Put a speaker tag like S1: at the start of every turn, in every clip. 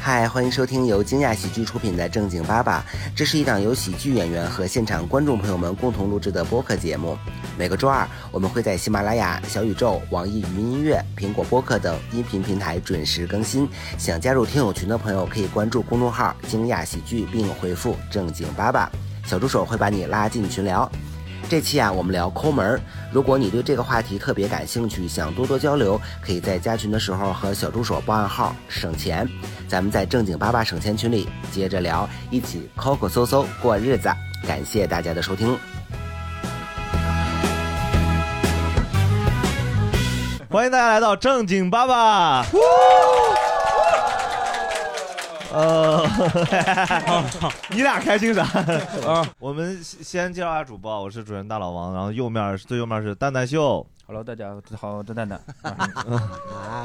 S1: 嗨，欢迎收听由惊讶喜剧出品的《正经爸爸》，这是一档由喜剧演员和现场观众朋友们共同录制的播客节目。每个周二，我们会在喜马拉雅、小宇宙、网易云音乐、苹果播客等音频平台准时更新。想加入听友群的朋友，可以关注公众号“惊讶喜剧”并回复“正经爸爸”，小助手会把你拉进群聊。这期啊，我们聊抠门儿。如果你对这个话题特别感兴趣，想多多交流，可以在加群的时候和小助手报暗号省钱。咱们在正经八八省钱群里接着聊，一起抠抠搜搜过日子。感谢大家的收听。
S2: 欢迎大家来到正 经爸爸。
S3: 哦
S2: 呃，你俩开心啥？啊，我们先介绍下主播，我是主持人大老王，然后右面最右面是蛋蛋秀。
S4: Hello，大家好，我是蛋蛋。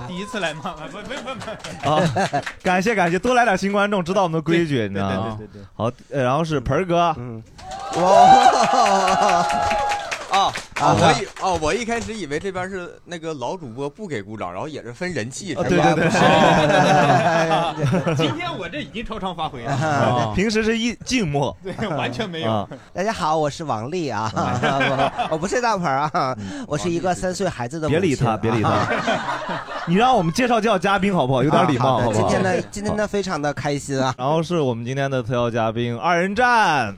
S3: 第一次来吗？
S4: 啊
S3: 不不不不
S2: 啊，感谢感谢，多来点新观众，知道我们的规矩，你知道吗？
S3: 对对对对
S2: 好，呃然后
S4: 嗯
S2: 是盆儿哥，
S5: 嗯
S6: 哦
S2: 啊
S6: 啊！我以哦，我一开始以为这边是那个老主播不给鼓掌，然后也是分人气，
S2: 哦
S6: 是
S2: 对
S6: 吧
S2: 对对 哎
S6: 哦
S3: 今天我这已经超常发挥了，
S2: 啊
S4: 哦
S2: 平时是一静默，
S3: 对， 完全没
S2: 啊
S3: 有。
S5: 大家好，我是王丽 啊，我不是大鹏啊，我是一个三岁孩子的母
S2: 嗯别
S5: 亲。
S2: 理他，别理他， 你让我们介绍介绍嘉宾好不好？有点礼貌，
S5: 啊
S2: 好
S5: 好的
S2: 不
S5: 今
S2: 好？
S5: 天呢，今天呢，非常的开心啊。
S2: 然后是我们今天的特邀嘉宾二人战，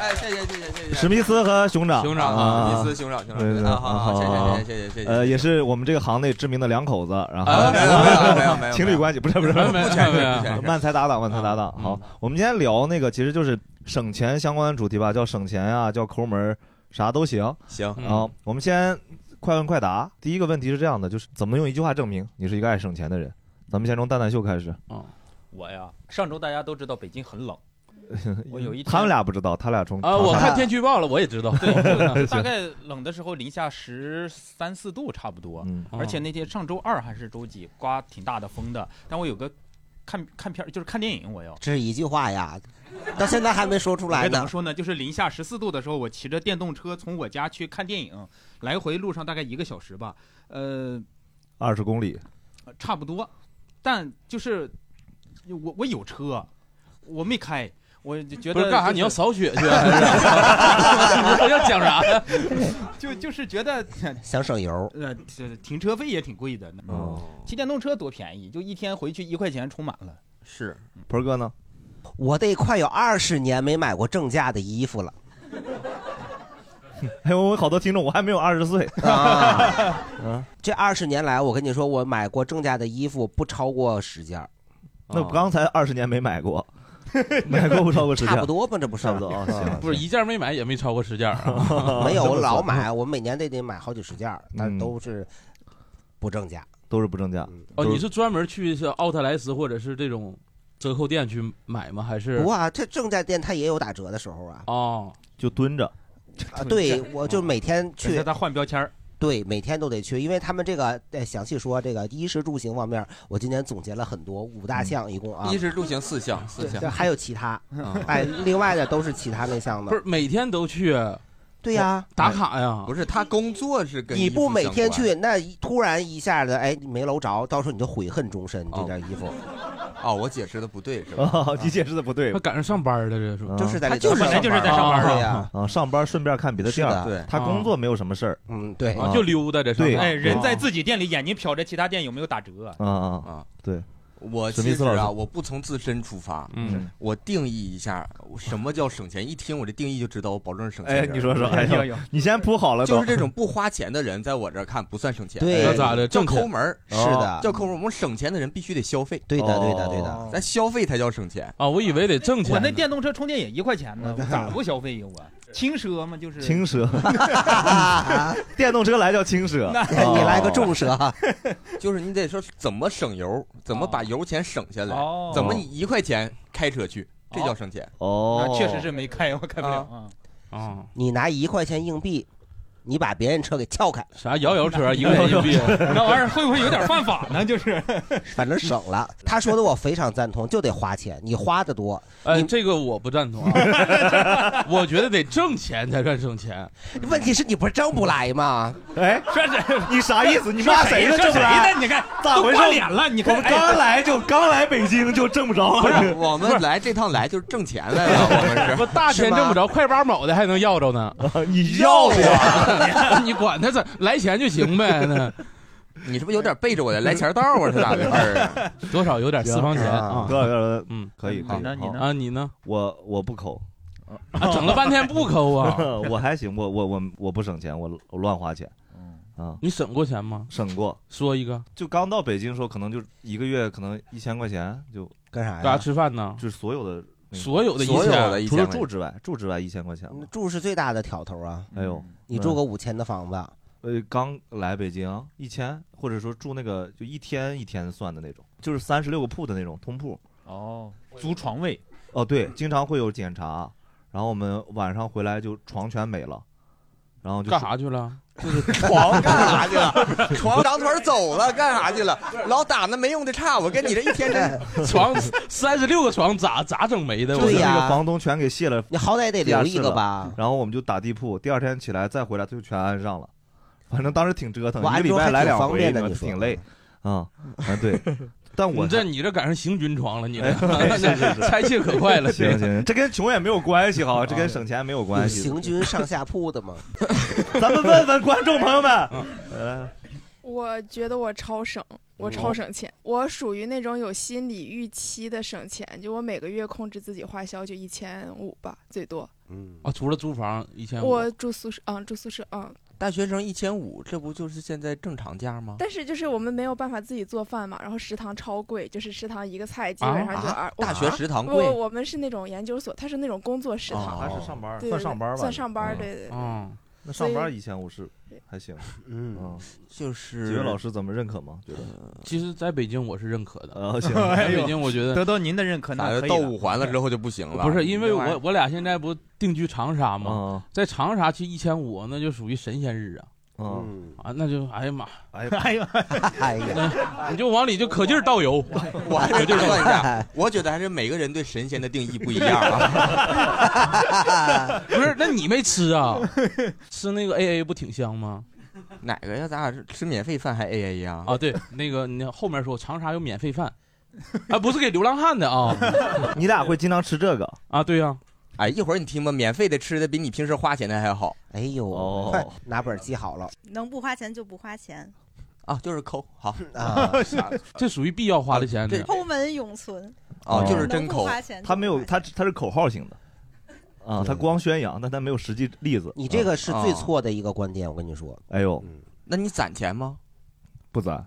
S6: 哎，谢谢谢谢谢谢。
S2: 史密斯和熊掌，
S6: 熊掌
S2: 啊，
S6: 史密斯熊掌熊掌
S2: 对对对，
S6: 啊好好
S2: 好
S6: 谢谢
S2: 好
S6: 谢谢谢谢谢谢
S2: 呃，也是我们这个行内知名的两口子，然后
S6: 啊没有没有没有没有
S2: 情侣关系，不是不是，
S6: 没有没有
S2: 不全
S6: 没有没
S2: 是
S6: 有没有嗯
S2: 漫才搭档，漫才搭档。好，我们今天聊那个其实就是省钱相关的主题吧，叫省钱啊，叫抠门儿，啥都行。
S6: 行
S2: 然后我们先快问快答，第一个问题是这样的，就是怎么用一句话证明你是一个爱省钱的人？咱们先从蛋蛋秀开始。
S4: 我呀，上周大家都知道北京很冷， 我有一天
S2: 他们俩不知道，他俩从
S7: 啊，我
S2: 他
S7: 看天气预报了，我也知道。
S4: 嗯 对，就大概冷的时候零下十三四度差不多，
S2: 嗯
S4: 而且那天上周二还是周几，刮挺大的风的，但我有个看看片儿，就是看电影，我要。
S5: 这是一句话呀， 到现在还没说出来
S4: 怎么
S5: 呢。
S4: 说呢？就是零下十四度的时候，我骑着电动车从我家去看电影，来回路上大概一个小时吧，呃，
S2: 二十公里，
S4: 差不多，但就是我我有车，我没开，我就觉得、
S7: 不是干啥？你要
S4: 扫。
S7: 扫雪去 啊？还是要讲啥呀？
S4: 就就是觉得，
S5: 想省油，
S4: 呃，这停车费也挺贵的。
S2: 哦，
S4: 骑电动车多便宜，就一天回去一块钱充满了。
S6: 是
S2: 鹏哥呢？
S5: 我得快有二十年没买过正价的衣服了。
S2: 哎，我我好多听众，我还没有二十岁。
S5: 啊，这二十年来，我跟你说，我买过正价的衣服不超过十件儿，
S2: 那我刚才二十年没买过， 买过不超过十件，
S5: 差不多吧，这不是
S2: 差不多 啊。行，
S7: 不是一件没买也没超过十件啊。
S5: 没有，
S2: 这么
S5: 我老
S2: 说
S5: 买，我每年得得买好几十件儿，但
S2: 嗯
S5: 是都是不正价。
S2: 都是不正价。
S4: 嗯
S7: 哦，你是专门去是奥特莱斯或者是这种折扣店去买吗？还是
S5: 不过啊，这正价店它也有打折的时候啊。
S7: 哦，
S2: 就蹲着，
S5: 啊， 对，我就每天
S4: 给
S5: 去，
S4: 他换标签儿，
S5: 对，每天都得去，因为他们这个呃详细说这个衣食住行方面，我今年总结了很多五大项，一共啊
S6: 嗯衣，食住行四项四项
S5: 这还有其他，
S6: 啊，
S5: 哎，另外的都是其他那项
S7: 不
S5: 的。
S7: 是每天都去
S5: 对呀，
S7: 打卡呀？
S6: 不是他工作是跟
S5: 你
S6: 衣服
S5: 不每天
S6: 相
S5: 去，那一突然一下子，哎，没搂着，到时候你就悔恨终身。这
S6: 哦
S5: 件衣服
S6: 关哦，我解释的不对是吧？
S2: 啊，你解释的不对
S7: 那。赶上上班了，这是
S2: 啊
S5: 就是在
S4: 他
S5: 里头
S4: 就是
S5: 上班
S4: 就是在上班
S5: 对
S4: 儿。
S5: 呀，
S2: 啊，上班顺便看别的店
S5: 是
S2: 儿。
S5: 的
S6: 对，
S2: 他工作没有什么事儿
S5: 嗯，对，
S7: 啊，就溜达这上班
S2: 对
S4: 哎，人在自己店里，眼睛瞟着其他店有没有打折。
S2: 啊啊，
S6: 啊，
S2: 对，
S6: 我
S2: 史
S6: 其
S2: 密斯
S6: 实
S2: 老师
S6: 啊，我不从自身出发，
S7: 嗯，
S6: 我定义一下我什么叫省钱。一听我这定义就知道，我保证省钱
S2: 哎，
S6: 人。
S2: 你说说，哎
S4: 哎呦
S2: 呀，
S4: 呦，
S2: 你先铺好了都，
S6: 就是这种不花钱的人，在我这儿看不算省钱，
S5: 对
S7: 那咋的？
S6: 叫
S7: 挣
S6: 抠
S7: 钱
S6: 门儿，
S5: 是的，
S6: 叫抠门儿。我们省钱的人必须得消费，
S5: 对的，对的，对的。
S2: 哦
S6: 咱消费才叫省钱。
S7: 啊？我以为得挣
S4: 我
S7: 钱
S4: 那
S7: 呢。
S4: 电动车充电也一块钱呢，我咋不消费呀？我轻奢嘛，就是
S2: 嗯轻奢，电动车来叫轻奢，
S5: 哎你来个
S2: 哦
S5: 重蛇，
S6: 就是你得说怎么省油，怎么把油钱省下来，
S4: 哦，
S6: 怎么你一块钱开车去，这叫省钱。
S2: 哦
S6: 哦
S4: 那，确实是没开，我开不了啊。
S7: 啊，
S5: 你拿一块钱硬币，你把别人车给撬开，
S7: 啥摇摇
S6: 啊
S7: 车一个人一币
S4: 那玩意 儿会不会有点犯法呢？ 就是，
S5: 反正省了。他说的我非常赞同，就得花钱，你花的多，
S7: 哎，这个我不赞同啊，我觉得得挣钱才算挣钱。
S5: 问题是你不是挣不来吗？
S2: 哎，
S7: 说这
S2: 你 啥意思？你
S7: 说
S2: 骂谁呢？
S7: 说
S2: 挣不来？
S7: 谁呢你看
S2: 咋回
S7: 都
S2: 事？
S7: 挂脸了你看
S2: 我们
S7: 哎
S2: 刚来就刚来北京就挣不着。
S6: 不是，我们来这趟来就是挣钱来了，我们是。
S7: 不大钱挣不着，快八毛的还能要着呢。
S2: 你
S6: 要
S7: 呀？ 你管他咋来钱就行 呗？那
S6: 你是不是有点背着我的来钱道啊？是咋回事 儿啊？
S7: 多少有点私房钱啊？
S2: 多少有点
S7: 嗯，
S2: 可以可以。
S3: 那你
S2: 好
S3: 呢
S7: 啊，你呢？
S2: 我我不抠，
S7: 啊，整了半天不抠啊？
S2: 我还行，我我我我不省钱，我我乱花钱，
S3: 嗯
S2: 啊，
S7: 你省过钱吗？
S2: 省过。
S7: 说一个，
S2: 就刚到北京的时候，可能就一个月可能一千块钱，就
S5: 干啥
S7: 干啥
S5: 呀？
S7: 吃饭呢？
S2: 就是所有的那个
S7: 所有的一
S6: 所有
S7: 千
S6: 的一
S2: 除
S6: 千
S2: 了
S6: 块
S2: 住之外，住之外一千块钱吧。
S5: 住是最大的挑头啊！
S2: 哎呦，
S5: 你住个五千的房子，
S2: 呃，刚来北京一千，或者说住那个就一天一天算的那种，就是三十六个铺的那种通铺。
S3: 哦，
S4: 租床位，
S2: 哦，对，经常会有检查，然后我们晚上回来就床全没了，然 后就
S7: 干啥去了？
S6: 床干啥去 了？床长腿走了，干啥去了？老打那没用的岔，我跟你这一天这
S7: 啊 床 三十六个床咋咋整没的？我
S2: 就是
S5: 对
S2: 那
S5: 呀
S2: 个房东全给卸了，
S5: 你好歹得留一个吧？
S2: 然后我们就打地铺，第二天起来再回来就全安上了。反正当时挺折腾，
S5: 我安
S2: 一个礼
S5: 装
S2: 拜
S5: 还
S2: 来
S5: 挺
S2: 两
S5: 方
S2: 回，
S5: 便的，你说
S2: 挺累。啊啊对，但我
S7: 你这你这赶上行军床了，你
S2: 哎
S7: 这
S2: 是是是
S7: 拆卸可快了。
S2: 行行，行，这跟穷也没有关系哈，这跟省钱没有
S5: 有
S2: 关系。
S5: 行军 上下铺的吗？
S2: 咱们问问观众朋友们，呃，
S8: 我觉得我超省，我超省钱，我属于那种有心理预期的省钱，就我每个月控制自己花销就一千五吧，最多。
S5: 嗯，
S7: 啊，除了租房一千五，
S8: 我住宿舍，嗯，住宿舍，嗯，
S6: 大学生一千五，这不就是现在正常价吗？
S8: 但是就是我们没有办法自己做饭嘛，然后食堂超贵，就是食堂一个菜基
S7: 啊
S8: 本上就二、我
S6: 大学食堂
S8: 不，
S6: 贵，
S8: 我们是那种研究所，它是那种工作食堂，
S2: 还是上班儿，
S8: 对
S2: 算上班儿吧，
S8: 算上班儿，
S2: 嗯
S8: 对对对。
S7: 啊，
S2: 那上班一千五是还行，
S5: 嗯，
S2: 嗯，
S6: 就是
S2: 几位老师怎么认可吗？觉得，
S7: 其实在北京我是认可的，
S2: 呃，行，
S7: 在
S3: 哎
S7: 北
S3: 呦，
S7: 京我觉得
S3: 得到您的认可，
S6: 咋
S3: 那
S6: 的
S3: 可以
S6: 到
S3: 了
S6: 五环了之后就不行了？
S7: 不嗯是，因为
S6: 这玩意
S7: 我
S6: 儿
S7: 我俩现在不定居长沙吗？
S2: 嗯
S7: 在长沙去一千五，那就属于神仙日啊
S2: 嗯，
S5: 嗯，
S7: 啊，那就哎呀妈，
S2: 哎呀，
S3: 哎呦，
S5: 哎呀，
S7: 你就往里就可劲儿倒油，
S6: 我还是得算 一下，我觉得还是每个人对神仙的定义不一样 啊。
S7: 不是？那你没吃 啊？吃那个 AA 不挺香吗？
S6: 哪个呀？咱俩是吃免费饭还 AA 呀？
S7: 啊，对，那个你后面说长沙有免费饭，啊，不是给流浪汉的 啊
S2: 你俩会经常吃这个？
S7: 啊，对呀、
S6: 哎，一会儿你听吧，免费的吃的比你平时花钱的还好
S5: 哎呦，
S2: 哦
S5: 快拿本儿记好了
S9: 能不花钱就不花钱，
S6: 啊，就是抠好
S5: 啊！
S7: 这属于必要花的
S2: 嗯
S7: 钱
S6: 这
S7: 呢。
S9: 抠门永存，
S5: 哦
S6: 啊，就是
S9: 能
S6: 真
S9: 不
S6: 抠。
S9: 花钱就
S2: 哦
S9: 不花钱。
S2: 他没有，他他是口号型的，啊，他光宣扬，但他没有实际例子。
S5: 嗯你这
S2: 啊，
S5: 个是最错的一个观点，我跟你说，
S2: 哎呦，
S5: 嗯，
S6: 那你攒钱吗？
S2: 不攒，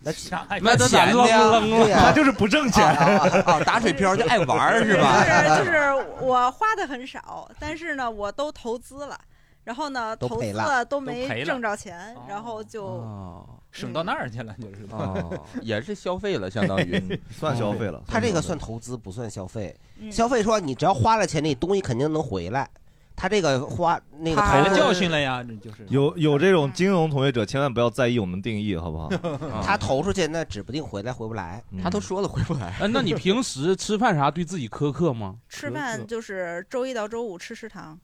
S5: 那
S3: 啥呀？
S7: 那他咋
S6: 闲的
S7: 愣
S6: 呀
S7: 愣
S5: 对
S7: 了？
S2: 他
S5: 呀，
S2: 就是不挣
S6: 啊
S2: 钱。
S6: 啊啊！啊打水漂就爱玩儿是 吧？
S9: 就 是就是我花的很少，但是呢，我都投资了，然后呢，
S5: 都
S9: 投
S5: 赔
S9: 资
S5: 了
S9: 了都
S3: 都赔
S9: 没
S3: 了
S9: 挣着钱
S3: 哦，
S9: 然后就
S6: 哦
S3: 省到那儿去了，就是。
S6: 哦，也是消费了，
S7: 哦
S6: 相当于
S2: 嗯算消费了，
S5: 嗯他这个算投资不算消费。
S9: 嗯
S5: 消费说你只要花了钱，那东西肯定能回来。他这个花那个
S3: 孩
S5: 投
S3: 子
S5: 资
S3: 教训了呀，这就是
S2: 有有这
S9: 嗯
S2: 种金融从业者，千万不要在意我们定义，好不好？
S5: 他投出去，那指不定回来回不来。
S2: 嗯
S6: 他都说了回不来。
S7: 哎，那你平时吃饭啥对自己苛刻吗？
S9: 吃饭就是周一到周五吃食堂，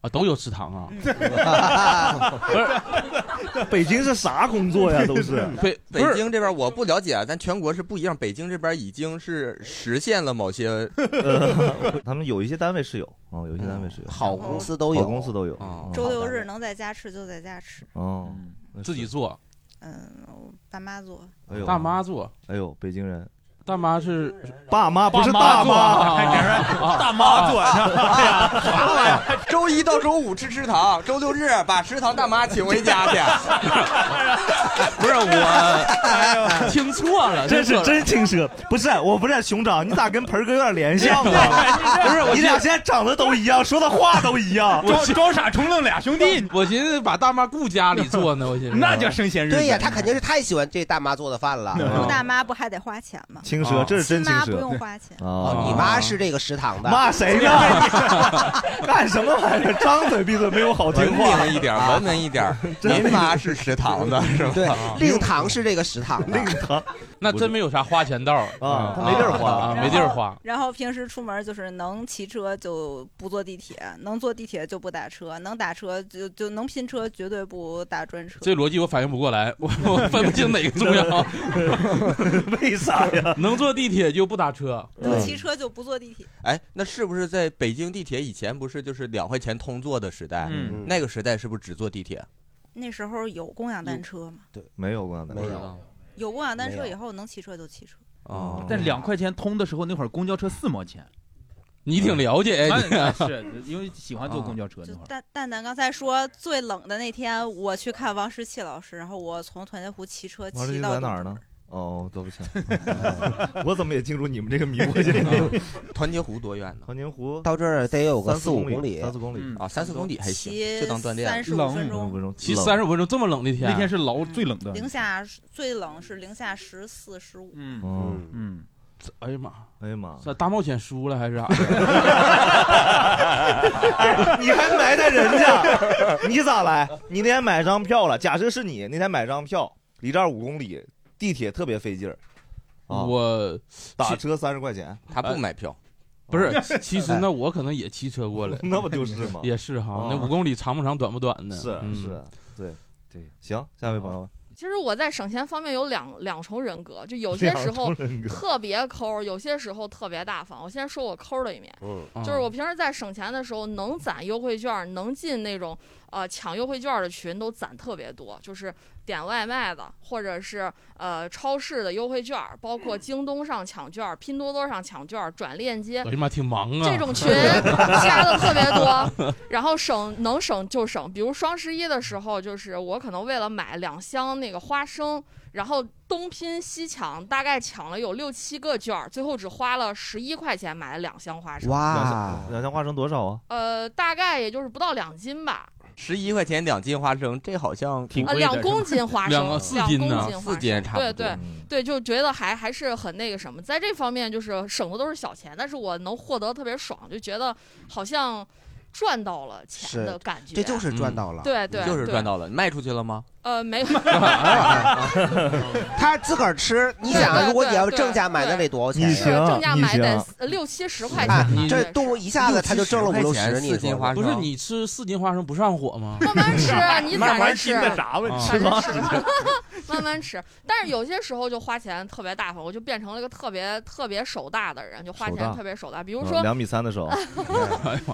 S7: 啊，都有食堂啊。
S2: 北京是啥工作呀？都是
S7: 北
S6: 北
S7: 不是
S6: 京这边我不了解，咱全国是不一样。北京这边已经是实现了某些
S2: 呃 他们有一些单位是有啊，有一些单位是有，
S5: 好公司都有，嗯
S2: 好公司都有嗯
S6: 哦。
S9: 周六日能在家吃就在家吃，
S2: 哦，
S7: 自己做，
S9: 嗯，我爸妈做，
S2: 哎 呦
S7: 大妈做，
S2: 哎呦，北京人
S7: 大妈是
S2: 爸妈不是
S3: 爸妈
S2: 大
S3: 做
S2: 妈，
S3: 还给人
S7: 啊，
S3: 大妈做哎呢，
S6: 啊
S2: 哎
S6: 哎周一到周五吃食堂，周六日把食堂大妈请回家去。
S4: 哎
S7: 不是我， 听错了，
S2: 这
S7: 听
S2: 是
S7: 错了
S2: 真轻奢，不是，我不是熊掌，你咋跟盆儿哥有点连像 呢？
S7: 不是我
S2: 你俩现在长得都一样，说的话都一样，
S7: 傻充愣俩兄弟。我寻思把大妈雇家里做呢， 我寻思
S2: 那叫生鲜日子
S5: 对 呀，他肯定是太喜欢这大妈做的饭了。
S2: 嗯
S9: 大妈不还得花钱吗？
S2: 轻奢这是真
S9: 亲妈
S2: 轻奢
S9: 不用花钱。
S2: 哦
S5: 你妈是这个食堂的，
S2: 骂谁 呢？干什么玩意儿？张嘴闭嘴没有好听话。
S6: 文明一
S2: 啊
S6: 点，文明一点。 您妈是食堂的是吧？
S5: 对， 令堂啊是这个食堂的。令
S2: 堂，
S7: 那真没有啥花钱道儿
S2: 啊
S5: 他没地儿花
S7: 啊没地儿花。
S9: 然后平时出门就是能骑车就不坐地铁，能坐地铁就不打车，能打车就就能拼车，绝对不打专车。
S7: 这逻辑我反应不过来，我我分不清哪个重要。
S2: 为啥呀？
S7: 能坐地铁就不打车，
S4: 嗯
S9: 能骑车就不坐地铁。
S6: 哎，那是不是在北京地铁以前不是就是两块钱通坐的时代？
S9: 嗯
S6: 那个时代是不是只坐地铁？
S9: 那时候有共享单车吗？
S5: 对，
S2: 没有过，
S6: 没有。
S9: 有共享单
S4: 嗯没
S9: 车
S4: 有
S9: 以后能骑车就骑车。
S6: 哦
S4: 但两块钱通的时候，那会儿公交车四毛钱。
S7: 你挺了
S6: 哎
S7: 解呀
S4: 啊
S7: 你
S4: 是 因为喜欢坐公
S2: 啊
S4: 交车那会儿。
S9: 蛋蛋蛋刚才说最冷的那天，我去看王石器老师，然后我从团结湖骑车
S2: 王志
S9: 骑
S2: 军
S9: 到
S2: 在哪儿呢？哦，对 不起， 我怎么也进入你们这个迷惑境
S6: 了？团结湖多远呢？
S2: 团结湖
S5: 到这儿得有个
S2: 三四
S5: 四五
S2: 公里三四
S5: 公嗯
S2: 里
S4: 嗯
S6: 啊，三四公里还行，
S9: 骑
S6: 就当锻炼。
S9: 35冷分钟
S2: 钟
S7: 骑三十五分钟这么冷的天，
S4: 那天是老最冷的
S9: 零下最冷是零下十四十五。
S4: 嗯
S2: 嗯
S4: 嗯，
S7: 哎呀妈，
S2: 哎呀妈，
S7: 这大冒险输了还是啥？
S2: 哎你还埋汰人家？你咋来？你那天买张票了？假设是你那天买张票，离这儿五公里，地铁特别费劲儿。啊
S7: 我
S2: 打车三十块钱，，
S6: 他不买票。
S7: 呃不是，其实那我可能也骑车过来
S2: 那不就是吗
S7: 也是哈
S2: 啊，
S7: 那五公里长不长，短不短的，
S2: 是
S7: 嗯
S2: 是，对对。行，下位朋友，
S10: 其实我在省钱方面有两两重人格，就有些时候
S2: 两重人格
S10: 特别抠，有些时候特别大方。我先说我抠的一面，
S7: 啊
S2: 嗯
S10: 就是我平时在省钱的时候，能攒优惠券，能进那种呃抢优惠券的群都攒特别多，就是点外卖的，或者是呃超市的优惠券，包括京东上抢券、拼多多上抢券、转链接
S7: 我。呀妈，挺忙啊！
S10: 这种群加的特别多，然后省能省就省，比如双十一的时候，就是我可能为了买两箱那个花生，然后东拼西抢，大概抢了有六七个券儿，最后只花了十一块钱买了两箱花生。
S2: 两箱，两箱花生多少啊？
S10: 呃，大概也就是不到两斤吧，
S6: 十一块钱两斤花生，这好像
S10: 啊，两公斤花生，两公斤花生
S6: 四斤差不多。
S10: 对对对，就觉得还还是很那个什么，在这方面就是省的都是小钱，但是我能获得特别爽，就觉得好像赚到了钱的感觉，啊
S6: 这就是赚
S5: 到了
S10: 对对，
S6: 就是
S10: 对
S6: 赚到了，卖出去 了吗？
S10: 呃，没有，
S5: 他自个儿吃，你
S10: 对
S5: 想，啊
S10: 对
S5: 如果你要
S10: 对
S5: 正价买，那得多少钱？啊
S10: 是正
S2: 啊
S10: 价买得呃六七十块
S7: 哎
S10: 钱吧，
S5: 这
S10: 对
S5: 动一下子他就挣了五六十，你说
S7: 不是你吃四斤花生不上火 吗？
S10: 慢慢吃，啊
S5: 啊
S10: 你
S7: 慢
S10: 攒
S7: 慢
S10: 着
S7: 吃
S10: 吃，
S7: 那啥
S2: 啊
S7: 吧你吃
S10: 攒着
S7: 吧
S10: 吃 慢慢吃。但是有些时候就花钱特别大方，我就变成了一个特别特别手大的人，就花
S2: 手大
S10: 钱特别手大。比如说
S2: 嗯两米三的 手，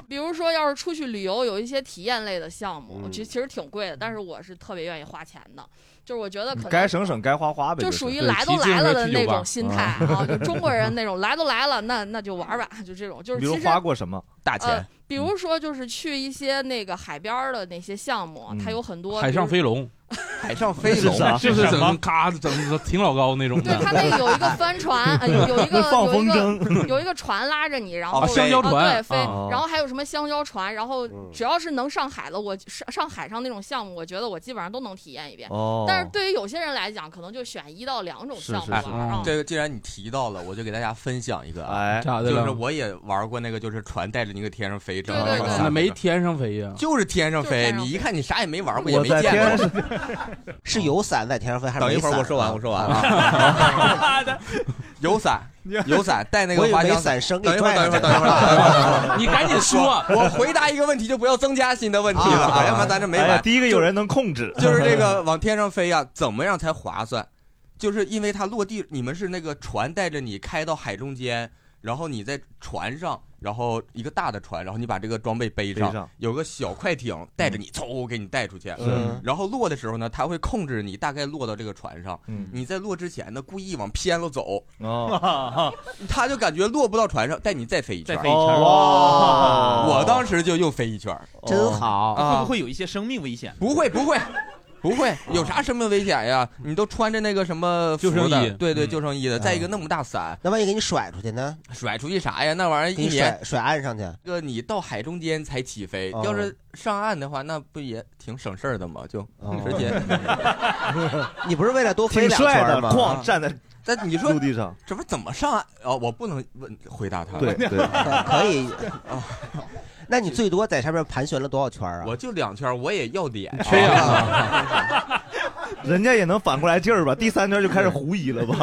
S10: 比如说，要是出去旅游，有一些体验类的项
S2: 嗯
S10: 目，其、其实挺贵的，但是我是特别愿意花钱的。就是我觉得可能
S2: 该省省，该花花呗，
S10: 就属于来都来了的那种心态啊，就中国 人那种来都来了，那那就玩吧，就这种，就是
S2: 比
S10: 其
S2: 如
S10: 实
S2: 花过什么？
S6: 大
S10: 呃，比
S7: 嗯
S10: 如说就是去一些那个海边儿的那些项目，
S7: 嗯
S10: 它有很多
S7: 海上
S10: 比如
S7: 飞 龙，
S6: 海上
S7: 飞
S6: 龙
S7: 是不是
S6: 是什么
S7: 整咔整的挺老高那种的？
S10: 对， 它那个有一个帆船， 呃、有有一个
S7: 放
S10: 有一
S7: 风
S10: 个
S7: 筝
S10: 有一个船拉着你，然
S7: 啊
S10: 后
S7: 香蕉船
S10: 啊对飞
S2: 哦
S7: 啊，
S10: 然后还有什么香蕉船，然后
S2: 嗯
S10: 只要是能上海的，我上上海上那种项目，我觉得我基本上都能体验一遍。
S6: 哦
S10: 但是对于有些人来讲，可能就选一到两种项目吧。啊
S6: 这个既然你提到了，我就给大家分享一个啊，
S7: 哎咋的
S6: 就
S7: 了
S6: 是我也玩过那个，就是船带着你搁天上飞，正
S7: 对对那没天上飞呀，
S6: 就是天上
S7: 就是天
S6: 飞，
S7: 上飞
S6: 你一看你啥也没玩过，也
S5: 我
S6: 没
S5: 在
S6: 见
S5: 天
S6: 过
S5: 上。是有伞在天上飞，还是
S6: 等一
S5: 没
S6: 会儿
S5: 伞
S6: 我说完，
S5: 啊
S6: 我说完 啊。有伞，有伞，带那个
S5: 我以
S6: 滑
S5: 为
S6: 翔
S5: 伞绳给
S6: 等一会儿，
S5: 拽
S6: 等一会儿，
S5: 上
S6: 等一会儿等一会儿，
S7: 你赶紧说
S6: 我我回答一个问题就不要增加新的问题了啊，要不然咱这没
S2: 哎呀
S6: 完。
S2: 第一个有人能控制，
S6: 就是这个往天上飞呀、怎么样才划算？就是因为它落地，你们是那个船带着你开到海中间，然后你在船上，然后一个大的船，然后你把这个装备背上，
S2: 背上
S6: 有个小快艇带着你，嗖、给你带出去。
S2: 是
S6: 然后落的时候呢，它会控制你大概落到这个船上。
S2: 嗯
S6: 你在落之前呢，故意往偏了走，
S2: 哦，
S6: 他就感觉落不到船上，带你再飞一圈，
S4: 再飞一圈儿哇
S6: 我当时就又飞一圈儿，
S4: 真
S6: 啊！
S7: 哦啊
S4: 会不会有一些生命危险？
S6: 不会不会，不会，有啥生命危险呀？你都穿着那个什么服
S5: 救生
S6: 的
S5: 衣
S6: 对对，
S5: 嗯
S6: 救生衣的。再一个那么大伞，
S5: 那万一给你甩出去呢？
S6: 甩出去啥呀？那玩意儿
S5: 给
S6: 一
S5: 你
S6: 年
S5: 甩甩岸上去。
S6: 这个你到海中间才起飞，
S5: 哦
S6: 要是上岸的话，那不也挺省事儿的吗？就
S5: 哦
S6: 直 接。
S5: 你不是为了多飞两圈儿吗？
S6: 哐站在。但你说
S2: 陆地上，
S6: 这不怎么上岸？哦，我不能问回答他。哦
S2: 对对
S5: 可以。那你最多在上面盘旋了多少圈啊？
S6: 我啊就两圈，我也要脸。
S2: 缺氧 人家也能反过来劲儿吧？第三圈就开始狐疑了 吧？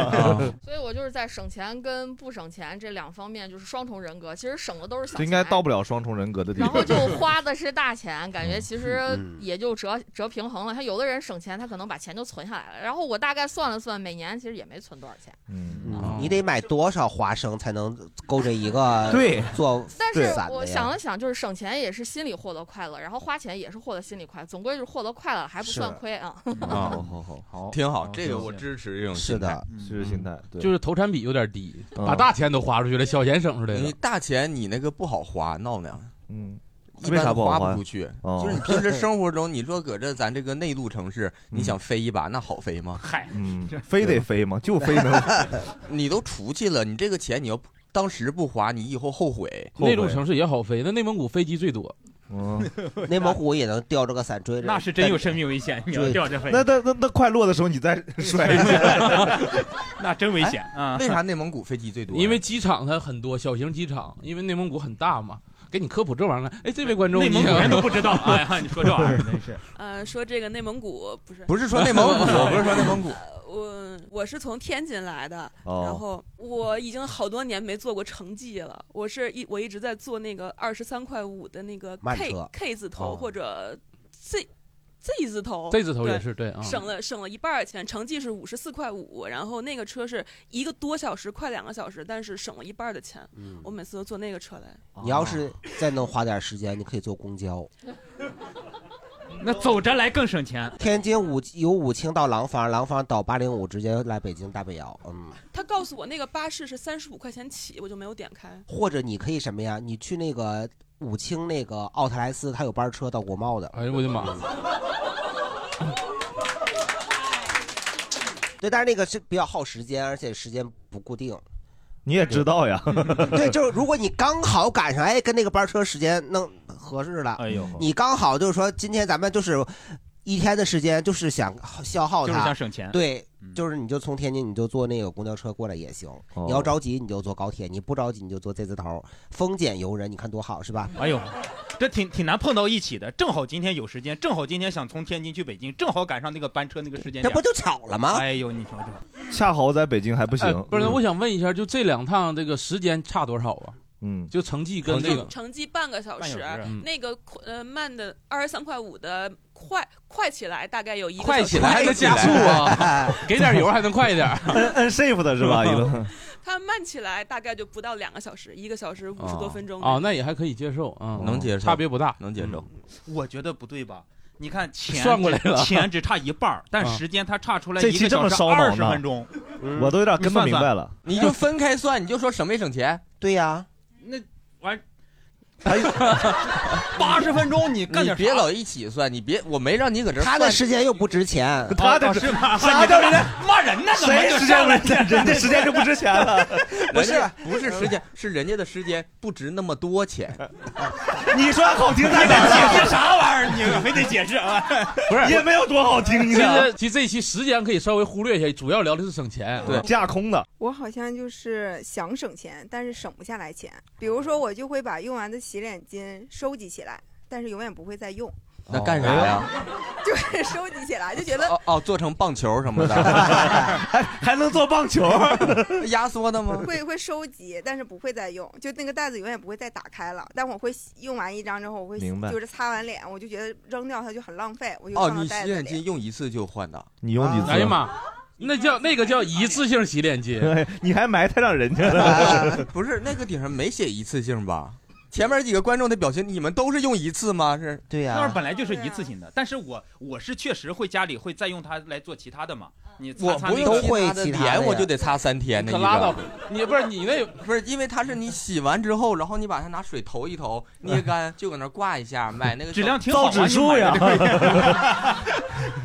S10: 所以我就是在省钱跟不省钱这两方面就是双重人格，其实省的都是小
S2: 这
S10: 钱，
S2: 应该到不了双重人格 的地
S10: 然
S2: 方。
S10: 后就花的是大 钱，感觉其实
S2: 嗯
S10: 也就折折平衡了。他有的人省钱，他可能把钱就存下来了。然后我大概算了算，每年其实也没存多少钱。
S4: 哦
S5: 嗯你得买多少花生才能勾着一 个
S2: 对
S5: 做
S10: 但是
S5: 伞
S10: 我
S5: 的
S10: 想
S5: 呀？
S10: 了想，就是省钱也是心里获得快乐，然后花钱也是获得心里快乐，总归就是获得快乐，还不
S6: 是
S10: 算亏啊。
S6: 啊，
S2: 好好好好
S6: 挺好，
S2: 好
S6: 这个我支持这种
S2: 是的
S6: 支
S2: 持心态对
S7: 就是投产比有点低，
S6: 嗯
S7: 把大钱都花出去了，小钱省出来
S6: 你
S7: 了。
S6: 大钱你那个不好花，闹呢。
S2: 嗯，
S6: 一
S2: 为啥
S6: 般
S2: 不好
S6: 花
S2: 花
S6: 不出去。
S2: 哦
S6: 就是你平时生活中，你说搁这咱这个内陆城市，你想飞一把，那好飞吗？
S4: 嗨，
S2: 嗯，非得飞吗？就飞能
S6: 你都出去了，你这个钱你要不当时不花，你以后后悔。
S7: 内陆城市也好飞，那内蒙古飞机最多。
S5: 内蒙古也能吊着个伞追着，
S7: 那是真有生
S4: 命危险
S7: 你要吊着飞
S2: 那那那那快落的时候你再摔一下，
S4: 那真危险
S7: 啊
S6: 哎为啥内蒙古飞机最多啊呀？
S7: 因为机场它很多，小型机场，因为内蒙古很大嘛。给你科普这玩意儿，哎，这位观众，，
S4: 内蒙古人都不知道 哎呀，你说这玩意儿真是。
S11: 呃，说这个内蒙古不是
S6: 不是说内蒙 古我不是说内蒙古
S11: 呃我我是从天津来的，
S6: 哦
S11: 然后我已经好多年没坐过城际了，我是一我一直在坐那个二十三块五的那个
S7: 慢
S11: K
S7: 车
S11: K 字头、
S7: 哦
S11: 或者 Z Z 字头
S7: Z 字头也是对啊
S11: 省了省了一半儿钱，城际是五十四块五，然后那个车是一个多小时，快两个小时，但是省了一半儿的钱，
S5: 嗯
S11: 我每次都坐那个车来。
S5: 你要 是再能花点时间，你可以坐公交。
S4: 那走着来更省钱。
S5: 天津武由武清到廊坊，廊坊到八零五直接来北京大北窑。嗯，
S11: 他告诉我那个巴士是三十五块钱起，我就没有点开。
S5: 或者你可以什么呀？你去那个武清那个奥特莱斯，它有班车到国贸的。
S7: 哎呦我的妈！
S5: 对，但是那个是比较耗时间，而且时间不固定。
S2: 你也知道呀。
S5: 对，就是如果你刚好赶上，哎，跟那个班车时间弄合适了，
S2: 哎呦
S5: 你刚好就是说今天咱们就是一天的时间，就是想消耗它，
S4: 就是想省钱
S5: 对，就是你就从天津你就坐那个公交车过来也行，
S4: 哦
S5: 你要着急你就坐高铁，你不着急你就坐 Z 字头，丰俭由人，你看多好是吧？
S4: 哎呦，这挺挺难碰到一起的。正好今天有时间，正好今天想从天津去北京，正好赶上那个班车那个时间点，
S5: 这不就巧了吗
S4: 哎呦，你瞅瞅，
S2: 恰好在北京还不
S7: 哎
S2: 行，
S7: 不是，那我想问一下，就这两趟这个时间差多少啊？
S2: 嗯，
S7: 就成绩跟哦这个
S11: 成绩半个小时，
S7: 半小时嗯
S11: 那个快呃慢的二十三块五的快快起来大概有一个
S7: 快
S11: 小时
S7: 起来还能加速啊， 给点油还能快一点。
S2: 摁摁 shift 的是吧？一个
S11: 它慢起来大概就不到两个小时，一个小时五十多分钟
S7: 啊，那也还可以接受啊，
S6: 能接受
S7: 差别不大，嗯
S6: 能接受。
S4: 我觉得不对吧？你看钱
S7: 算过来了
S4: 钱只差一半儿，但
S7: 啊
S4: 时间它差出来
S2: 这
S4: 一
S2: 期
S4: 个
S2: 这么
S4: 小时
S2: 烧脑
S4: 二
S2: 呢
S4: 十分钟，
S2: 我都有点跟不
S4: 你算算
S2: 明白了。
S6: 你就分开算，你就说省没省钱。
S5: 对呀、
S4: 那完， 八十分钟你干点啥
S6: 你别老一起算，你别，我没让你搁这儿
S5: 他
S6: 算。
S5: 的时间又不值钱，
S6: 他的
S4: 哦是 吗？
S6: 啥叫人家
S4: 骂人呢？怎么就上来了
S2: 钱 了
S6: 不是
S2: 人家
S6: 不是时间，是人家的时间不值那么多钱。
S2: 你说好听
S6: 咱
S2: 咱
S6: 俩
S2: 俩
S6: 解释
S4: 啥玩意儿？你非得解释啊？
S7: 不是
S2: 也没有多好听
S7: 其
S2: 呢
S7: 实其实这一期时间可以稍微忽略一下，主要聊的是省钱，
S2: 对架空的。
S12: 我好像就是想省钱，但是省不下来钱。比如说，我就会把用完的洗脸巾收集起来，但是永远不会再用，
S6: 哦那干啥呀？
S12: 就是收集起来，就觉 得
S6: 哦哦，做成棒球什么的，还
S2: 还能做棒球？
S6: 压缩的吗？
S12: 会会收集，但是不会再用，就那个袋子永远不会再打开了。但我会洗用完一张之后，我会洗
S6: 明白
S12: 就是擦完脸，我就觉得扔掉它就很浪费，我就
S6: 哦，
S12: 放到
S6: 你洗
S12: 袋子
S6: 脸
S12: 里。
S6: 巾用一次就换的，
S2: 你用几次？啊
S7: 哎呀妈，那叫那个叫一次性 洗脸巾。
S2: 你还埋汰上人家了？
S6: 不是那个顶上没写一次性吧？前面几个观众的表情，你们都是用一次吗？是？
S5: 对
S4: 那玩意儿本来就是一次性的，但是我我是确实会家里会再用它来做其他的嘛。你擦
S6: 我
S4: 擦
S6: 不
S4: 那
S6: 用
S4: 个
S6: 他的脸，我就得擦三天。那
S4: 可
S6: 一
S4: 拉
S6: 个
S4: 倒吧
S7: 你不是你那
S6: 不是，因为它是你洗完之后，然后你把它拿水投一投，捏干，就搁那儿挂一下。买那个
S7: 质量挺好啊造纸术呀你买 的这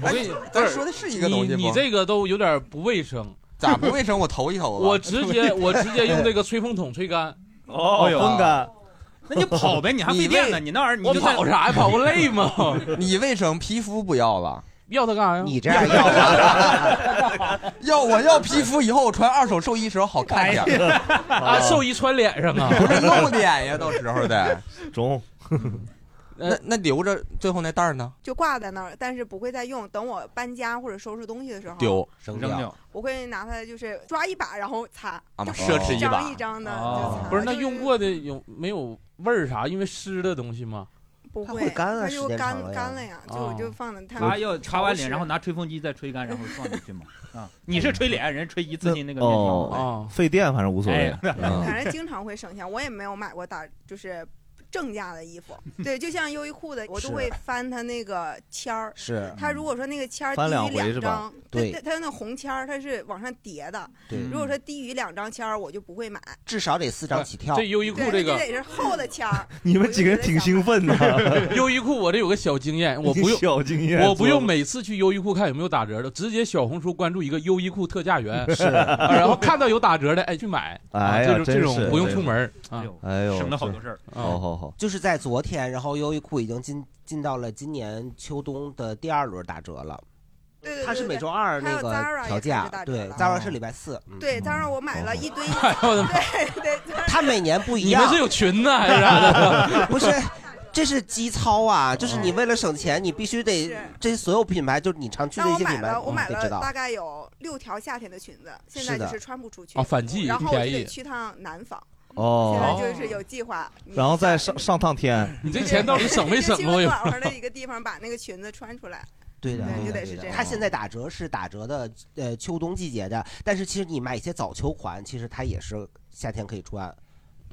S7: 我跟你
S6: 咱说的是一个东西吗
S7: 你你这个都有点不卫生，
S6: 咋不卫生？我投一投吧
S7: 我直接我直接用这个吹风筒吹干。
S6: 哦
S7: 哎呦
S6: 风干。
S4: 那你跑呗，你还费电呢，你那玩意儿你
S7: 我
S4: 就在
S7: 跑啥呀？跑不累 吗？
S6: 你卫生皮肤不要了。
S7: 要它干啥呀？你
S5: 这样
S6: 要要我要皮肤以后我穿二手寿衣时候好看点儿。
S7: 哎
S6: 哦
S7: 啊，寿衣穿脸上啊，
S6: 哎不是露脸呀，到时候得
S2: 中。
S6: 那那留着最后那袋儿呢？
S12: 就挂在那儿，但是不会再用。等我搬家或者收拾东西的时候，
S6: 丢啊扔掉扔掉
S12: 我会拿它就是抓一把，然后擦，
S7: 啊
S12: 就
S7: 奢侈
S12: 一
S7: 一把
S12: 张一张的
S6: 哦
S4: 哦
S12: 就
S7: 啊
S12: 擦，
S7: 不是那用过的有没有味儿啥？因为湿的东西吗？
S12: 不
S5: 会干啊
S12: 它就
S5: 时间
S12: 干
S5: 长了呀
S12: 干了呀，就
S7: 哦
S12: 我就放在它
S4: 擦要擦完脸，然后
S12: 潮湿
S4: 拿吹风机再吹干，然后放进去嘛。啊， 你是吹脸，人家吹一次性那个面条。啊
S2: 哦，费电反正无所谓
S4: 哎。
S2: 嗯
S12: 反正经常会省钱。我也没有买过打就是正价的衣服，对，就像优衣库的，我都
S5: 是
S12: 会翻它那个签儿。
S5: 是
S12: 它
S13: 嗯
S12: 如果说那个签儿低
S5: 翻两
S12: 于
S5: 回是
S12: 两
S5: 吧
S12: 张，它
S5: 对嗯
S12: 它它那红签儿它是往上叠的。
S5: 对
S12: 如果说低于两张签儿，我就不会买。
S5: 至少得四张起跳。
S7: 这优衣库这
S12: 对，那
S7: 个
S12: 得是厚的签 儿。
S2: 你们几个人挺兴奋 的。
S7: 优衣库，我这有个小经验，我不用
S2: 小经验
S7: 我不用每次去优衣库看有没有打折的，直接小红书关注一个优衣库特价员，
S2: 是
S7: 啊然后看到有打折的，哎去买，啊
S2: 哎呀
S7: 这种这
S2: 真是
S7: 种不用出门儿
S2: 哎
S7: 啊
S2: 呦，哎呦省了好多事儿是好好好
S5: 就是在昨天，然后优衣库已经进进到了今年秋冬的第二轮打折了。
S12: 对对
S5: 它是
S12: 对
S5: 每
S12: 对
S5: 周二
S12: 还有
S5: 那个
S12: Zara 也
S5: 调
S12: 开始
S5: 价
S12: 打，折
S5: 对
S12: 了
S5: ，Zara 是礼拜四。嗯
S12: 对，当然我买了 一堆，对对对，
S5: 它每年不一
S7: 你
S5: 样。
S7: 们是有群呢还是啥 的？
S5: 不是，这是基操啊！就是你为了省钱，你必须得这些所有品牌，就是你常去的
S12: 但
S5: 一
S12: 我
S5: 些
S12: 买
S5: 品牌，嗯
S12: 了，我买
S5: 你得知
S12: 了
S5: 道
S12: 大。概有六条夏天的裙子，现
S5: 是
S12: 在
S5: 的
S12: 就是穿不出去
S2: 啊反季
S12: 然后我就
S2: 便
S12: 得
S2: 宜
S12: 去趟南方，现在
S2: 哦，
S12: 就是有计划。
S2: 然后再上上趟天。
S7: 你这钱到底省没 省
S12: 去
S7: 过
S12: 个
S7: 呀？
S12: 暖和的一个地方，把那个裙子穿出来。
S5: 对的，
S12: 对
S5: 对
S12: 嗯
S5: 的，
S12: 就
S5: 对
S12: 得是这
S5: 的。
S12: 样。
S5: 它现在打折是打折的，呃，秋冬季节的，但是其实你买一些早秋款，其实它也是夏天可以穿。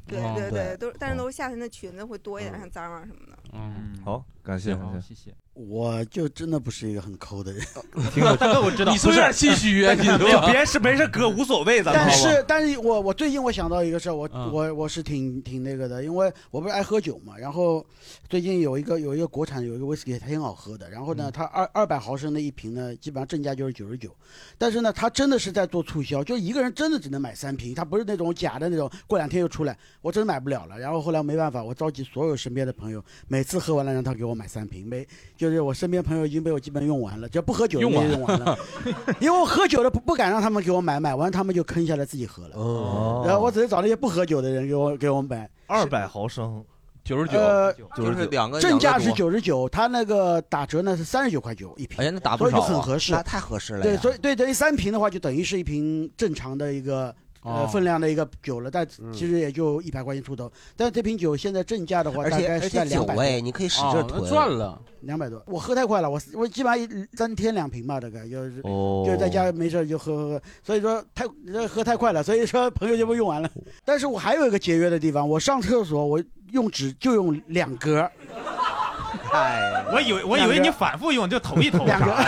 S12: 对对对，
S5: 哦
S12: 都但是都是夏天的裙子会多一点，像 Zara 什么的。
S2: 嗯，好，感谢感谢。
S4: 谢。
S14: 我就真的不是一个很抠的人，
S2: 听着大哥我知道你是不是有点心虚啊你知道吧别是没事哥无所谓咱们
S14: 但
S2: 好吧
S14: 是，但是我我最近我想到一个事儿，我、
S2: 嗯
S14: 我我是挺挺那个的，因为我不是爱喝酒嘛。然后最近有一个有一个国产有一个威士忌，它挺好喝的。然后呢，它二二百毫升的一瓶呢，基本上正价就是九十九，但是呢，它真的是在做促销，就一个人真的只能买三瓶，它不是那种假的那种，过两天又出来，我真买不了了。然后后来没办法，我召集所有身边的朋友，每次喝完了让他给我买三瓶，没就是我身边朋友已经被我基本用完了，只要不喝酒的
S7: 用
S14: 那
S7: 完
S14: 些 用完啊了。因为我喝酒的不不敢让他们给我买，买完他们就坑下来自己喝了。
S7: 嗯
S2: 哦
S14: 然后我只是找那些不喝酒的人给我给我买。
S2: 二百毫升，
S7: 九十
S14: 呃，
S6: 就是两个
S14: 正价是
S6: 两个多
S14: 九十九，他那个打折呢是三十九块九一瓶，
S6: 哎呀那打不
S14: 所以就
S6: 少啊
S14: 很合适，
S6: 那太合适了
S14: 对，
S6: 呀
S14: 所以对等于三瓶的话，就等于是一瓶正常的一个。呃，
S6: 哦
S14: 分量的一个酒了，但
S5: 嗯
S14: 其实也就一百块钱出头。但是这瓶酒现在正价的话，
S5: 而
S14: 大
S5: 且
S14: 概是在
S5: 而且
S14: 两
S5: 酒
S14: 百。
S5: 哎你可以使劲哦那囤赚了
S14: 两百多。我喝太快了，我我基本上一三天两瓶吧，大概就是
S2: 哦
S14: 就是在家没事儿就喝喝喝，所以说太喝太快了，所以说朋友就被用完了。但是我还有一个节约的地方，我上厕所我用纸就用两格，
S5: 哎，
S2: 嗯
S4: 我以为我以为你反复用就投一投啥的。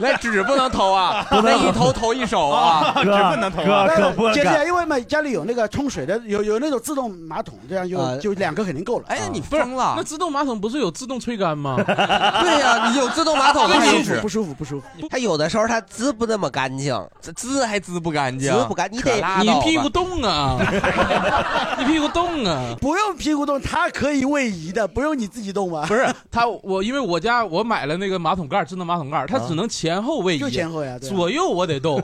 S6: 那纸 不能投啊，
S4: 不能
S6: 那一投投一手啊，
S4: 啊纸不能投啊哥可不
S14: 姐姐
S6: 敢，
S14: 因为嘛家里有那个冲水的，有有那种自动马桶，这样就、
S4: 啊
S7: 呃
S14: 就两个肯定够了。哎呀，你
S7: 不是，那自动马桶不是有自动吹干 吗？
S6: 对呀，你有自动 马桶
S7: 不
S6: 还
S7: 舒服
S6: 有纸
S14: 不舒服不舒服。
S5: 它有的时候它滋不那么干净，
S6: 滋还滋不干净
S5: 滋不干，你得
S6: 可拉倒
S7: 你屁股动啊， 你屁股动啊，
S14: 不用屁股动，它可以位移的，不用你自己动吧？啊
S7: 不 是他，我因为我家我买了那个马桶盖，智能马桶盖，
S6: 啊
S7: 它只能前后位移，
S14: 就前后呀对啊
S7: 左右我得 动。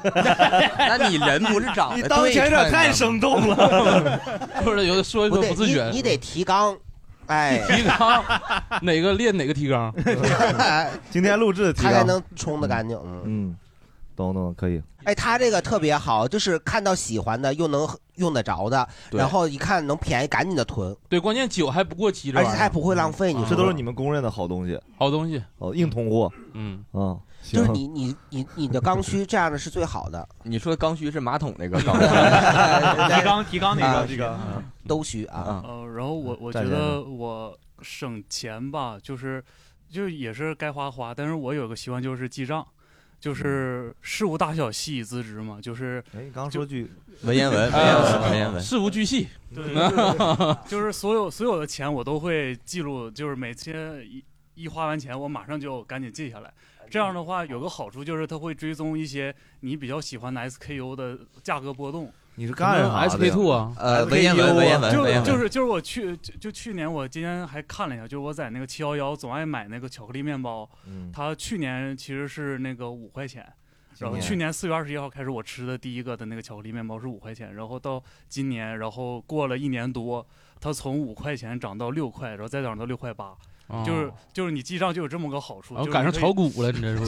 S6: 那你人不是长得 啊
S7: 你当前者太生动了，不是有的说一
S5: 不
S7: 说
S5: 对，
S7: 不自觉，
S5: 你你得提纲，哎，
S7: 提 纲哪个练哪个提纲，
S2: 今天录制的提
S5: 它才
S2: 纲
S5: 能冲得干净。嗯
S2: 嗯，懂懂可以。
S5: 哎，它这个特别好，就是看到喜欢的又能用得着的，
S7: 对
S5: 然后一看能便宜，赶紧的囤。
S7: 对，关键酒还不过期，这
S5: 而
S7: 玩
S5: 且
S7: 意儿
S5: 还不会浪费，你说
S2: 这都是你们公认的好东西，
S7: 啊嗯好东西，
S2: 哦，硬通货，
S7: 嗯
S2: 嗯，行
S5: 就是你你你你的刚需这样的是最好的。
S6: 你说的刚需是马桶那个刚
S4: 提纲提纲那个
S6: 啊
S4: 提纲
S6: 嗯
S5: 都虚啊。
S15: 呃，然后我我觉
S5: 站起来
S15: 得我省钱吧，就是就是也是该花花，但是我有个习惯就是记账，就是事无大小细以自知嘛，就是
S2: 哎，刚说句
S6: 文言 文文言文文
S4: 啊
S6: 言文事
S15: 无巨细，对，就是就是所有所有的钱我都会记录，就是每次一一花完钱，我马上就赶紧记下来。这样的话有个好处就是它会追踪一些你比较喜欢的 SKU 的价格波动。
S2: 你是干啥的呀
S7: SK two 啊
S6: 呃文言文
S2: SK
S6: 文言文
S15: 就
S6: 文言
S15: 是
S6: 文
S15: 就是就是我去就就去年我今天还看了一下，就是我在那个七幺幺总爱买那个巧克力面包，
S2: 嗯
S15: 它去年其实是那个五块钱。
S2: 今
S15: 然后
S2: 年
S15: 去年四月二十一号开始，我吃的第一个的那个巧克力面包是五块钱，然后到今年，然后过了一年多，它从五块钱涨到六块，然后再涨到六块八，就是
S7: 哦
S15: 就是你记账就有这么个好处。
S7: 哦
S15: 就是
S7: 赶上
S15: 可以
S7: 炒股了你这是
S15: 就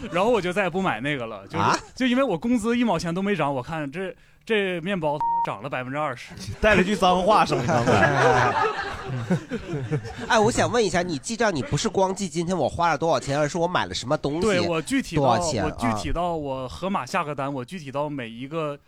S15: 是然后我就再也不买那个了，就是、
S7: 啊
S15: 就因为我工资一毛钱都没涨，我看这这面包 涨了百分之 二十，
S2: 带了 句脏话上来
S5: 哎，我想问一下，你记账你不是光记今天我花了多少钱，而是我买了什么东西？
S15: 对我具体到
S5: 多少钱？
S15: 我具体
S5: 啊、
S15: 到我盒马下个单，我具体到每一个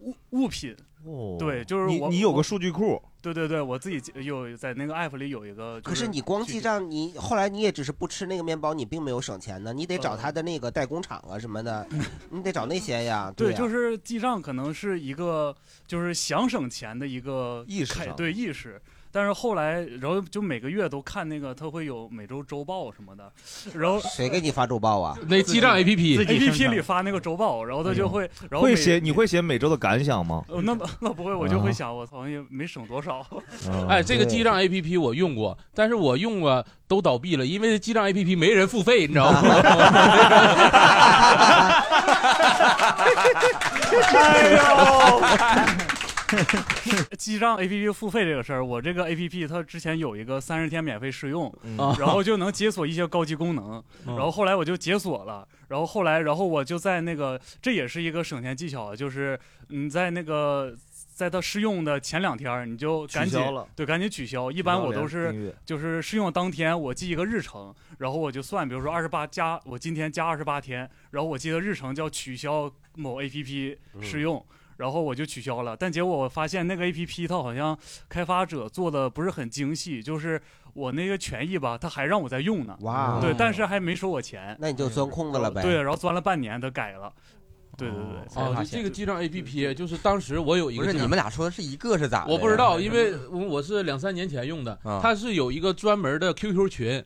S15: 物物品。
S2: 哦
S15: 对，就是
S2: 你
S15: 我
S2: 你有个数据库。
S15: 对对对，我自己记有在那个 app 里有一个。
S5: 可是你光记账，你后来你也只是不吃那个面包，你并没有省钱呢。你得
S15: 呃
S5: 找他的那个代工厂啊什么的，你得找那些呀。
S15: 嗯对，
S5: 呀
S15: 就是记账可能是一个就是想省钱的一个
S2: 意识
S15: 开
S2: 上
S15: 对意识。但是后来，然后就每个月都看那个，它会有每周周报什么的，然后
S5: 谁给你发周报啊？
S7: 那记账 APP
S15: A P P 里发那个周报，然后它就会，然后
S2: 会
S15: 每
S2: 写你会写每周的感想吗？
S15: 呃那么 那不会，我就
S2: 啊
S15: 会想，我操，也没省多少。
S6: 嗯
S7: 哎，这个记账 A P P 我用过，但是我用过都倒闭了，因为记账 A P P 没人付费，你知道 吗？
S15: 哎呦！ 记账 A P P 付费这个事儿，我这个 A P P 它之前有一个三十天免费试用，
S7: 嗯
S15: 然后就能解锁一些高级功能，
S7: 嗯
S15: 然后后来我就解锁了，然后后来然后我就在那个这也是一个省钱技巧，啊就是你在那个。在它试用的前两天儿，你就赶
S2: 取
S15: 紧
S2: 消了
S15: 对，赶紧取消。一般我
S2: 不要
S15: 都
S2: 连订阅
S15: 是就是试用当天，我记一个日程，然后我就算，比如说二十八加我今天加二十八天，然后我记得日程叫取消某 A P P
S7: 嗯
S15: 试用。然后我就取消了，但结果我发现那个 A P P 它好像开发者做的不是很精细，就是我那个权益吧，它还让我再用呢。
S5: 哇
S15: 对，但是还没收我钱。
S5: 那你就钻空子了呗。
S15: 对，然后钻了半年，它改了。对对对，才
S7: 哦
S15: 发，现
S7: 这个记账 A P P 就是当时我有一个
S6: 不
S7: 这样，
S6: 是你们俩说的是一个是咋的呀？
S7: 我不知道，因为我我是两三年前用的
S6: 啊，
S7: 它是有一个专门的 QQ 群，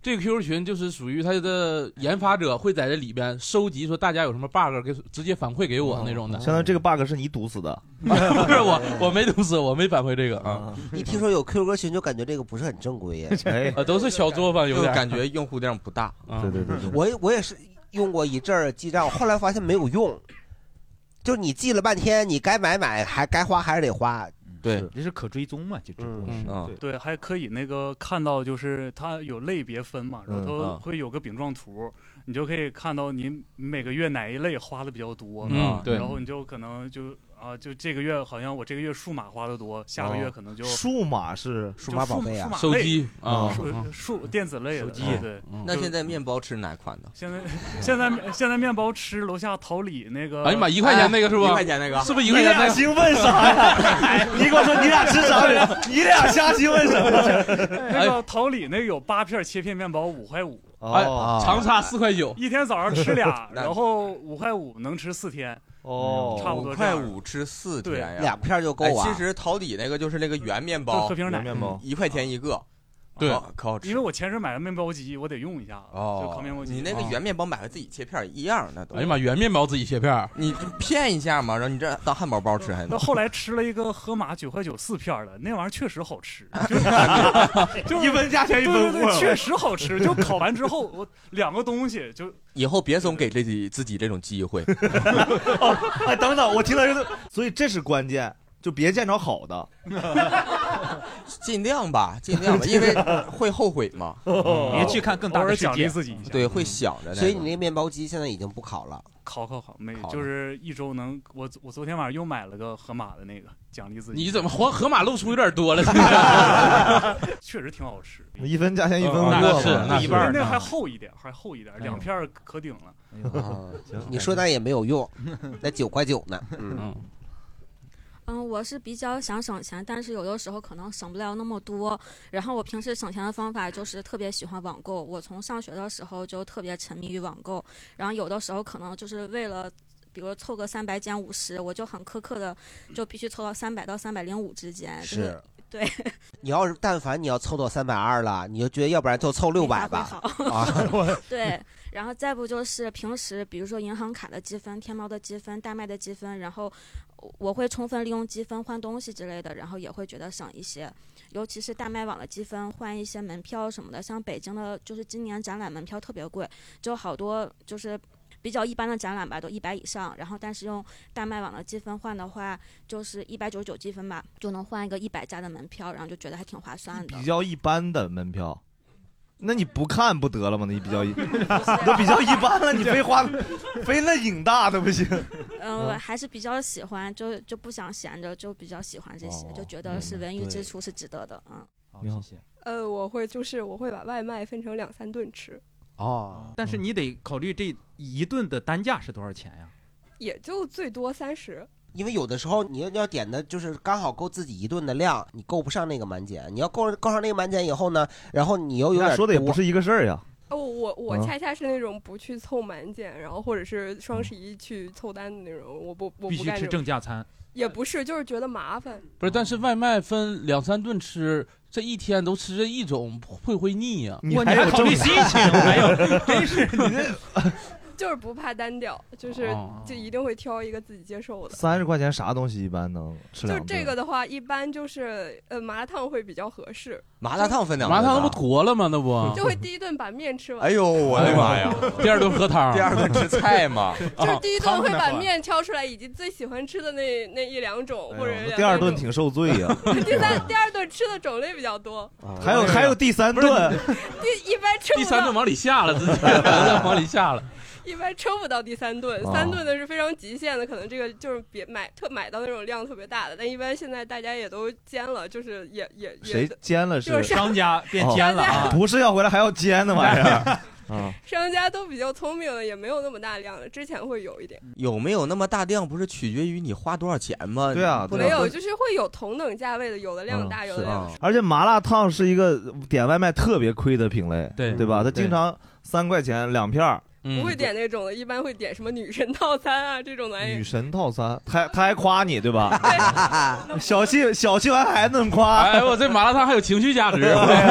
S7: 这个 QQ 群就是属于它的研发者会在这里边收集说大家有什么 bug 给直接反馈给
S6: 哦
S7: 我那种的。
S2: 相当于这个 bug 是你堵死的，
S7: 不是我，我没毒死，我没反馈这个
S6: 哦
S7: 啊。
S5: 一听说有 Q 歌群，就感觉这个不是很正规 耶。
S7: 哎 呃都是小作坊有点啊
S6: 感觉用户量不大。
S2: 对对对对
S5: 我我也是用过一阵儿记账，后来发现没有用，就是你记了半天，你该买买，还该花还是得 花。
S6: 对，
S4: 这是可追踪嘛？这这东西
S6: 嗯啊
S15: 对，还可以那个看到，就是它有类别分嘛，然
S2: 嗯
S15: 后它
S2: 啊
S15: 会有个饼状图，你就可以看到你每个月哪一类花的比较多，
S7: 嗯
S15: 啊
S7: 对
S15: 然后你就可能就啊，就这个月好像我这个月数码花的多，下
S7: 哦
S2: 哦
S15: 个月可能就
S2: 数码是
S15: 就数码类
S7: 啊嗯
S15: 数数电子类的，对对。
S6: 那
S15: 就
S6: 现在面包吃哪款呢？
S15: 现在现在现在面包吃楼下桃李那个，
S6: 哎呀妈一块钱那个是不哎一块钱那个是不是一块钱那个哎
S2: 你俩兴奋啥呀 哎你跟我说你俩吃 啥呀你俩瞎兴奋什么呀
S15: 那个桃李那个有八片切片面包五块五，
S7: 哎长沙四块九，
S15: 一天早上吃俩 然后五块五能吃四天，
S6: 哦
S15: 差不多
S6: 五
S15: 这
S6: 块
S15: 样
S6: 五吃四
S15: 对
S6: 天呀，
S5: 两片就够啊
S6: 哎其实桃李那个就是那个圆面包，
S15: 就和平奶
S6: 圆面包一块钱一个，
S7: 对
S6: 好可好吃。哦
S15: 因为我前阵买了面包机，我得用一下，就烤面包机。啊
S6: 你那个圆面包买回自己切片儿一样，那都。
S7: 哎呀妈，圆面包自己切片儿，
S6: 你骗一下嘛，然后你这当汉堡包吃还
S15: 那
S6: 能。
S15: 后来吃了一个河马九块九四片儿的，那玩意儿确实 好吃， 就
S2: 一分价钱一分货
S15: 对对对确实好吃。就烤完之后，我两个东西就
S6: 以后别总给自己自己这种机会。
S2: 哎，等等，我听到这个，所以这是关键，就别见着好的，
S6: 尽量吧，尽量吧，因 为会后悔嘛。
S15: 别嗯去看更大的偶尔世界嗯奖励自己一下
S6: 对，会想着
S5: 哦嗯
S6: 那个。
S5: 所以你那个面包机现在已经不烤了。
S15: 烤烤烤，没
S5: 烤了
S15: 就是一周能我我昨天晚上又买了个河马的那个奖励自己。
S7: 你怎么黄河马露出有点多了？
S15: 确实挺好吃，
S2: 一分价钱一分货
S7: 哦
S2: 嘛，
S7: 那是那是哎一半儿
S15: 那
S7: 呢
S15: 还厚一点，还厚一点，两片儿可顶了。
S7: 哎
S6: 哎
S5: 嗯啊你说那也没有用，那九块九呢。嗯，
S16: 嗯，我是比较想省钱，但是有的时候可能省不了那么多。然后我平时省钱的方法就是特别喜欢网购，我从上学的时候就特别沉迷于网购，然后有的时候可能就是为了。比如凑个三百减五十，我就很苛刻的，就必须凑到三百到三百零五之间。就是对，
S5: 你要是但凡你要凑到三百二了，你就觉得要不然就凑六百吧。 啊，
S16: 对，然后再不就是平时，比如说银行卡的积分、天猫的积分、大麦的积分，然后我会充分利用积分换东西之类的，然后也会觉得省一些。尤其是大麦网的积分换一些门票什么的，像北京的，就是今年展览门票特别贵，就好多就是比较一般的展览吧，都一百以上。然后但是用大麦网的积分换的话，就是一百九十九积分吧，就能换一个一百家的门票，然后就觉得还挺划算的
S2: 比。较一般的门票。那你不看不得了吗？那你比较一，都比较一般了，你非花，非那影大的不 行。
S16: 嗯，我还是比较喜欢，就就不想闲着，就比较喜欢这些，就觉得是文娱
S2: 对
S16: 支出是值得的。嗯，
S2: 你好，
S17: 呃，我会就是我会把外卖分成两三顿吃，
S5: 哦，
S4: 但是你得考虑这一顿的单价是多少 钱呀？
S17: 也就最多三十。
S5: 因为有的时候你要要点的就是刚好够自己一顿的量，你够不上那个满减。你要够够上那个满减以后呢，然后你又有
S2: 那
S5: 点
S2: 说的也不
S5: 多
S2: 是一个事儿呀。
S17: 哦，我我
S2: 啊
S17: 恰恰是那种不去凑满减，然后或者是
S2: 嗯
S17: 双十一去凑单的那种，我不我
S4: 必
S17: 不
S4: 须
S17: 干
S4: 吃
S17: 这
S4: 正
S17: 种。
S4: 价餐。
S17: 也不是，就是觉得麻烦。
S7: 不是，但是外卖分两三顿吃，这一天都吃这一种，会不会腻呀、
S2: 你还有考虑心情，还 有，真是你这
S17: 就是不怕单调，就是
S2: 哦
S17: 就一定会挑一个自己接受的。
S2: 三十块钱啥东西一般能吃
S17: 就
S2: 两顿？
S17: 这个的话，一般就是呃麻辣烫会比较合适，
S2: 麻辣烫分
S7: 麻辣烫那不坨了吗？那
S2: 啊
S7: 不
S17: 就会 第一顿把面吃完。
S6: 哎呦，我的妈呀！
S7: 第二顿喝汤，
S6: 第二顿吃菜 嘛。
S17: 就是第一顿会把面挑出来，以及最喜欢吃的那那一两种，或者
S2: 哎呦那
S17: 两种
S2: 第二顿挺受罪呀。
S17: 第三第二顿吃的种类比较多，
S4: 啊
S2: 还有还有第三顿，
S17: 第一般撑
S7: 第
S17: 不
S7: 三
S17: 到
S7: 顿往里下了， 直接往里下了。
S17: 一般撑不到第三顿，
S7: 哦
S17: 三顿的是非常极限的，可能这个就是别买特买到那种量特别大的，但一般现在大家也都煎了，就是也也
S2: 谁
S17: 也
S2: 煎了？
S17: 就是是商
S4: 家变煎了啊
S2: 不是要回来还要煎那玩 意儿啊？
S17: 商家都比较聪明了，也没有那么大量了，之前会有一点，
S6: 有没有那么大量，不是取决于你花多少钱吗？
S2: 对啊
S6: 不
S17: 没有就是会有同等价位的，有的量大，有的量
S2: 而且麻辣烫是一个点外卖特别亏的品类，
S7: 对嗯
S2: 对吧？它经常三块钱两片儿，
S17: 不会点那种的，一般会点什么女神套餐啊 这种玩意
S2: 女
S17: 儿。
S2: 神套餐，他还他还夸你对 吧？小气小气完还能夸，
S7: 哎我这麻辣烫还有情绪价值，啊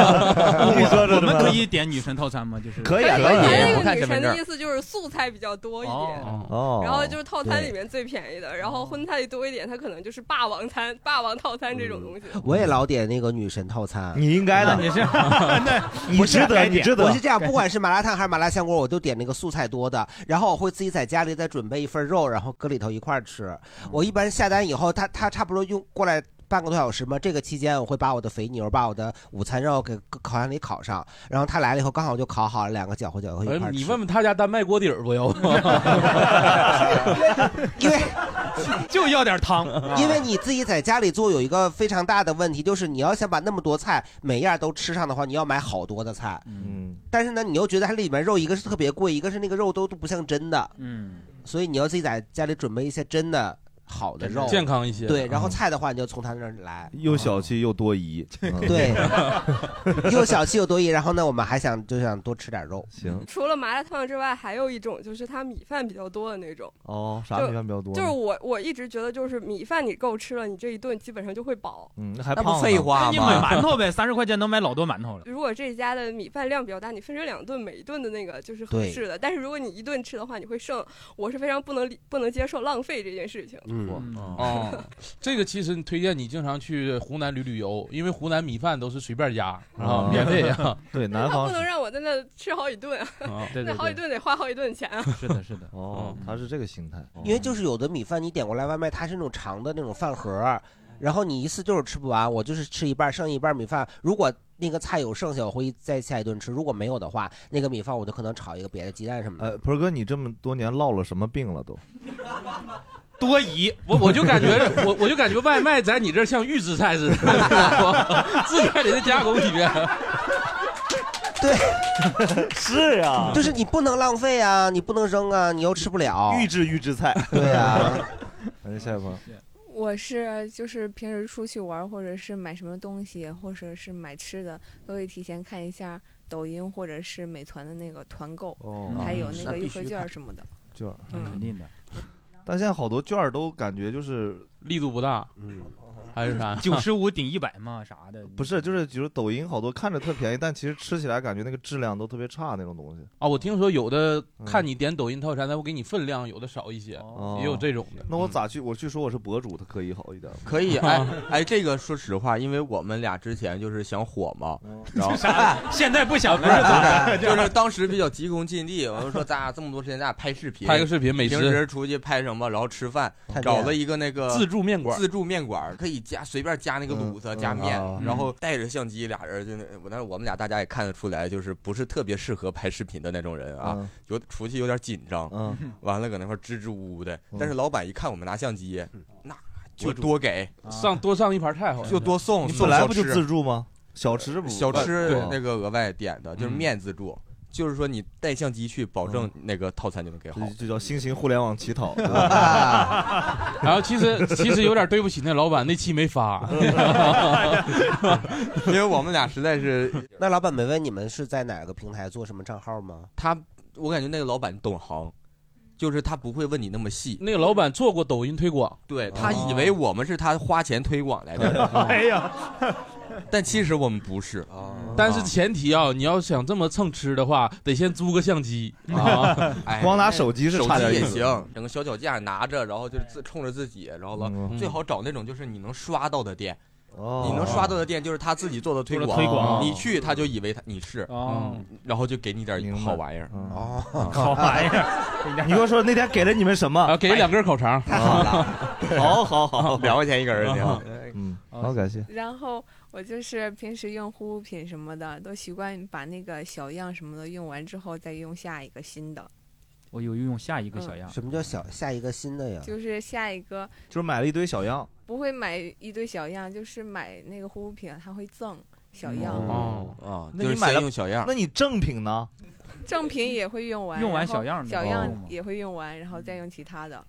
S7: 你
S2: 说
S4: 啊我们可以点女神套餐吗？就是哎
S2: 可以啊
S17: 他
S2: 可以
S17: 那
S2: 不
S17: 个
S2: 看
S17: 女
S2: 身份
S17: 神的
S2: 证
S17: 意思就是素菜比较多一点，
S2: 哦
S17: 然后就是套餐里面最便宜的，然后荤菜多一点，它可能就是霸王餐、霸王套餐
S2: 嗯
S17: 这种东西。
S5: 我也老点那个女神套餐，
S2: 你应该
S5: 的，
S2: 你
S5: 是
S2: 你值得你值得
S5: 我是这样，不管是麻辣烫还是麻辣香锅，我都点那个素菜多的，然后我会自己在家里再准备一份肉，然后搁里头一块儿吃。我一般下单以后，他他差不多用过来。半个多小时嘛，这个期间我会把我的肥牛、把我的午餐肉给搁烤箱里烤上，然后他来了以后刚好就烤好了，两个搅和搅和一块
S7: 哎
S5: 儿吃。
S7: 你问问他家丹麦锅底儿不 要？
S4: 哎就要点汤，
S2: 嗯
S5: 因为你自己在家里做有一个非常大的问题，就是你要想把那么多菜每样都吃上的话，你要买好多的菜。
S2: 嗯，
S5: 但是呢，你又觉得它里面肉一个是特别贵，一个是那个肉都都不像真的，
S4: 嗯，
S5: 所以你要自己在家里准备一些真的好的肉，
S2: 健康一些
S5: 对，
S2: 嗯
S5: 然后菜的话你就从他那儿 来，
S2: 又小气又 多疑，嗯哦
S5: 对，又小气又多疑。然后呢，我们还想就想多吃点肉。嗯
S2: 行
S17: 除了麻辣烫之外，还有一种就是它米饭比较多的那种。
S2: 哦，啥
S17: 就
S2: 米饭比较多呢？
S17: 就是我我一直觉得，就是米饭你够吃了，你这一顿基本上就会饱。
S2: 嗯，那还
S4: 那
S2: 胖
S4: 不
S2: 呢
S4: 废话吗那你买馒头呗三十块钱能买老多馒头了。
S17: 如果这一家的米饭量比较大，你分成两顿，每一顿的那个就是合
S4: 对
S17: 适的。但是如果你一顿吃的话，你会剩。我是非常不能理不能接受浪费这件事情。
S2: 嗯
S7: 哦，这个其实推荐你经常去湖南旅旅游，因为湖南米饭都是随便加啊，免费啊。
S2: 对，
S17: 那
S2: 南
S17: 他
S2: 方
S17: 不能让我在那吃好几顿啊
S2: 啊对对对
S17: 那好几顿得花好几顿钱啊。
S2: 是的，是的，哦，
S7: 嗯
S2: 他是这个心态，
S5: 因为就是有的米饭你点过来外卖，它是那种长的那种饭盒儿，然后你一次就是吃不完，我就是吃一半儿，剩一半儿米饭。如果那个菜有剩下，我会再下一顿吃；如果没有的话，那个米饭我就可能炒一个别的鸡蛋什么的。
S2: 呃，鹏哥，你这么多年落了什么病了都？
S4: 多疑，
S7: 我我就感觉 我我就感觉外卖在你这儿像预制菜似的，我自己还得再加工体面。
S2: 是啊
S5: 就是你不能浪费啊，
S7: 哦
S5: 你不能扔啊，你又吃不了。
S2: 预制预制菜，
S5: 对啊。
S2: 感谢下一朋友。
S18: 我是就是平时出去玩，或者是买什么东西，或者是买吃的，都会提前看一下抖音或者是美团的那个团购，
S2: 哦
S18: 还有
S2: 嗯
S18: 那
S2: 那
S18: 个
S2: 必
S18: 优
S2: 须
S18: 惠券
S2: 看
S18: 什么的。
S2: 券儿，
S18: 嗯肯
S2: 定的。但现在好多券儿都感觉就是
S7: 力度不大，
S2: 嗯，
S7: 还是啥
S4: 九十五顶一百嘛，啥的。
S2: 不是，就是比如抖音好多看着特便宜，但其实吃起来感觉那个质量都特别差那种东西。
S7: 啊，我听说有的
S6: 嗯
S7: 看你点抖音套餐，它会给你分量，有的少一些，
S2: 哦
S7: 也有 这种的。
S2: 那我咋去？我去说我是博主，它可以好一点吗。
S6: 可以， 哎哎，这个说实话，因为我们俩之前就是想火嘛，
S2: 嗯
S6: 然 后
S19: 啥现在不想了是咋的
S6: 就是当时比较急功近利，我就说咱俩这么多时间，咱俩拍视频，
S7: 拍个视频美食
S6: 平时出去拍什么，然后吃饭
S7: 探，店
S6: 找了一个那个
S7: 自助面馆
S6: 自助面馆可以加随便加那个卤子、
S7: 嗯
S2: 哦
S6: 加面，
S7: 嗯
S6: 然后带着相机，俩人就那，我但是我们俩大家也看得出来，就是不是特别适合拍视频的那种人啊
S2: 嗯，
S6: 有出去有点紧张，
S2: 嗯
S6: 完了搁那块儿支支吾吾的，但是
S7: 嗯
S6: 老板一看我们拿相机，那。就多给
S7: 上多上一盘菜，好像
S6: 就多送。
S2: 你
S6: 送
S2: 本来
S6: 小
S2: 不就
S6: 吃呃
S2: 自助吗？小吃不嗯
S6: 小吃
S2: 对
S6: 那个额外点的，就是面自助，就是说你带相机去，保证那个套餐就能给好。
S2: 嗯这叫新型互联网乞 讨。
S7: 然后其实其实有点对不起那老板，那期没 发，
S6: 因为我们俩实在是。
S5: 那老板没问你们是在哪个平台做什么账号吗？
S6: 他，我感觉那个老板懂行，就是他不会问你那么细。
S7: 那个老板做过抖音推广，哦
S6: 对他以为我们是他花钱推广 来的，
S7: 哎
S6: 呀，但其实我们不是啊。
S7: 但是前提啊，你要想这么蹭吃的话，得先租个相机 啊
S6: 啊，哎，手机也行，整个小脚架拿着，然后就是自冲着自己，然后了，
S7: 嗯
S6: 最好找那种就是你能刷到的店。
S2: 哦
S6: 你能刷到的店就是他自己做的推
S2: 做
S6: 广，
S2: 的推广
S6: 你去他就以为他你是，嗯
S2: 哦
S6: 然后就给你点好玩意儿，嗯
S2: 哦
S6: 好玩 意
S2: 儿。你跟我说那天给了你们什么？啊，
S7: 给两根烤肠。
S6: 太好 了，好好好， 两块钱一根儿，挺好。
S2: 嗯，好，感谢。
S18: 然后我就是平时用护肤品什么的，都习惯把那个小样什么的用完之后再用下一个新的，
S4: 我有用下一个小样。
S5: 嗯
S4: 嗯
S5: 什么叫小下一个新
S2: 啊
S5: 的呀？
S18: 就是下一个
S2: 就是买了一堆小样。
S18: 不会买一堆小样，就是买那个护肤品它会赠小样，
S6: 哦
S2: 那
S6: 就
S2: 你
S6: 是
S2: 买
S6: 先
S2: 了
S6: 用小样
S2: 那你正品呢？
S18: 正品也会用完，
S2: 用完
S18: 然后
S2: 小样的嗯
S18: 小样
S2: 哦
S18: 也会用完，然后再用其他的。
S4: 哦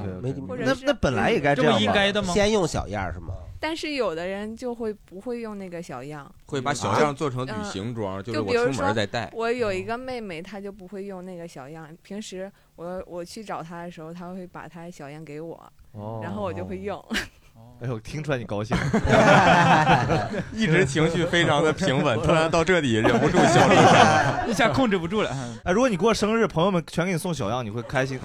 S2: OK，OK
S5: 没你
S18: 或者
S5: 那
S18: 是
S5: 那本来也该
S2: 这
S5: 样
S2: 不
S5: 吧，
S2: 应该的吗
S5: 先用小样儿是吗？
S18: 但是有的人就会不会用那个小样，
S6: 会
S2: 嗯
S6: 把小样做成旅行装
S18: 嗯
S6: 就
S18: 就是
S6: 我
S18: 比如
S6: 出门
S18: 说
S6: 再带嗯
S18: 我有一个妹妹，她就不会用那个小样。平时我我去找她的时候，她会把她小样给我，
S2: 哦
S18: 然后我就会用。
S2: 哎呦，听出来你高兴，
S6: 一直情绪非常的平稳突然到这里忍不住笑了
S2: 一下控制不住了。哎，如果你过生日，朋友们全给你送小样，你 会开心？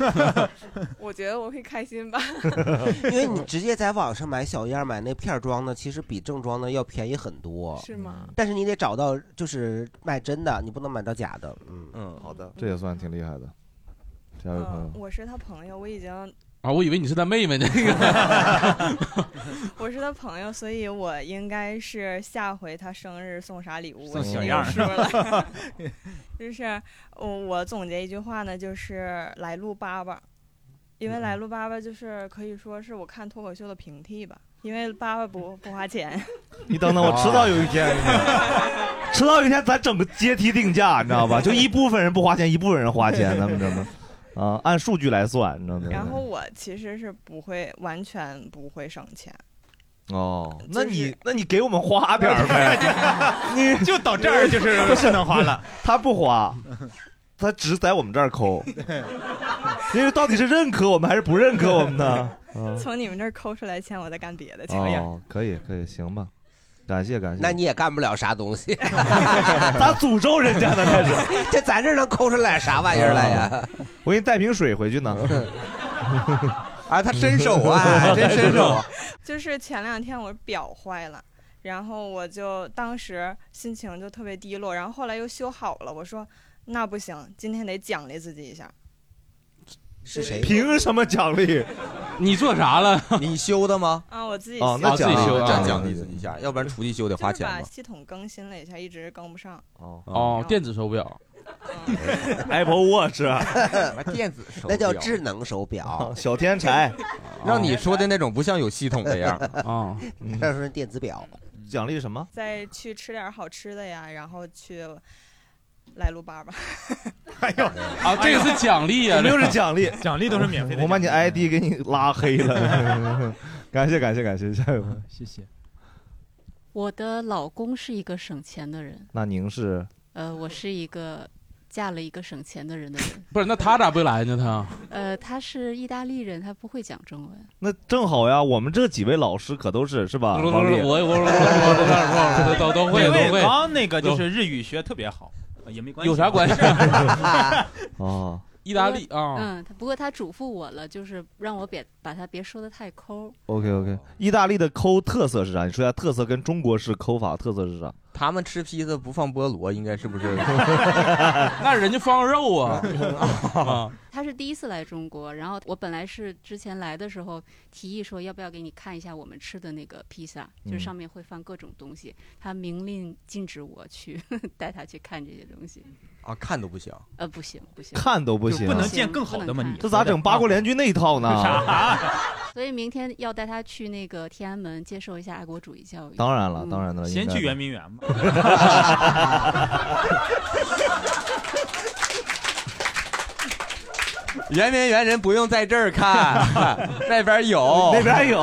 S18: 我觉得我会开心吧。
S5: 因为你直接在网上买小样儿买那片儿装的，其实比正装的要便宜很多，
S18: 是吗？
S5: 但是你得找到就是卖真的，你不能买到假的。嗯
S6: 嗯，好的
S2: 这也算挺厉害的。下一位
S5: 嗯
S2: 朋友，
S20: 我是他朋友，我已经
S7: 啊，我以为你是他妹妹 呢。那个
S20: 我是他朋友，所以我应该是下回他生日送啥礼物，
S7: 送小样儿
S20: 说了。 就是我我总结一句话呢，就是来路巴巴，因
S2: 嗯
S20: 为来路巴巴就是可以说是我看脱口秀的平替吧，因为巴巴不不花钱。
S2: 你等等，我迟早有一天，迟早有一天咱整个阶梯定价，你知道 吧？就一部分人不花钱，一部分人花钱，咱们怎么啊？按数据来算，你知道吗？
S20: 然后我其实是不会完全不会省钱，
S2: 哦，那你那你给我们花点儿 呗，
S20: 你
S2: 就
S20: 到这儿就是不是能花了，
S2: 他不花，他只在我们这儿 抠，因为到底是认可我们还是不认可我们 呢？啊
S20: 从你们这儿抠出来钱，我再干别的去了。
S2: 哦，可以可以，行吧，感谢感谢。
S5: 那你也干不了啥东 西，
S2: 咱诅咒人家呢，开始
S5: 这咱这儿能抠出来啥玩意儿来呀？
S2: 啊我给你带瓶水回 去呢。
S5: 啊，他伸手 啊，真伸手。
S20: 就是前两天我表坏了，然后我就当时心情就特别低落，然后后来又修好了。我说那不行，今天得奖励自己一 下。
S5: 是谁？
S2: 凭什么奖励？
S7: 你做啥了？
S6: 你修的吗？
S20: 啊，我自己
S6: 哦，那
S20: 修
S6: 奖
S20: 的
S6: 励
S20: 就
S2: 啊
S6: 这样奖励自己一下，要不然出去修得花
S20: 是
S6: 钱
S20: 把
S6: 嘛。
S20: 系统更新了一下，一直更不 上。
S2: 哦
S7: 哦，电子手表
S2: ，Apple Watch，啊
S6: 啊电子手
S5: 那叫
S6: 表，
S5: 智能手表
S6: 小天才，哦 让你说的那种不像有系统 的样
S2: 哦
S7: 啊。
S5: 那是电子表，
S2: 嗯奖励什么？
S20: 再去吃点好吃的呀，然后去来路八 吧。
S6: 哎
S7: 啊，这
S2: 哎
S7: 个是奖励呀，
S2: 没有是奖励，
S7: 奖励都是免费的
S2: 我把你 ID 给你拉黑了。 感谢感谢感谢，下一位，
S21: 谢谢。我的老公是一个省钱的人，
S2: 那您是
S21: 呃，我是一个嫁了一个省钱的人的 人，
S7: 不是，那他咋不来呢？他
S21: 呃，他是意大利人，他不会讲中文，
S2: 那正好呀，我们这几位老师可都是是吧？
S7: 我
S2: 王丽
S7: 我我我都都会
S4: 这
S7: 都
S4: 位
S7: 会
S4: 刚那个就是日语学特别好，呃也没关系，
S7: 有啥关系
S2: 哦，
S7: 意大利
S21: 不过
S7: 啊，
S21: 嗯，他不过他嘱咐我了，就是让我别把他别说的太抠，
S2: OK OK，意大利的抠特色是啥？你说一下特色跟中国式抠法特色是啥？
S6: 他们吃披萨不放菠萝，应该是不 是？
S7: 那人家放肉啊， 啊
S21: 他是第一次来中国，然后我本来是之前来的时候提议说要不要给你看一下我们吃的那个披萨，就是
S2: 嗯
S21: 上面会放各种东西。他明令禁止我去 带他去看这些东西，
S6: 啊，看都不行，
S21: 呃，不行不行，
S2: 看都不行，
S21: 不能见更好的吗
S2: 吗？
S21: 你
S2: 这咋整八国联军那一套 呢？
S21: 所以明天要带他去那个天安门接受一下爱国主义教育。嗯
S2: 当然了，当然了，
S4: 先
S2: 应该
S4: 去
S2: 的
S4: 圆明园 吧。
S6: 圆明园人不用在这儿看， 那边有，
S2: 那边有。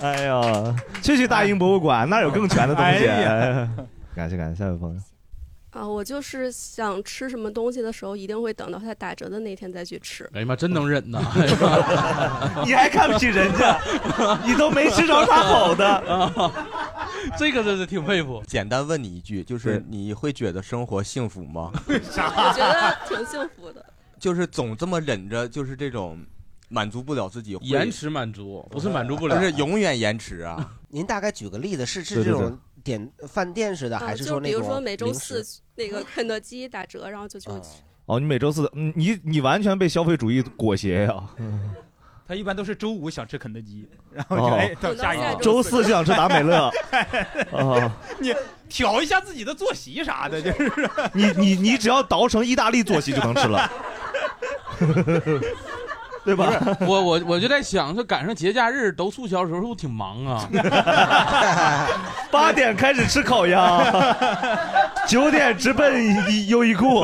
S2: 哎呦，去去大英博物馆，那有更全的东西。
S4: 哎呀
S2: 哎呀感谢感谢，下一位朋友。
S17: 啊，我就是想吃什么东西的时候，一定会等到它打折的那天再去吃。
S7: 哎呀妈，真能忍呐！
S2: 你还看不起人家， 你都没吃着啥好
S7: 的。 这个真是挺佩服。
S6: 简单问你一句，就是你会觉得生活幸福吗？
S17: 我觉得 挺幸福的。
S6: 就是总这么忍着，就是这种满足不了自己，会
S7: 延迟满足不是满足不了
S6: 就是永远延迟 啊。
S5: 您大概举个例子，是是
S6: 对
S5: 这
S6: 对对
S5: 种点饭店似的，
S17: 啊
S5: 还是
S17: 就
S5: 那
S17: 比
S5: 种
S17: 如说每周
S5: 零食啊
S17: 四那个肯德基打折，然后就去吃。
S2: 哦，你每周四，嗯你你完全被消费主义裹挟呀、
S4: 他一般都是周五想吃肯德 基，然后就
S2: 哦
S4: 哎到下一周
S2: 周四就想吃达美 乐哦
S4: 你调一下自己的作息啥的， 就是
S2: 你你你只要倒成意大利坐席就能吃了，对吧？
S7: 我我我就在想，这赶上节假日都促销的时候，是不是挺忙啊？
S2: 八点开始吃烤鸭，九点直奔优衣库，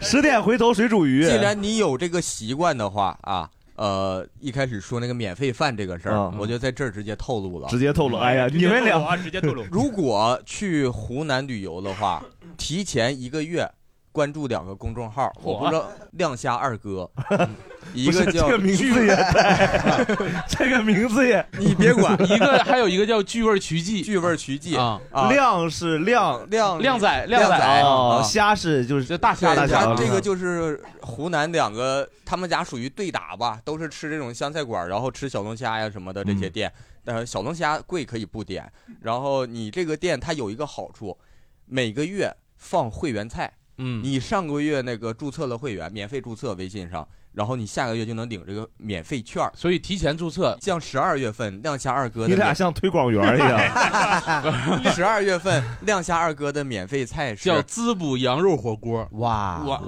S2: 十点回头水煮鱼。
S6: 既然你有这个习惯的话啊，呃，一开始说那个免费饭这个事儿，
S2: 嗯
S6: 我就在这儿直接透露了，
S2: 直接透露哎呀直接你们俩透露啊直接透露
S6: 如果去湖南旅游的话，提前一个月关注两个公众号，我不知道亮瞎二 哥，嗯一
S2: 不是
S6: 个
S2: 这
S6: 叫
S2: 个名
S6: 剧
S2: 字 也太，这个名字也，
S6: 你别管
S7: 一个还有一个叫聚味曲记，
S6: 聚味曲记
S7: 啊，
S2: 亮是亮
S6: 亮
S7: 靓仔
S6: 靓
S7: 仔
S6: 仔啊，
S2: 哦虾是就是这大
S6: 对
S2: 大
S6: 他
S2: 虾，啊
S6: 这个就是湖南两个，他们家属于对打吧，都是吃这种湘菜馆，然后吃小龙虾呀什么的这
S7: 嗯
S6: 些店。呃，小龙虾贵可以不点，然后你这个店它有一个好处，每个月放会员菜。
S7: 嗯，
S6: 你上个月那个注册了会员，免费注册微信上，然后你下个月就能领这个免费券。
S7: 所以提前注册，
S6: 像十二月份亮瞎二哥的
S2: 你
S6: 免，
S2: 俩像推广员一样，
S6: 十二月份亮瞎二哥的免费菜是
S7: 叫滋补羊肉火锅，
S5: 哇
S7: 哇，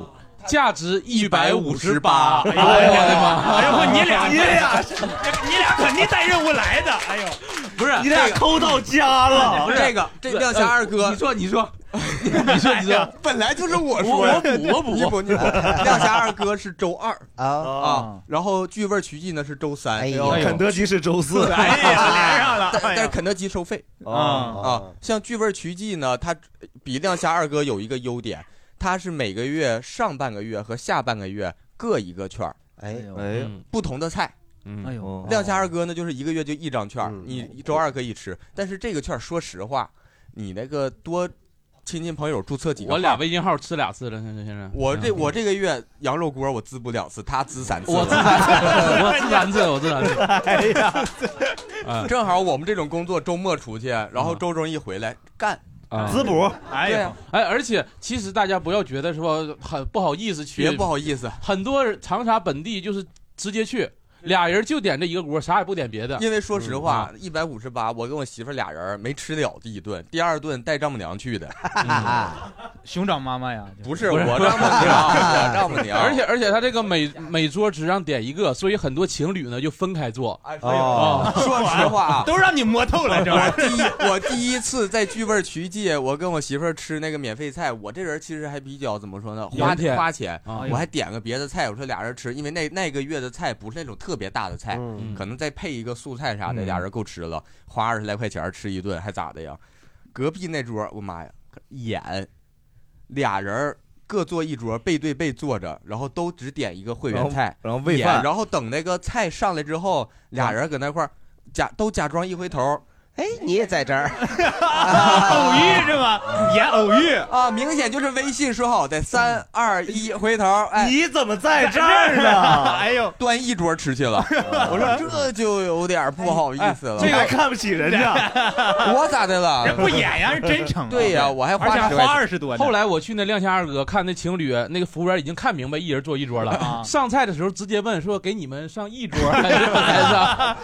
S7: 价值一百五十八，
S6: 158
S7: 哎呦我的妈！
S4: 哎呦我你俩
S7: 你俩
S4: 你俩肯定带任务来的，哎呦，
S7: 不是
S4: 你俩
S2: 抠到家了
S6: 不是这个这亮瞎二哥，
S7: 呃你说你说，你说你说，
S6: 哎本来就是我
S7: 我
S6: 说
S7: 我
S6: 呀
S7: 补我补
S6: 你补你 补。亮侠二哥是周二
S5: 啊
S6: 啊，然后聚味曲记呢是周
S2: 哎
S6: 三，然后哎
S2: 肯德基是周四，哎
S6: 但但是肯德基收费
S2: 哦
S6: 啊，像聚味曲记呢，它比亮侠二哥有一个优点，它是每个月上半个月和下半个月各一个券儿，
S5: 哎
S2: 哎
S6: 嗯不同的菜。
S7: 嗯
S2: 哎
S5: 哦
S2: 呦
S6: 亮瞎二哥呢，就是一个月就一张券儿，你周二可以吃，但是这个券儿说实话，你那个多亲戚朋友注册几个，
S7: 我俩微信号吃俩次了，现在现在
S6: 我这我这个月羊肉锅我滋补两次，他滋三次，
S7: 我滋三次我滋三次我滋三次
S6: 哎呀
S7: 哎，
S6: 正好我们这种工作周末出去，然
S7: 嗯
S6: 后周中一回来干
S7: 啊
S6: 滋补哎呀
S7: 对啊哎，而且其实大家不要觉得说很不好意思去，
S6: 别不好意思，
S7: 很多人长沙本地就是直接去，俩人就点这一个锅，啥也不点别的。
S6: 因为说实话，
S7: 嗯
S6: 一百五十八，我跟我媳妇儿俩人没吃了第一顿，第二顿带丈母娘去的。
S4: 熊掌妈妈呀，
S6: 不是我丈母 娘，我丈母娘。
S7: 而且而且他这个每每桌只让点一个，所以很多情侣呢就分开坐。
S2: 哎
S6: 哦说实话啊
S4: 都让你摸透了，这玩意
S6: 我
S4: 儿。
S6: 第一我第一次在聚味曲记，我跟我媳妇儿吃那个免费菜，我这人其实还比较怎么说呢，花
S7: 腼腆
S6: 花钱，
S7: 啊
S6: 我还点个别的菜，我说俩人吃，因为那那个月的菜不是那种特特别大的菜，
S7: 嗯
S6: 可能再配一个素菜啥的，
S2: 嗯
S6: 俩人够吃了，花二十来块钱吃一顿还咋的呀？隔壁那桌，我妈呀，演俩人儿各坐一桌，背对背坐着，然后都只点一个烩
S2: 然
S6: 圆
S2: 后
S6: 菜，
S2: 然后喂
S6: 点
S2: 饭嗯
S6: 然后等那个菜上来之后，俩人搁那块儿假都假装一回头。哎，你也在这儿，偶遇是 吧？演偶遇啊，明显就是微信说好的三二一回头。哎，
S2: 嗯你怎么在这儿呢？哎呦，
S6: 端一桌吃去了，我说这就有点不好意思了。
S2: 这个还看不起人家，
S6: 我咋的了？
S7: 人不演呀是真诚啊
S6: 对呀，我还花10块钱
S7: 后来我去那亮相二哥看那情侣，那个服务员已经看明白一人坐一桌了。 上菜的时候直接问说：“给你们上一 桌还是还是啊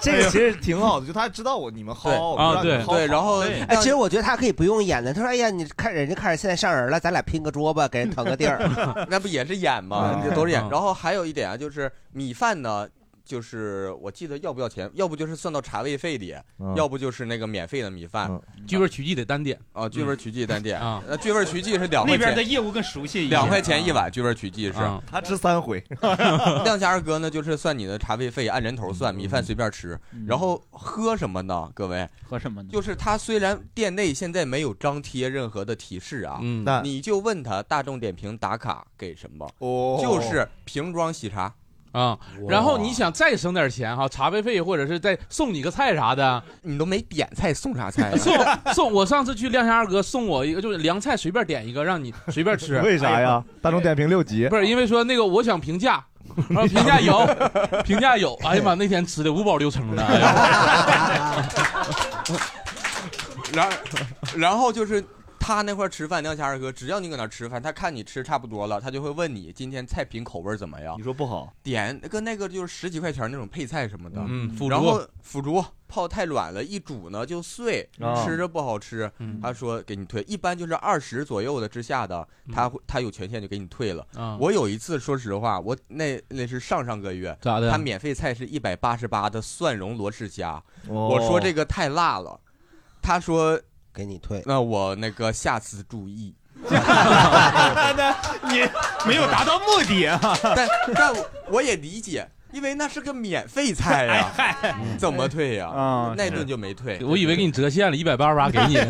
S2: 这个其实挺好的，就他知道我你 们薅哦我不让你们薅
S5: 哎，其实我觉得他可以不用演的。他说：“哎呀，你看人家看着现在上人了，咱俩拼个桌吧，给人腾个 地儿。
S6: 那不也是演吗？
S5: 嗯
S6: 这都是演
S5: 嗯。
S6: 然后还有一点啊，就是米饭呢，就是我记得要不要钱，要不就是算到茶位费里
S7: 嗯，
S6: 要不就是那个免费的米饭。
S2: 嗯
S7: 据味取记得单点
S6: 啊，据味取记单点
S7: 啊
S6: 那据味取记是两
S7: 那
S6: 块
S7: 边
S6: 钱
S7: 的
S6: 业务更熟
S7: 悉一些啊
S6: 两块钱一碗，据味取记是
S7: 嗯。
S2: 他吃三回，
S6: 亮相二哥呢，就是算你的茶位费，按人头算，米饭随便吃。
S2: 嗯
S6: 然后喝什么呢？各位
S4: 喝什么呢？
S6: 就是他虽然店内现在没有张贴任何的提示啊，
S7: 嗯
S2: 但
S6: 你就问他大众点评打卡给什么，
S2: 哦
S6: 就是瓶装喜茶。
S7: 啊，然后你想再省点钱哈，茶位费或者是再送你个菜啥的，
S6: 你都没点菜，送啥菜啊
S7: 送 送我上次去亮相二哥送我一个，就是凉菜随便点一个，让你随便 吃。
S2: 为啥呀
S7: 哎？
S2: 大众点评六级
S7: 不，是因为说那个我想评价，然后评价有，评价有。哎呀妈，那天吃的五饱六撑的，哎呀，
S6: 然然后就是他那块儿吃饭，亮相二哥，只要你搁那儿吃饭，他看你吃差不多了，他就会问你今天菜品口味儿怎么样。
S2: 你说不好，
S6: 点跟那个就是十几块钱那种配菜什么的，
S7: 嗯腐竹
S6: 然后腐竹泡太软了，一煮呢就碎，
S7: 啊
S6: 吃着不好吃。
S7: 嗯
S6: 他说给你退，一般就是二十左右的之下的，他会他有权限就给你退了。
S7: 嗯啊
S6: 我有一次，说实话，我那那是上上个月，
S7: 咋的
S6: 他免费菜是一百八十八的蒜蓉罗氏虾，
S7: 哦
S6: 我说这个太辣了，他说给你退，那我那个下次注意。
S3: 你没有达到目的啊！
S6: 但但我也理解，因为那是个免费菜呀、嗯怎么退呀、
S5: 嗯
S7: 啊
S6: 那
S7: 是
S6: 顿就没退。
S7: 我以为给你折现了，一百八十八给你。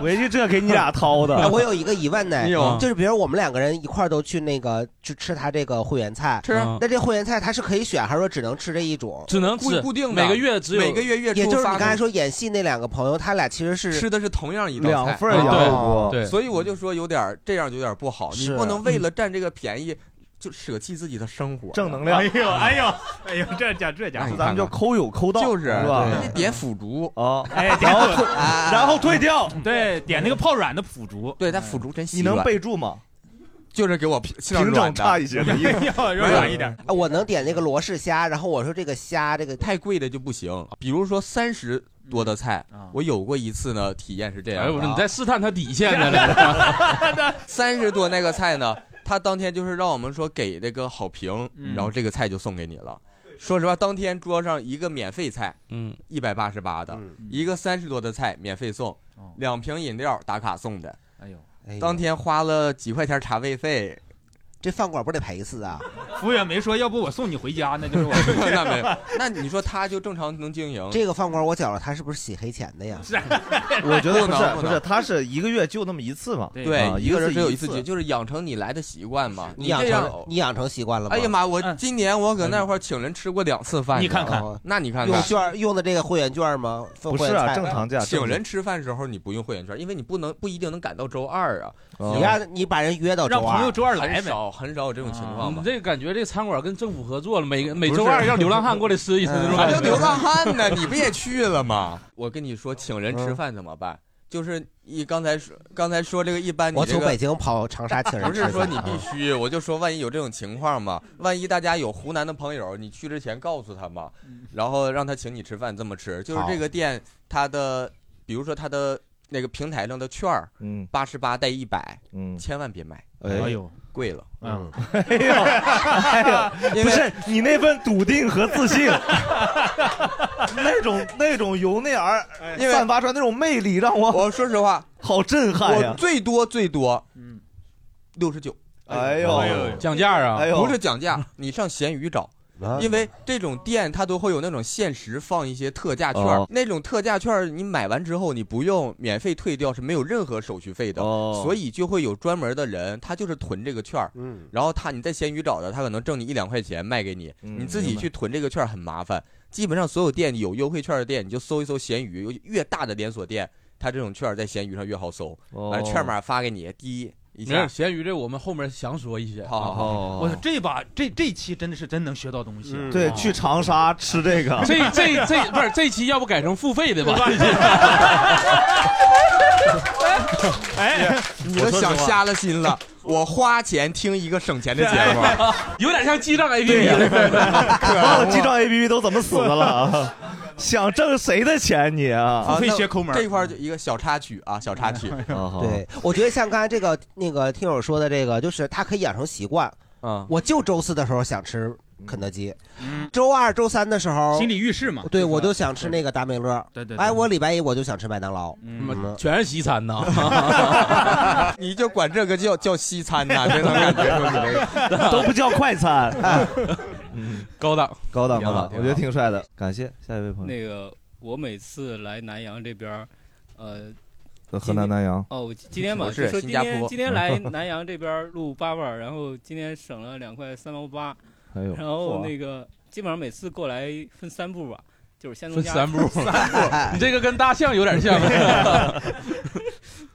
S2: 回去这给你俩掏的
S5: 哎我有一 个疑问呢，
S2: 你有
S5: 就是比如我们两个人一块儿都去那个去吃他这个会员菜，
S6: 吃啊
S5: 那这会员菜它是可以选，还是说只能吃这一种？
S7: 只能吃固固定的每个月只有每个月月初
S5: 也就是你
S6: 发
S5: 刚才
S6: 布
S5: 说演戏那两个朋友，他俩其实是
S6: 吃的是同样一道菜，
S5: 两份儿羊肉锅哎对
S6: 所以我就说有点儿这样有点儿不好，你
S5: 是。
S6: 不能为了占这个便宜就舍弃自己的生活。
S2: 正能量
S6: 哎
S2: 哎
S6: 呦
S2: 呦
S6: 哎
S2: 哎
S6: 呦
S2: 呦
S6: 哎呦，这家这家
S2: 伙咱们叫抠有抠到
S6: 就是
S2: 是吧
S6: 对点腐竹
S2: 哦，
S6: 哎点
S2: 然后
S6: 腐
S2: 退然后退掉，
S6: 对，点那个泡软的腐竹，对，但腐竹真稀
S2: 你能
S6: 软
S2: 备注吗？
S6: 就是给我品
S2: 品种差一些的
S6: 哎
S5: 啊我能点那个罗氏虾，然后我说这个虾这个
S6: 太贵的就不行。比如说三十多的菜，我有过一次呢，体验是这样的啊。
S7: 哎我说你在试探他 底线 呢这是
S6: 三十多那个菜呢，他当天就是让我们说给这个好评，
S4: 嗯
S6: 然后这个菜就送给你了。说实话，当天桌上一个免费菜，
S7: 嗯，
S6: 一百八十八的，
S5: 嗯
S6: 一个三十多的菜免费送，
S4: 哦
S6: 两瓶饮料打卡送的。
S4: 哎呦，
S6: 当天花了几块钱茶位费，
S5: 这饭馆不得赔死啊？
S4: 服务员没说，要不我送你回家，那就是我
S6: 那没有，那你说他就正常能经营？
S5: 这个饭馆我觉了，他是不是洗黑钱的呀？
S2: 我觉得
S6: 不
S2: 不
S6: 能
S2: 是
S6: 不
S2: 不
S6: 能
S2: 是，他是一个月就那么一次嘛，啊
S6: 对，一个人只有一次
S2: 机
S6: 机，就是养成你来的习惯嘛。
S5: 你
S6: 这
S5: 养
S6: 样
S5: 成你养成习惯了吗？
S6: 哎呀妈！我
S7: 嗯
S6: 今年我搁那块儿请人吃过两次饭，
S5: 你看看
S6: 哦那你看看
S5: 用券用的这个会员券吗？
S4: 啊
S5: 会
S7: 啊
S5: 员菜
S6: 请人吃饭时候你不用会员券，因为你不能不一定能赶到周二啊。
S5: 哦你让你把人约到周二让朋友周二来呗
S6: 很少很少有这种情况吧
S7: 啊你？这感觉这餐馆跟政府合作了，每每周二让流浪汉过来吃一次
S5: 嗯
S7: 那种
S6: 啥
S7: 感觉。
S6: 叫嗯流浪汉呢？你不也去了吗？我跟你说，请人
S5: 嗯
S6: 吃饭怎么办？就是你刚才说，刚才说这个一般你
S5: 我
S6: 这个，
S5: 从北京跑长沙请人
S6: 不
S5: 吃饭
S6: 是说你
S5: 啊
S6: 必须，我就说万一有这种情况嘛，万一大家有湖南的朋友，你去之前告诉他嘛，然后让他请你吃饭，这么吃，就是
S2: 好
S6: 这个店它的，比如说它的那个平台上的券儿，
S2: 嗯
S6: 八十八带一百，
S2: 嗯
S6: 千万别买，
S2: 哎呦，
S6: 贵了，
S2: 嗯， 哎呦，哎 呦，不是你那份笃定和自信，那种那种由内而
S6: 因为
S2: 哎散发出来那种魅力，让我
S6: 我说实话
S2: 好震撼呀
S6: 我！最多最多，嗯，六十九，
S2: 哎呦哎呦
S6: 讲价啊
S2: 哎呦
S6: 不是讲价，你上闲鱼找
S2: 啊。
S6: 因为这种店它都会有那种限时放一些特价券
S2: 哦，
S6: 那种特价券你买完之后你不用免费退掉是没有任何手续费的，
S2: 哦
S6: 所以就会有专门的人他就是囤这个券，
S2: 嗯，
S6: 然后他你在闲鱼找的，他可能挣你一两块钱卖给你，
S2: 嗯
S6: 你自己
S2: 明白
S6: 去囤这个券很麻烦。基本上所有店有优惠券的店，你就搜一搜闲鱼，尤其越大的连锁店，它这种券在闲鱼上越好搜，
S7: 哦
S6: 完了券码发给你，第一一
S7: 没
S6: 下
S7: 事，闲鱼这我们后面详说一些。
S6: 好好好好好
S4: 我这把这这期真的是真能学到东西。
S2: 哦
S4: 啊哦
S2: 对，去长沙吃 这个。
S7: 这 这这不是这期要不改成付费的吧？
S6: 哎，你都
S7: 我说实
S6: 想
S7: 话
S6: 瞎了心了。我花钱听一个省钱的节目，
S7: 有点像记账 A P
S2: 忘了记账 APP 都怎么死的 了？啊想挣谁的钱你啊？
S6: 啊那这块儿就一个小插曲啊，小插曲。
S5: 对，
S4: 啊
S5: 我觉得像刚才这个那个听友说的这个，就是他可以养成习惯。
S6: 嗯，
S5: 我就周四的时候想吃肯德基，周二、周三的时候
S4: 嗯心理预示嘛
S5: 对
S4: 对吧
S5: 我就想吃那个达美乐。
S4: 对对对
S5: 哎，我礼拜一我就想吃麦当劳。
S7: 嗯，全是西餐呐。
S6: 你就管这个叫叫西餐呐，真能感觉出你这个
S2: 都不叫快餐，
S7: 高档
S2: 高档
S22: 挺好
S2: 高档，
S22: 挺好
S2: 我觉得挺帅的。感谢下一位朋友，
S22: 那个，我每次来南阳这边儿，呃，
S2: 呃河南南阳。
S22: 哦，我今天吧，
S2: 不
S22: 就是说
S2: 新
S22: 今
S2: 加坡
S22: 天今天来南阳这边儿录八瓣儿，然后今天省了两块三毛八，
S2: 哎呦
S22: 然后
S2: 嚯
S22: 那个基本上每次过来分三步吧，就是先从
S7: 分
S22: 家
S7: 三步
S22: 三步，
S7: 你这个跟大象有点像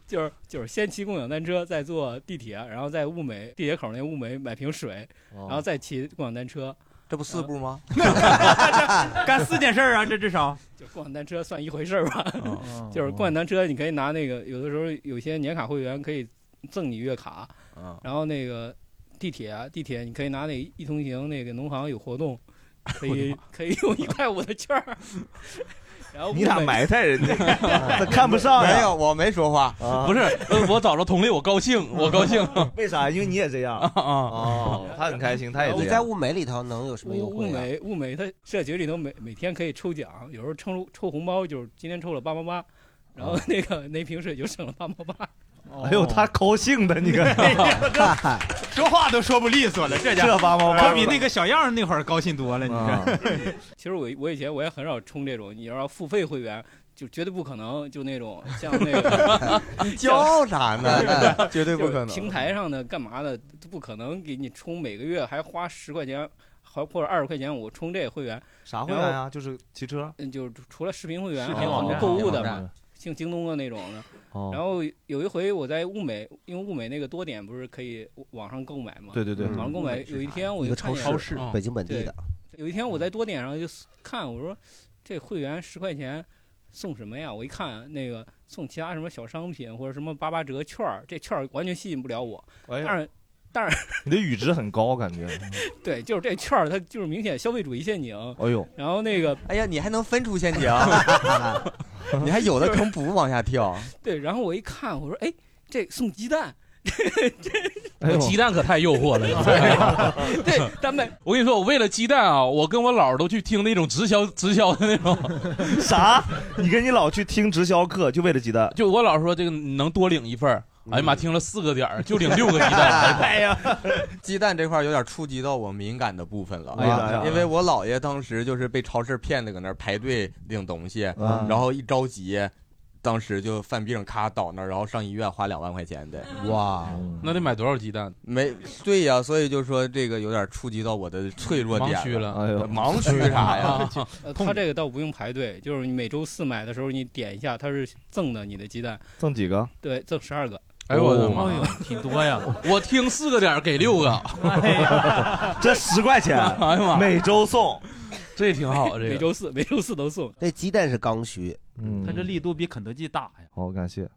S22: 就是就是先骑共享单车，再坐地铁，然后在物美地铁口那物美买瓶水，
S6: 哦
S22: 然后再骑共享单车，
S6: 这不四步吗？
S22: 干四件事儿啊，这至少 哦就共享单车算一回事儿吧。 就是共享单车，你可以拿那个，有的时候有些年卡会员可以赠你月卡，然后那个地铁啊地铁你可以拿那一通行那个农行有活 动，可以可以用一 块五的券儿。然后
S2: 你俩
S22: 物美
S2: 埋汰人家 这看不上呀
S6: 没有，我没说话，，
S7: 不是，呃我找着佟丽，我高兴，我高兴。
S2: 为啥？因为你也这 样
S7: 啊
S2: 哦，他很开心，他也这样。
S5: 物美里头能有什
S22: 么优惠、物美物美，它社群里头每每天可以抽奖，有时候抽抽红包，就是今天抽了八毛八，然后那个那瓶水就省了八毛八。
S2: 哎
S7: 哦
S2: 呦，他高兴的，你看，
S22: 说话都说不利索了，
S4: 这家
S22: 家
S4: 伙
S22: 伙
S4: 可比那个小样儿那会儿高兴多了。
S22: 嗯
S4: 你这，
S22: 其实我我以前我也很少充这种，你要付费会员就绝对不可能，就那种像那个
S6: 你骄傲啥呢 绝对不可能
S22: 就是平台上的干嘛的都不可能给你充，每个月还花十块钱，还或者二十块钱，我充这个会员
S2: 啥会员
S22: 然
S2: 啊？
S22: 后
S2: 就是骑车。
S22: 嗯，就是除了视频会员，
S2: 视频
S22: 还有
S2: 网
S22: 很多
S2: 站
S22: 购物的
S2: 网站
S22: 嘛，像京东的那种的。
S2: 哦
S22: 然后有一回我在物美，因为物美那个多点不是可以网上购买嘛？
S5: 对对对
S22: 网上购买。
S5: 嗯
S22: 有一天我
S5: 一
S22: 就
S5: 个
S22: 看
S5: 超
S22: 见
S5: 市超市嗯北京本地的。
S22: 对有一天我在多点上就看，我说这会员十块钱送什么呀？我一看那个送其他什么小商品或者什么八八折券儿，这券儿完全吸引不了我。
S2: 哎呦
S22: 但是但是
S2: 你的阈值很高，感觉。
S22: 对，就是这券儿它就是明显消费主义陷阱。
S2: 哎呦，
S22: 然后那个，
S6: 哎呀，你还能分 出陷阱，你还有的坑不往下跳。
S22: 对，然后我一看，我说，哎，这送鸡蛋，
S7: 我鸡蛋可太诱惑 了。
S22: 对，丹麦，？
S7: 我跟你说，我为了鸡蛋啊，我跟我姥儿都去听那种直销直销的那种。
S2: 啥？你跟你老去听直销课，就为了鸡蛋？
S7: 就我姥说这个你能多领一份儿哎呀妈，听了四个点 儿就领六个鸡蛋。
S6: 哎呀，鸡蛋这块儿有点触及到我敏感的部分了，
S7: 哎呀
S6: 因为我姥爷当时就是被超市骗的，搁那儿排队领东西，
S2: 嗯
S6: 然后一着急，当时就犯病，咔倒那儿，然后上医院花两万块钱的。
S5: 哇，
S7: 那得买多少鸡蛋？
S6: 没对呀、所以就说这个有点触及到我的脆弱点
S7: 盲区了
S6: 哎呦盲区啥 呀
S22: 呃他这个倒不用排队，就是你每周四买的时候，你点一下，它是赠的你的鸡蛋，
S2: 赠几个？
S22: 对，赠十二个。哦
S7: 哎呦我的妈
S22: 呀，挺多 呀！
S7: 我听四个点儿给六个，
S2: 这十块钱，
S7: 哎呀妈，
S2: 每周送，
S7: 这挺好。这个
S22: 每周四每周四都送。
S5: 这鸡蛋是刚需，
S2: 嗯
S4: 他这力度比肯德基大呀，
S2: 好，感谢，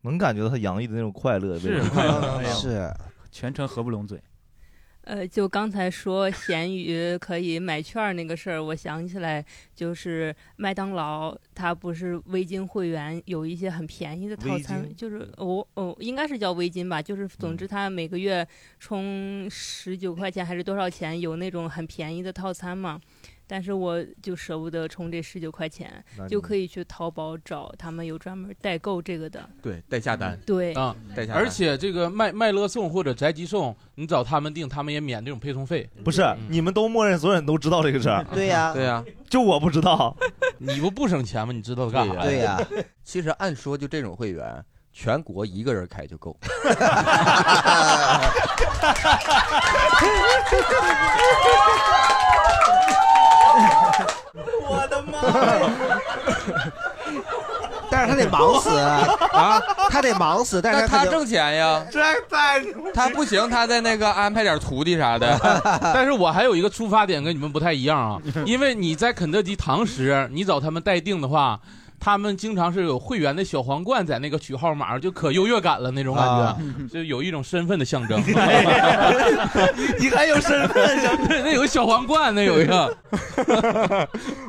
S2: 能感觉到他洋溢的那种快乐，
S4: 是
S2: 对吧
S4: 快乐哎呦
S5: 是，
S4: 全程合不拢嘴。
S23: 呃，就刚才说闲鱼可以买券儿那个事儿，我想起来就是麦当劳，它不是微金会员有一些很便宜的套
S13: 微
S23: 餐
S13: 金，
S23: 就是哦哦，应该是叫微金吧，就是总之它每个月充十九块钱还是多少钱，有那种很便宜的套餐嘛。但是我就舍不得充这十九块钱
S6: 那，
S23: 就
S6: 你
S23: 可以去淘宝找他们有专门代购这个的。
S6: 对，代下单，
S23: 对
S7: 啊
S6: 代下，单，
S7: 而且这个麦麦乐送或者宅急送，你找他们订，他们也免这种配送费。
S2: 不是，你们都默认所有人都知道这个事儿。
S5: 嗯 对呀对
S6: 嗯呀，
S2: 就我不知道。
S6: 你不不省钱吗？你知道
S2: 干啥呀
S6: 对呀、
S2: 对呀
S6: 其实按说就这种会员，全国一个人开就 够。
S3: 我的妈！
S5: 但是他得忙死 啊， 他得忙死，但
S6: 那
S5: 是
S6: 他
S5: 就
S6: 挣钱 呀，
S2: 这太
S6: 他不行，他在那个安排点徒弟 啥的。
S7: 但是我还有一个出发点跟你们不太一样啊，因为你在肯德基堂食，你找他们代订的话，他们经常是有会员的小皇冠在那个取号码，就可优越感了那种感觉，
S6: 啊
S7: 就有一种身份的象征。
S2: 你还有身份象征？
S7: 对，那有个 小皇冠，那有一个。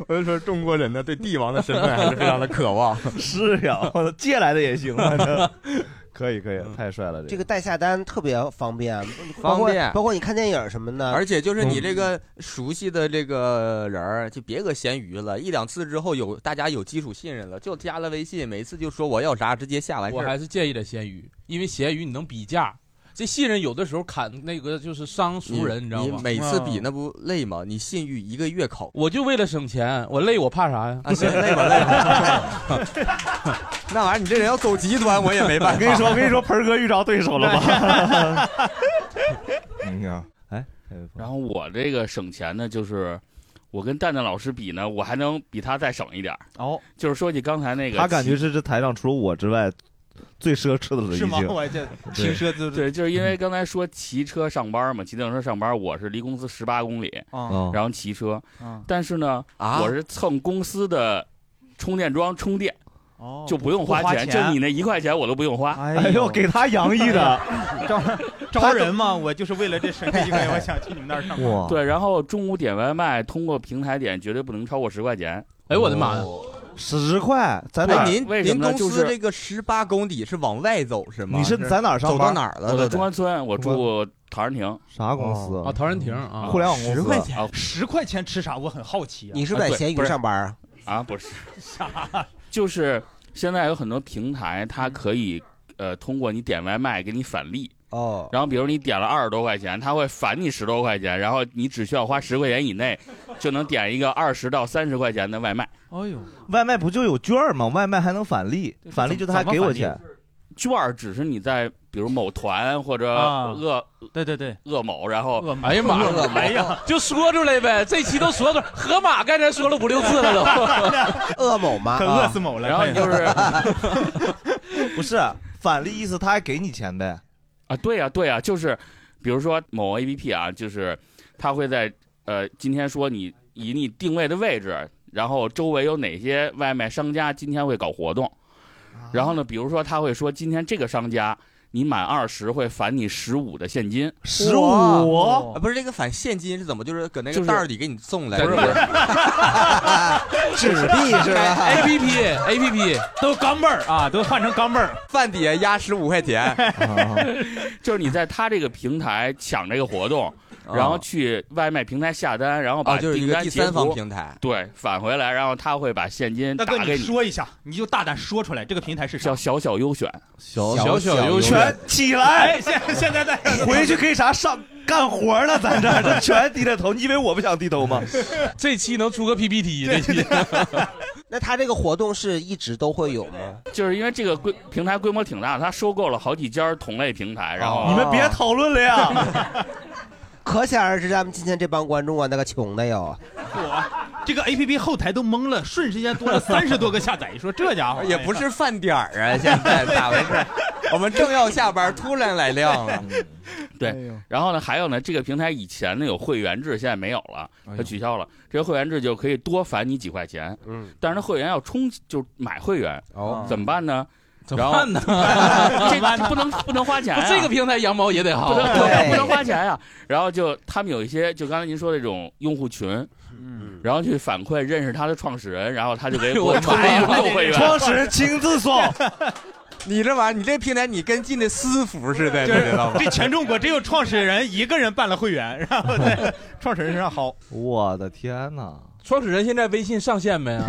S6: 我就说中国人呢，对帝王的身份还是非常的渴 望。
S2: 是呀，我操借来的也行，啊反正 可以可
S6: 嗯
S2: 以，太帅了这
S5: 这
S2: 个。
S5: 个代下单特别方便，包括
S6: 方便
S5: 包括你看电影什么的，
S6: 而且就是你这个熟悉的这个人儿，就别搁闲鱼了，一两次之后有大家有基础信任了，就加了微信，每次就说我要啥，直接下完事
S7: 我
S6: 儿。
S7: 还是建议点闲鱼，因为闲鱼你能比价。这信任有的时候砍那个就是伤熟人，你知道吗？嗯啊
S6: 你每次比那不累吗？你信誉一个月考，
S7: 我就为了省钱，我累我怕啥呀？
S6: 啊，行，累吧累 吧。那玩意儿，你这人要走极端，我也没办法。
S2: 我跟你说， 我跟你说，盆儿哥遇着对手了 吧？你看，哎，
S1: 然后我这个省钱呢，就是我跟蛋蛋老师比呢，我还能比他再省一点
S4: 哦。
S1: 就是说你刚才那个，
S2: 他感觉是这台上除了我之外最奢侈的了，已
S1: 是
S2: 经
S1: 吗。 我这
S2: 对
S1: 对，就是因为刚才说骑车上班嘛，骑电动车上班，我是离公司十八公里，
S2: 嗯
S1: 然后骑车
S2: 嗯，
S1: 但是呢，
S2: 啊
S1: 我是蹭公司的充电桩充电。
S2: 哦
S1: 就不用花
S4: 不花
S1: 钱，
S4: 钱
S1: 就你那一块钱我都不用花。
S2: 哎呦，给他洋溢 的，
S4: 招人嘛，我就是为了这省这一块，我想去你们那儿 上班。
S1: 对，然后中午点外卖，通过平台点绝对不能超过十块钱。
S7: 哎我的妈呀！
S2: 哦十块，在哪
S6: 哎，
S1: 啊
S2: 儿？
S6: 您您公司这
S1: 个
S6: 个十八公里是往外走是吗？
S2: 你是在哪儿上班
S6: 走到哪儿了？
S1: 我
S6: 都
S1: 在
S6: 得
S1: 中关村，我住陶然亭。
S2: 啥公司
S7: 啊，陶然亭啊，
S2: 互联网公司10块钱
S1: 啊
S4: 十块钱吃啥？我很好奇啊。
S1: 啊对不是
S5: 班
S1: 啊？不是，
S4: 啥？
S1: 就是现在有很多平台，它可以呃通过你点外卖给你返利。
S5: 哦，
S1: 然后比如你点了二十多块钱，它会返你十多块钱，然后你只需要花十块钱以内就能点一个二十到三十块钱的外卖。
S4: 哎呦，
S2: 外卖不就有券儿吗？外卖还能返利，返利就他还给我钱。。
S1: 券儿只是你在比如某团或者
S2: 啊
S1: 饿，
S4: 对对对，
S1: 饿某，然后
S4: 饿某
S7: 哎呀妈呀！就说出来呗，这期都说出来，河马刚才说了五六次了都。
S5: 恶某 吗
S2: 可饿死某了
S1: 然后
S2: 快点
S1: 就是
S2: 不是返利意思，他还给你钱呗？
S1: 啊，对呀、对呀、就是比如说某 APP 啊，就是它会在呃今天说你以你定位的位置，然后周围有哪些外卖商家今天会搞活动，然后呢，比如说他会说今天这个商家。你满二十会返你十五的现金，
S6: 哇啊不是这个返现金是怎么？就是搁那
S1: 就
S6: 个
S1: 是
S6: 袋儿里给你送来，
S1: 在
S6: 不
S1: 那
S6: 是？纸 币 是哎吧
S1: 哎
S7: A P P A P P
S4: 都钢镚儿啊，都换成钢镚儿，
S6: 饭底下压十五块钱。
S4: 啊
S6: 哦
S1: 就是你在他这个平台抢这个活动，然后去外卖平台下单，然后把
S6: 啊哦就是一
S1: 订
S6: 个
S1: 单
S6: 第
S1: 截
S6: 三方
S1: 图
S6: 平台
S1: 对返回来，然后他会把现金
S4: 大
S1: 打
S4: 哥，
S1: 给
S4: 你说一下，你就大胆说出来，这个平台是啥？
S1: 叫小小优选，
S2: 小
S4: 小小小优优选选
S2: 起来
S4: 哎，现现在在
S2: 回去可以啥上干活了，咱这儿这全低着头，你以为我不想低头吗？
S7: 这期能出个 PPT，这期
S5: 那他这个活动是一直都会有吗？
S1: 就是因为这个规平台规模挺大的，它收购了好几家同类平台，然
S4: 哦
S1: 后
S5: 你们别
S2: 讨论了呀。
S5: 哦 可想而知，咱们今天这帮观众啊，那个穷的 哟。
S4: 这个 A P P 后台都懵了，瞬间多了三十多个下载，说这家伙
S6: 也不是饭点儿 啊，现在咋回 事？我们正要下班，突然来亮了。
S7: 哎
S1: 对，然后呢，还有呢，这个平台以前呢有会员制，现在没有了，
S7: 哎
S1: 它取消了。这个会员制就可以多返你几块钱，
S5: 嗯，
S1: 但是它会员要充，就是买会员，
S6: 哦
S1: 怎么办呢？
S7: 怎
S1: 么
S7: 办
S1: 呢？ 这不能不能花钱啊
S7: 这个平台羊毛也得薅，
S1: 不能不能不能花钱呀、啊然后就他们有一些，就刚才您说的这种用户群，嗯，然后去反馈认识他的创始人，然后他就
S6: 哎
S1: 给哎我充了六会员，
S2: 自送。
S6: 你这玩意儿，你这平台你跟进的私服似的，你
S4: 就是
S6: 知道吗？
S4: 这全中国只有创始人一个人办了会员，然后在创始人身上薅。
S2: 我的天哪！
S7: 创始人现在微信上线 没啊？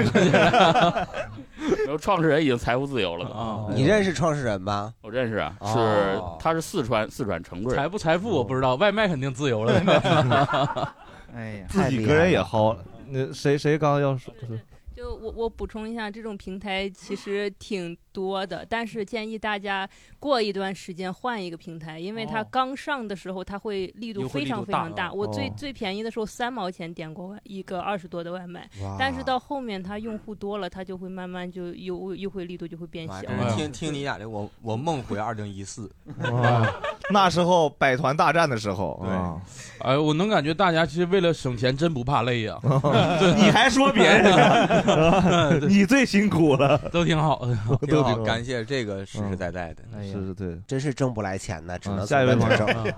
S1: 然后创始人已经财务自由了啊
S5: 你认识创始人吗？
S1: 我认识啊，是
S5: 哦
S1: 他是四川四川成都人，
S7: 财不财富我不知道，外卖肯定自由了。
S1: 哎呀
S2: 自己个人也薅了。那谁谁刚刚要说？
S23: 就我我补充一下，这种平台其
S8: 啊
S23: 实挺多的，但是建议大家过一段时间换一个平台，因为它
S8: 哦
S23: 刚上的时候，它会力度
S8: 优惠
S23: 非
S8: 力
S23: 常
S8: 度
S23: 非
S8: 大
S23: 常大。
S8: 哦
S23: 我最
S8: 哦
S23: 最便宜的时候三毛钱点过外一个二十多的外卖
S6: 哇，
S23: 但是到后面它用户多了，它就会慢慢就优优惠力度就会变
S1: 哎
S6: 妈，
S23: 小
S6: 真。是哎听听你俩的，我我梦回二零一四。
S2: 啊那时候百团大战的时候，啊，
S7: 哎，我能感觉大家其实为了省钱真不怕累呀、啊
S2: 哦你还说别人 呢你最辛苦了，
S7: 都挺好 的，
S6: 挺好，感谢这个实实在在的，
S2: 是是对，
S5: 真嗯是挣不来钱呢，只能
S2: 嗯下一位
S5: 从外面
S2: 朋友
S5: 挣。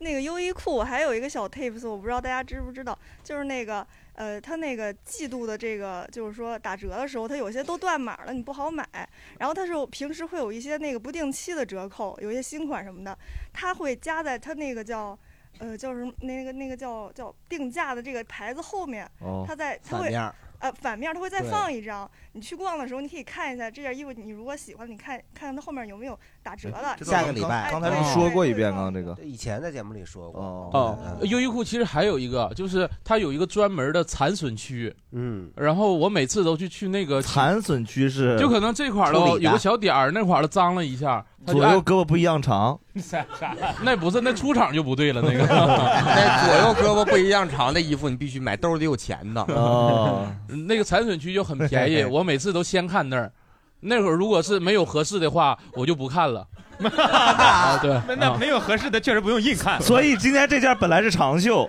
S8: 那个优衣库，我还有一个小 tips，我不知道大家知不知道，就是那个呃，它那个季度的这个，就是说打折的时候，它有些都断码了，你不好买。然后它是有平时会有一些那个不定期的折扣，有一些新款什么的，它会加在它那个叫。呃，叫什么？那个那个叫叫定价的这个牌子后面，
S13: 哦
S8: 它在它
S13: 反
S8: 会
S13: 面儿
S8: 呃反面儿它会再
S13: 对
S8: 放一张。你去逛的时候，你可以看一下这件衣服，你如果喜欢，你看看看它后面有没有打折的。
S5: 下哎个礼拜，
S2: 刚才是说过一遍刚刚这个，
S5: 以前在节目里说过。
S7: 哦，优衣库其实还有一个，就是它有一个专门的残损区，
S5: 嗯，
S7: 然后我每次都去去那个
S2: 残损区是
S7: 就可能这块儿
S2: 处
S7: 喽
S2: 理的
S7: 有个小点儿，那块儿了脏了一下，它就
S2: 左右
S7: 按
S2: 胳膊不一样长，
S7: 那不是那出场就不对了，那 个
S6: 那左右胳膊不一样长的衣服你必须买，兜里有钱呢。
S2: 哦，
S7: 那个残损区就很便宜，我每次都先看那儿。那会儿如果是没有合适的话，我就不看了。啊对，
S4: 那没有合适的，确实不用硬看。
S2: 所以今天这件本来是长袖，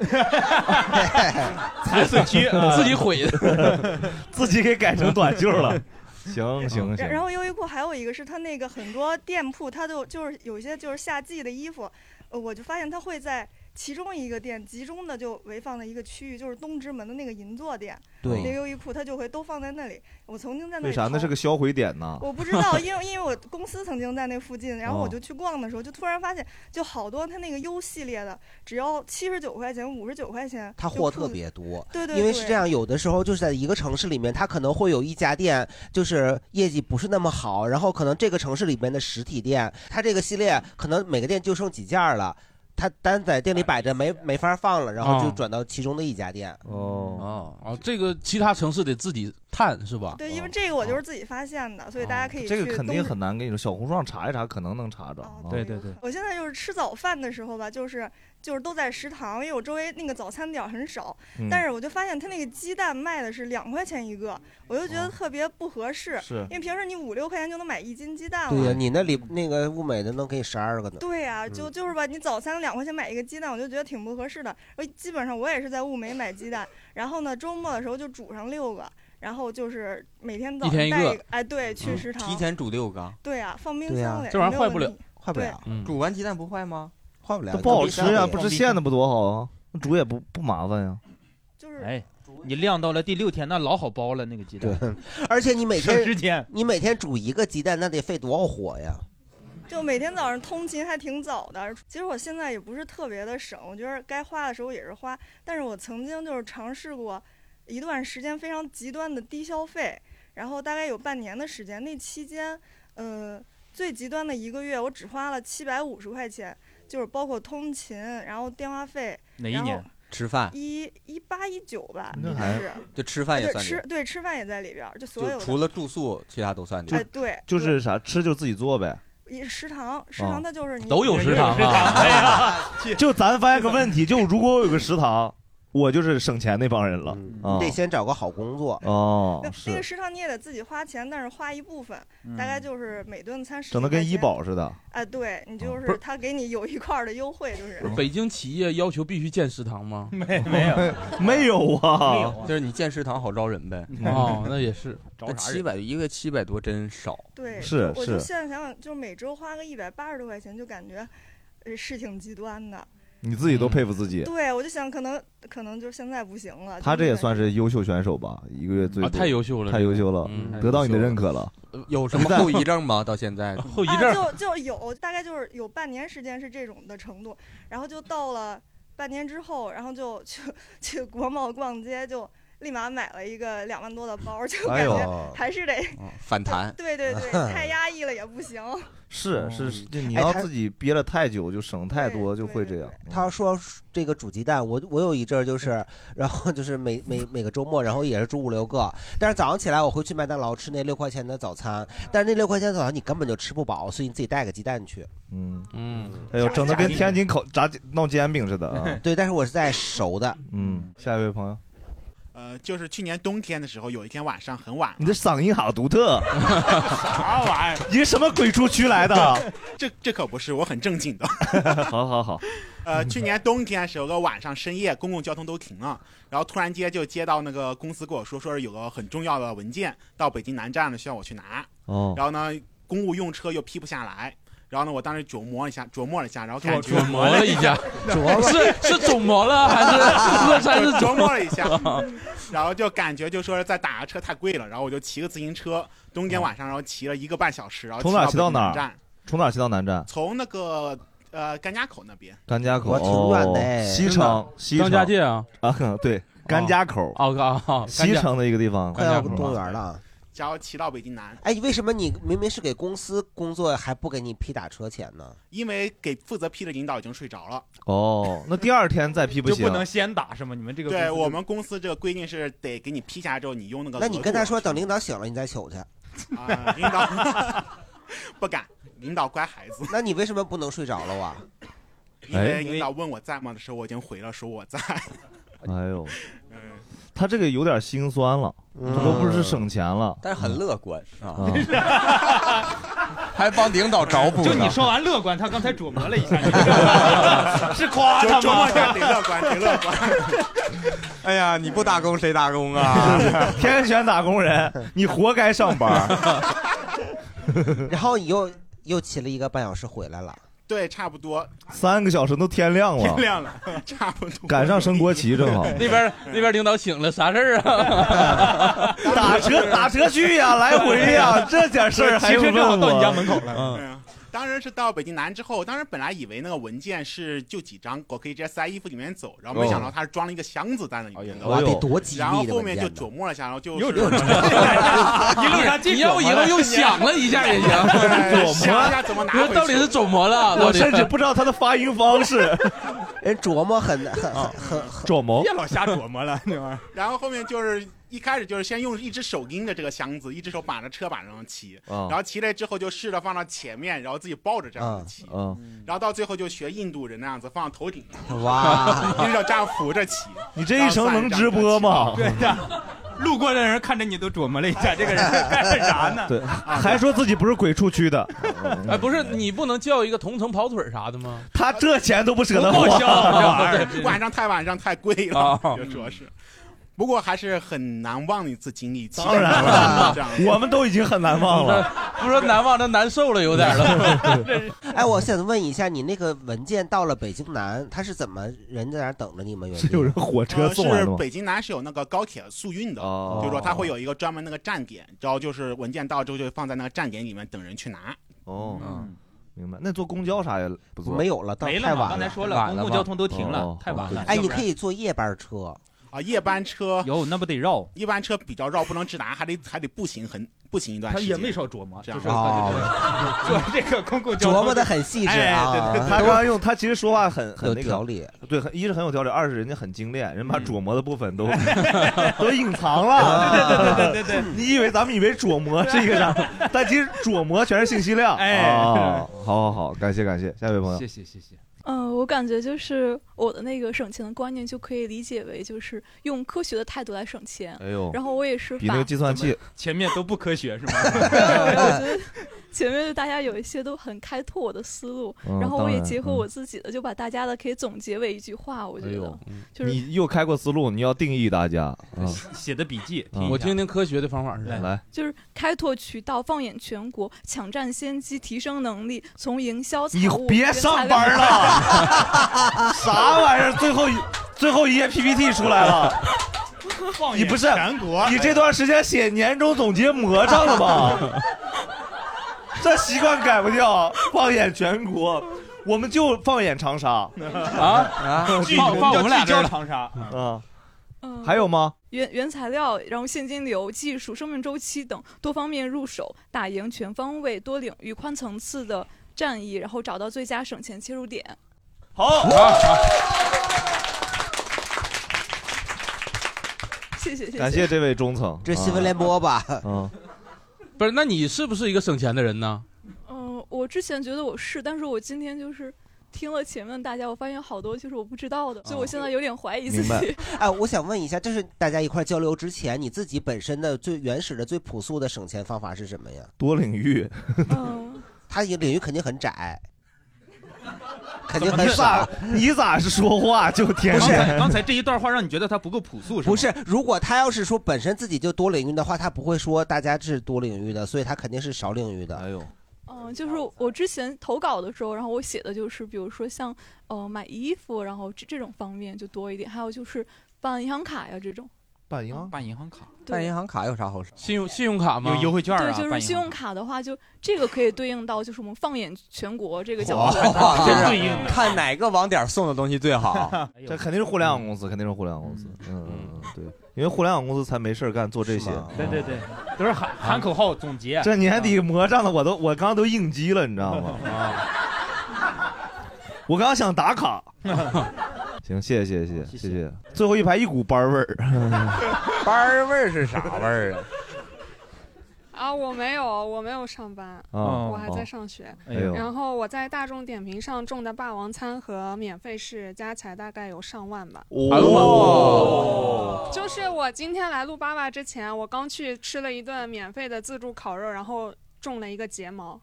S4: 残损区
S7: 自己毁的，
S2: 自己给改成短袖了。哎行行
S8: 然然
S2: 行，
S8: 后优衣库还有一个是它那个很多店铺，它就就是有一些就是夏季的衣服，呃，我就发现它会在其中一个店集中的就围放在一个区域，就是东直门的那个银座店，
S2: 对
S8: 那优衣库它就会都放在那里。我曾经在那里
S2: 为啥
S8: 淘
S2: 那是个销啊毁点呢？
S8: 我不 知道，因为因为我公司曾经在那附近，然后
S2: 哦
S8: 我就去逛的时候，就突然发现，就好多它那个 U 系列的，只要七十九块钱、五十九块钱，
S5: 它货特别多，
S8: 对对
S5: 因为是这
S8: 对
S5: 样，有的时候就是在一个城市里面，它可能会有一家店就是业绩不是那么好，然后可能这个城市里面的实体店，它这个系列可能每个店就剩几件儿了，它单在店里摆着没没法放了，然后就
S7: 哦
S5: 转到其中的一家店。嗯
S7: 哦哦，这个其他城市得自己探是吧？
S8: 对，因为这个我就是自己发现的，所以大家可以去
S2: 哦这个肯
S8: 东
S2: 定
S8: 直哦
S2: 很难跟你说，小红书上查一查，可能能查着。啊
S7: 对对对
S8: 我现在就是吃早饭的时候吧，就是就是都在食堂，因为我周围那个早餐点儿很少，
S2: 嗯
S8: 但是我就发现他那个鸡蛋卖的是两块钱一个，我就觉
S6: 哦
S8: 得特别不合适，
S5: 是
S8: 因为平时你五六块钱就能买一斤鸡蛋了。
S5: 对呀、你那里那个物美的能给你十二个呢。
S8: 对呀、
S6: 嗯
S7: 嗯
S8: 就就是吧，你早餐两块钱买一个鸡蛋，我就觉得挺不合适的。而基本上我也是在物美买鸡蛋，然后呢，周末的时候就煮上六个，然后就是每天早
S6: 一
S8: 上带
S6: 天一个
S8: 个，哎，对，去食堂。
S6: 提前煮六个，啊嗯
S8: 对呀、放冰
S2: 啊
S6: 对呀
S8: 箱里，
S6: 嗯这玩意儿
S8: 没有
S6: 坏不
S8: 问
S6: 了
S8: 题
S6: 坏不
S8: 对啊
S6: 了煮完鸡蛋不坏吗？
S5: 坏不
S2: 这不好吃
S6: 啊
S2: 呀，不吃馅的不多好啊，煮也不不麻烦呀。
S3: 哎，你晾到了第六天，那老好包了那个鸡蛋。
S5: 而且你每天
S3: 省时间
S5: 你每天煮一个鸡蛋，那得费多少火呀？
S8: 就每天早上通勤还挺早的。其实我现在也不是特别的省，我觉得该花的时候也是花。但是我曾经就是尝试过一段时间非常极端的低消费，然后大概有半年的时间，那期间，呃，最极端的一个月我只花了七百五十块钱，就是包括通勤，然后电话费。
S6: 哪一年
S8: 然后
S6: 吃饭
S8: 一一八一九吧，
S6: 那
S8: 应
S6: 还
S8: 该是。
S6: 就吃饭也
S8: 对
S6: 算
S8: 吃
S6: 进
S8: 对吃饭也在里边儿，就所有
S6: 就
S8: 的
S6: 除了住宿，其他都算进
S8: 哎对
S2: 就是啥吃就自己做 呗。
S8: 一食堂，食
S6: 哦
S8: 堂它就是你
S2: 都有食堂啊
S8: 哎呀
S2: 就咱发现个问题，就如果我有个食堂，我就是省钱那帮人了。
S7: 嗯
S2: 啊
S7: 哦
S5: 你得先找个好工作
S2: 哦
S8: 那，那
S2: 是嗯
S8: 个食堂你也得自己花钱，但是花一部分，大概就是每顿餐十
S2: 整的
S8: 几块
S2: 跟医
S8: 钱。
S2: 保嗯似的。
S8: 啊，对你就
S7: 不是
S8: 是他给你有一块儿的优惠，就是
S2: 嗯
S7: 北京企业要求必须建食堂吗？没
S6: 没有
S2: 没有啊
S6: 就是你建食堂好招人呗。
S7: 哦那也是招
S6: 那
S7: 啥人
S6: 七百一个月七百多真少。
S8: 对，我就现在想想，就是每周花个一百八十多块钱，就感觉呃是挺极端的。嗯
S2: 你自己
S5: 嗯
S2: 都佩服自己。
S8: 对，我就想可能可能就现在不行了。
S2: 他
S8: 就
S2: 这也
S8: 感觉
S2: 算是优秀选手吧，一个月最
S6: 啊
S2: 多
S6: 太优秀了嗯
S2: 太优秀了，得到你的认可了。
S6: 呃有 什么后遗症 吗？到现在后
S8: 啊，就就有大概就是有半年时间是这种的程度，然后就到了半年之后，然后就去去国贸逛街，就立马买了一个两万多的包，就感
S2: 哎呦
S8: 觉还是得
S2: 哦反弹
S8: 对对 对，太压抑了也不行。
S2: 是是是，就你
S5: 哎
S2: 要
S5: 他
S2: 自己憋了太久，就省太多，就会这样。嗯
S5: 他说这个煮鸡蛋，我我有一阵儿就是，然后就是每每每个周末，然后也是煮五六个，但是早上起来我会去麦当劳吃那六块钱的早餐，但是那六块钱的早餐你根本就吃不饱，所以你自己带个鸡蛋去。！
S2: 嗯
S7: 嗯，
S2: 哎呦，整的跟天津口炸弄煎饼似的啊
S5: 对，但是我是在熟的。
S2: 嗯，下一位朋友，
S9: 呃，就是去年冬天的时候，有一天晚上很晚，
S2: 你的嗓音好独特，啊
S9: 啥玩意儿？
S2: 你什么鬼畜区来的？
S9: 这这可不是，我很正经的。
S2: 好好好，
S9: 呃，去年冬天的时候，个晚上深夜，公共交通都停了，然后突然间就接到那个公司跟我说，说是有个很重要的文件到北京南站了，需要我去拿。
S2: 哦
S9: 然后呢，公务用车又批不下来。然后呢，我当时琢磨了一下，琢磨了一下，然后感觉
S7: 琢磨了一 下琢磨是是肿磨了还是是还是，
S9: 琢磨 了一下
S2: 哦
S9: 然后就感觉就说是在打个车太贵了，然后我就骑个自行车，冬天晚上然后骑了一个半小时，然后
S2: 从哪儿骑
S9: 骑
S2: 到
S9: 北京
S2: 哪
S9: 南
S2: 儿
S9: 站？？
S2: 从哪儿骑到南站？
S9: 从那个呃甘家口那边。
S2: 甘家口，
S5: 我挺远的
S2: 哦
S5: 哎
S2: 西
S5: 真
S2: 城
S5: 的，
S2: 西城
S7: 张家界啊？
S2: 啊，哼对，甘家口，
S7: 哦哦哦
S2: 西城的一个地方，
S5: 快要动物园了。
S9: 然后骑到北京南，
S5: 哎，为什么你明明是给公司工作，还不给你批打车钱呢？
S9: 因为给负责批的领导已经睡着了。
S2: 哦，那第二天再批不
S4: 就
S2: 行
S4: 不，能先打是吗？你们这个
S9: 对
S4: 公司就
S9: 我们公司这个规定是得给你批下来之后，你用那个。
S5: 那你跟他说，等领导醒了你再取去。
S9: 啊，领导不敢，领导乖孩子。
S5: 那你为什么不能睡着了啊？
S9: 因为
S2: 哎
S9: 领导问我在吗的时候，我已经回了，说 我在。
S2: 哎呦，他这个有点心酸了，
S6: 嗯
S2: 这都不是省钱了，
S6: 但是很乐观
S2: 啊
S6: 啊， 还帮领导找补呢。
S3: 就你说完乐观，他刚才琢磨了一下，
S6: 是夸
S3: 他吗
S6: 琢磨一下
S9: 挺乐观，挺乐观。
S6: 哎呀，你不打工谁打工啊？
S2: 天选打工人，你活该上班。
S5: 然后你又又骑了一个半小时回来了。
S9: 对，差不多，
S2: 三个小时都天亮了，
S9: 天亮了， 差不多。
S2: 赶上升国旗正 好。
S7: 那边那边领导醒了，啥事儿啊？
S2: 打车打车去呀，来回呀，这点事儿还用问我？
S9: 对
S7: 嗯
S9: 啊当时是到北京南之后，当时本来以为那个文件是就几张，我可以直接塞衣服里面走，
S7: 哦
S9: 然后没想到他是装了一个箱子在那里面的，
S7: 哎
S5: 哇得多吉利的
S9: 然后后面
S5: 文件
S9: 就
S5: 呢
S9: 琢磨了一下，然后就
S5: 又
S9: 是
S5: 又
S7: 一路上进琢磨了你要不以后又想了一下也 行琢磨
S9: 想一下怎么拿回去。
S7: 到底是走磨了
S2: 哎我甚至不知道他的发音 方式。
S5: 人哎琢磨很很很很
S2: 琢磨
S9: 别老瞎琢
S4: 磨了那玩意儿。
S9: 然后后面就是一开始就是先用一只手拎着这个箱子，一只手把着车把上骑，
S2: 哦
S9: 然后骑来之后就试着放到前面，然后自己抱着这样子骑，
S2: 嗯，
S9: 然后到最后就学印度人那样子放到头顶，
S5: 哇
S9: 一只手这样扶着骑。
S2: 你这一生能直播吗？
S4: 对呀、路过的人看着你都琢磨了一下，这个人是干啥呢？
S2: 对，还说自己不是鬼畜区的，
S7: 哎，不是你不能叫一个同城跑腿儿啥的吗？
S2: 他这钱都不舍得
S7: 不
S9: 哦
S7: 报销这
S2: 花
S7: 玩。
S9: 晚上
S2: 啊
S9: 晚上太晚上太贵了，
S2: 哦
S9: 就主要是。不过还是很难忘的一次经历。骑
S2: 当然了
S9: 啊这样，
S2: 我们都已经很难忘了。
S7: 不是说难忘，那难受了有点 了。
S5: 哎，我想问一下，你那个文件到了北京南，他是怎么人在那儿等着你们？是
S2: 有人火
S9: 呃，是北京南是有那个高铁速运的，
S2: 哦
S9: 就是说它会有一个专门那个站点，然后就是文件到之后就放在那个站点里面等人去拿。
S2: 哦，明白。那坐公交啥也不坐，
S5: 没有了，到太晚
S2: 哦哦哦
S5: 哎，你可以坐夜班车。
S9: 啊，夜 班车
S4: 有那不得绕？
S9: 夜班车比较绕，不能直达，还得还得步行很步行一段
S4: 他
S9: 时间。
S4: 也没少琢磨，
S9: 这
S4: 就
S9: 样
S4: 是
S5: 哦
S4: 他就是做这个公共交通哎对对对
S2: 他刚刚用他其实说话很很
S5: 有
S2: 那个
S5: 条理，
S2: 对，很一是很有条理，二是人家很精炼，人把琢磨的部分都 都隐藏了。
S4: 对对对对对对
S2: 你以为咱们以为琢磨是一个啥，但其实琢磨全是信息量。
S4: 哎
S2: 哦好好好，感谢感谢，下一位朋友，
S4: 谢谢谢谢。
S13: 嗯，我感觉就是我的那个省钱的观念就可以理解为就是用科学的态度来省钱。
S2: 哎呦
S13: 然后我也是
S2: 比那
S13: 把
S2: 个计算 器
S4: 前面都不科学是吗？
S13: 前面大家有一些都很开拓我的思路，
S2: 嗯
S13: 然后我
S2: 当
S13: 也
S2: 然
S13: 结合
S2: 嗯
S13: 我自己的，就把大家的可以总结为一句话，我
S2: 哎
S13: 觉得
S2: 呦，
S13: 就是
S2: 你又开阔思路，你要定义大家
S7: 哎嗯
S2: 啊。
S4: 写的笔记
S2: 嗯
S7: 我听听科学的方法是啥？
S2: 来，
S13: 就是开拓渠道，放眼全国，抢占先机，提升能力，从营销财
S2: 你
S13: 务
S2: 别
S13: 人才
S2: 上
S13: 的
S2: 班了，啥 玩意儿？最后一最后一页 PPT 出来了。你不是你这段时间写年终总结魔障了吧？这习惯改不掉，放眼全国，我们就放眼长沙
S4: 啊
S2: 啊
S4: 放放我们俩这儿了长沙
S13: 嗯
S2: 啊，还有吗？
S13: 原原材料，然后现金流、技术、生命周期等多方面入手，打赢全方位、多领域、宽层次的战役，然后找到最佳省钱切入点。
S24: 好，
S13: 谢谢，谢谢，
S2: 感谢这位中层，啊
S5: 这新闻联播吧？
S2: 嗯，不是，那你是不是一个省钱的人呢？
S13: 嗯、我之前觉得我是，但是我今天就是听了前面大家，我发现好多就是我不知道的，所
S2: 哦
S13: 以我现在有点怀疑自
S5: 明白
S13: 己。。
S5: 哎，我想问一下，这是大家一块儿交流之前，你自己本身的最原始的、最朴素的省钱方法是什么呀？
S2: 多领域，
S9: 嗯
S5: 他也领域肯定很 窄，肯定
S4: 怎么
S5: 很
S4: 你
S5: 少
S4: 咋。
S2: 你咋是说话就天
S5: 不
S4: 刚才
S5: 是
S4: 刚才这一段话让你觉得他不够朴素是吗？
S5: 不是，如果他要是说本身自己就多领域的话，他不会说大家是多领域的，所以他肯定是少领域的。
S2: 哎呦，
S13: 嗯，就是我之前投稿的时候，然后我写的就是，比如说像呃买衣服，然后这这种方面就多一点，还有就是办银行卡呀这种。
S2: 办银行
S4: 办银行卡，
S13: 对
S6: 办银行卡有啥好事？
S7: 信用信用卡吗
S6: 有优惠券
S7: 啊
S6: 啊
S13: 对，就是信用卡的话，就这个可以对应到就是我们放眼全国这个角
S6: 哇
S13: 度。
S6: 真对应，看哪个网点送的东西最好
S2: 。这肯定是互联网公司，肯定是互联网公司。嗯，嗯对，因为互联网公司才没事儿干做这些。嗯
S25: 对对啊对，
S4: 都是喊
S25: 喊口号总结。啊嗯
S2: 这年底魔杖的我都我刚刚都应激了，你知道吗？
S4: 啊
S2: 我刚刚想打 卡。行，谢谢谢谢谢谢谢。最后一排一股班味儿，
S6: 班儿味儿是啥味儿啊？
S26: 啊，我没有，我没有上班，
S2: 哦
S26: 我还在
S2: 哦
S26: 上学。
S2: 哎呦
S26: 然后我在大众点评上中的霸王餐和免费试加起来大概有上万吧。
S2: 哦
S26: 就是我今天来录巴巴之前，我刚去吃了一顿免费的自助烤肉，然后中了一个睫毛。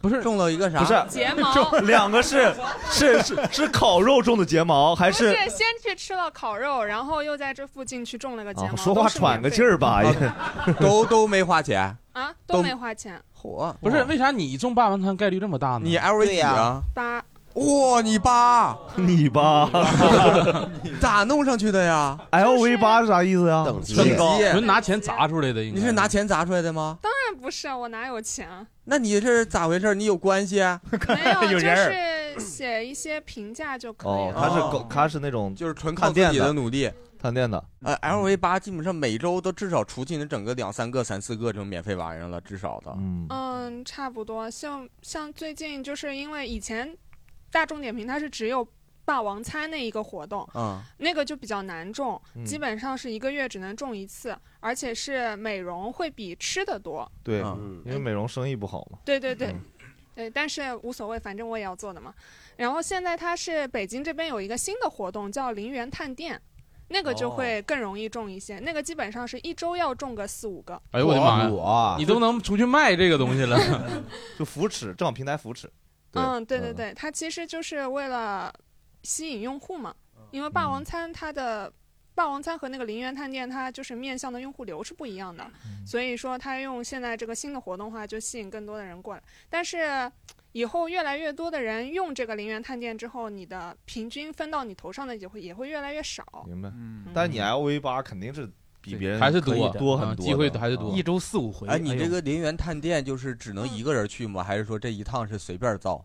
S2: 不是
S6: 中了一个啥
S2: 不是
S26: 睫毛
S2: 中两个是是是是烤肉中的睫毛，还
S26: 不
S2: 是啊
S26: 是先去吃了烤肉，然后又在这附近去中了个睫毛。
S2: 啊？说话
S26: 都是
S2: 喘个气儿吧，也
S6: 都都没花钱。
S26: 啊，都没花钱。
S6: 火
S7: 不是为啥你中霸王餐概率这么大呢？
S6: 你 LV 几啊？
S26: 八
S6: 哇，你八，
S2: 你吧
S6: 咋弄上去的呀？
S2: ，LV 八是啥意思呀？等
S6: 级等级
S7: 不是拿钱砸出来的，应
S6: 你
S7: 该
S6: 是拿钱砸出来的吗？
S26: 当然不是，我哪有钱啊？
S6: 那你这是咋回事？你有关系？啊
S26: 没有，就是写一些评价就可以
S2: 哦，
S26: 啊了。
S2: 他是狗，他是那种
S6: 就是纯靠自
S2: 探店
S6: 己的努力。
S2: 探店的，
S6: 呃，LV 八基本上每周都至少除去你整个两三个、三四个这种免费玩意儿了，至少的。
S2: 嗯，
S26: 嗯，差不多。像像最近就是因为以前大众点评它是只有霸王餐那一个活动，
S6: 啊，
S26: 那个就比较难中，
S2: 嗯
S26: 基本上是一个月只能中一次，而且是美容会比吃的多。
S2: 对，
S6: 嗯
S2: 因为美容生意不好嘛。
S26: 对对对。对，但是无所谓，反正我也要做的嘛。然后现在它是北京这边有一个新的活动，叫零元探店，那个就会更容易中一些。那个基本上是一周要中个四五个。
S7: 哎呦我的妈
S2: 我
S7: 呀！你都能出去卖这个东西了，
S2: 就扶持，正好平台扶持。
S26: 嗯，对对对，它其实就是为了吸引用户嘛，因为霸王餐它的。霸王餐和那个零元探店，它就是面向的用户流是不一样的，所以说它用现在这个新的活动的话，就吸引更多的人过来。但是以后越来越多的人用这个零元探店之后，你的平均分到你头上的也会也会越来越少。
S2: 明白。
S6: 嗯
S2: 但是你 LV 八肯定是比别人
S7: 还是
S2: 可以
S7: 多
S2: 多
S7: 啊
S2: 很多的，
S7: 机会还是多
S2: 啊
S7: 一周四五回
S6: 哎，你这
S7: 哎
S6: 个林园探店就是只能一个人去吗？还是说这一趟是随便造？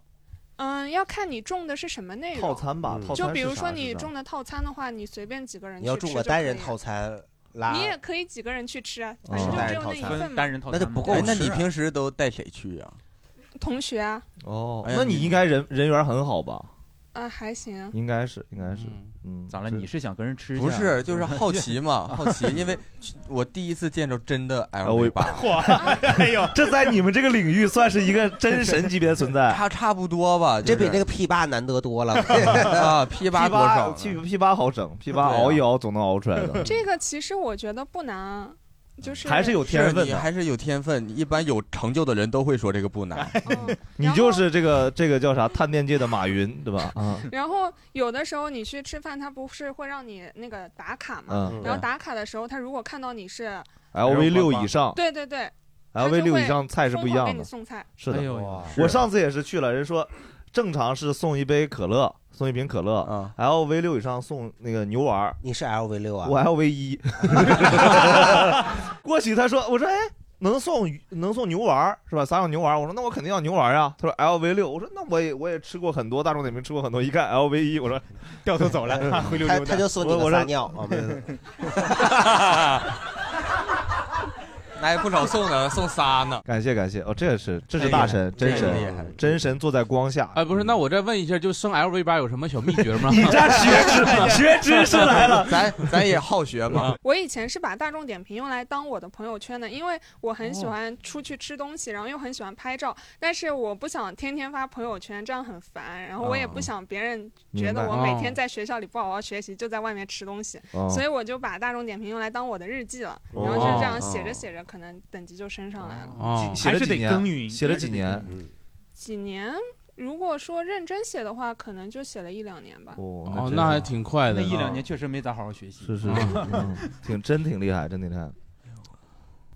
S26: 嗯，要看你中的是什么内容。
S6: 套餐吧套餐
S26: 就是比如
S6: 啥
S26: 说
S6: 是
S26: 你
S6: 啥
S26: 中的套餐的话，你随便几个人去
S5: 你要
S26: 吃
S5: 中个
S26: 就
S5: 单
S26: 可
S5: 人
S26: 以
S5: 套餐
S2: 啊
S5: 拉，
S26: 你也可以几个人去吃啊，
S2: 哦嗯
S26: 反正就只有那一份嘛。
S5: 那就不够
S6: 哎那
S5: 吃
S6: 你
S5: 啊
S6: 平时都带谁去呀？
S26: 同学啊，
S2: 哦，
S6: 哎呀
S2: 那你
S6: 你
S2: 应该人人缘很好吧？
S26: 啊还行。
S2: 应该是，应该是，嗯。
S4: 咋了？你是想跟人吃去啊？
S6: 不是， 就是好奇 嘛，好奇，因为我第一次见着真的 LV
S2: LV
S6: 八，
S2: 哎呦，这在你们这个领域算是一个真神级别的存在，
S6: 差差不多吧。
S2: 这比那
S5: 个 P 八难得多了
S6: 啊，P 八多少呢
S2: ？P P 八好整，P
S6: 对
S2: 八
S6: 啊
S2: 熬一熬总能熬出来
S6: 嗯
S2: 的。
S26: 这个其实我觉得不难，就是
S6: 是你还是有天分。一般有成就的人都会说这个不难。
S2: 你就是这个这个叫啥探店界的马云，对吧？啊，
S26: 然后有的时候你去吃饭，他不是会让你那个打卡嘛？
S2: 嗯
S26: 然后打卡的时候，他如果看到你是
S4: 哎
S2: LV 六以上
S26: 对对对，他
S2: ，LV
S26: 就
S2: 六
S26: 会
S2: 以上菜是不一样
S26: 疯狂给
S2: 的
S26: 你。送菜，
S2: 是啊的
S26: 哎，
S2: 我上次也是去了，人说正常是送一杯可乐，送一瓶可乐，LV 六以上送那个牛丸。
S5: 你是 LV 六啊？
S2: 我 LV 一。过去他说，我说哎，能送鱼能送牛丸儿是吧？撒上牛丸儿，我说那我肯定要牛丸儿啊。他说 LV 六，我说那我也我也吃过很多，大众点评吃过很多，一看 LV 一，我说 掉头走了，灰溜溜的。
S5: 他他就说你个
S2: 我我
S5: 撒
S2: 说哦
S5: 尿 啊没有
S6: 那还不少送呢，送仨呢。
S2: 感谢感谢，哦，这是这是大神，
S6: 这
S2: 真
S6: 个厉害这个厉害
S2: 神，真神坐在光下。
S7: 哎，不是，那我再问一下，就升 LV 八有什么小秘诀吗？
S2: 你这学 知学知识来了
S6: 咱咱也好学嘛。
S18: 嗯
S26: 我以前是把大众点评用来当我的朋友圈的，因为我很
S18: 哦
S26: 喜欢出去吃东西，然后又很喜欢拍照，但是我不想天天发朋友圈，这样很烦。然后我也不想别人觉得我
S18: 哦明白
S26: 每天在学校里不好好学习，就在外面吃东西，
S18: 哦
S26: 所以我就把大众点评用来当我的日记了。
S2: 哦
S26: 然后就这样写着写着，可能等级就升上来了。
S2: 哦写了几年？写了几年？
S19: 嗯
S26: 几年，如果说认真写的话，可能就写了一两年吧。
S7: 哦，那还挺快的。啊
S4: 那一两年
S7: 确实没咋好好学习
S2: 是是是，
S4: 啊
S2: 嗯挺真挺厉害，真挺厉害。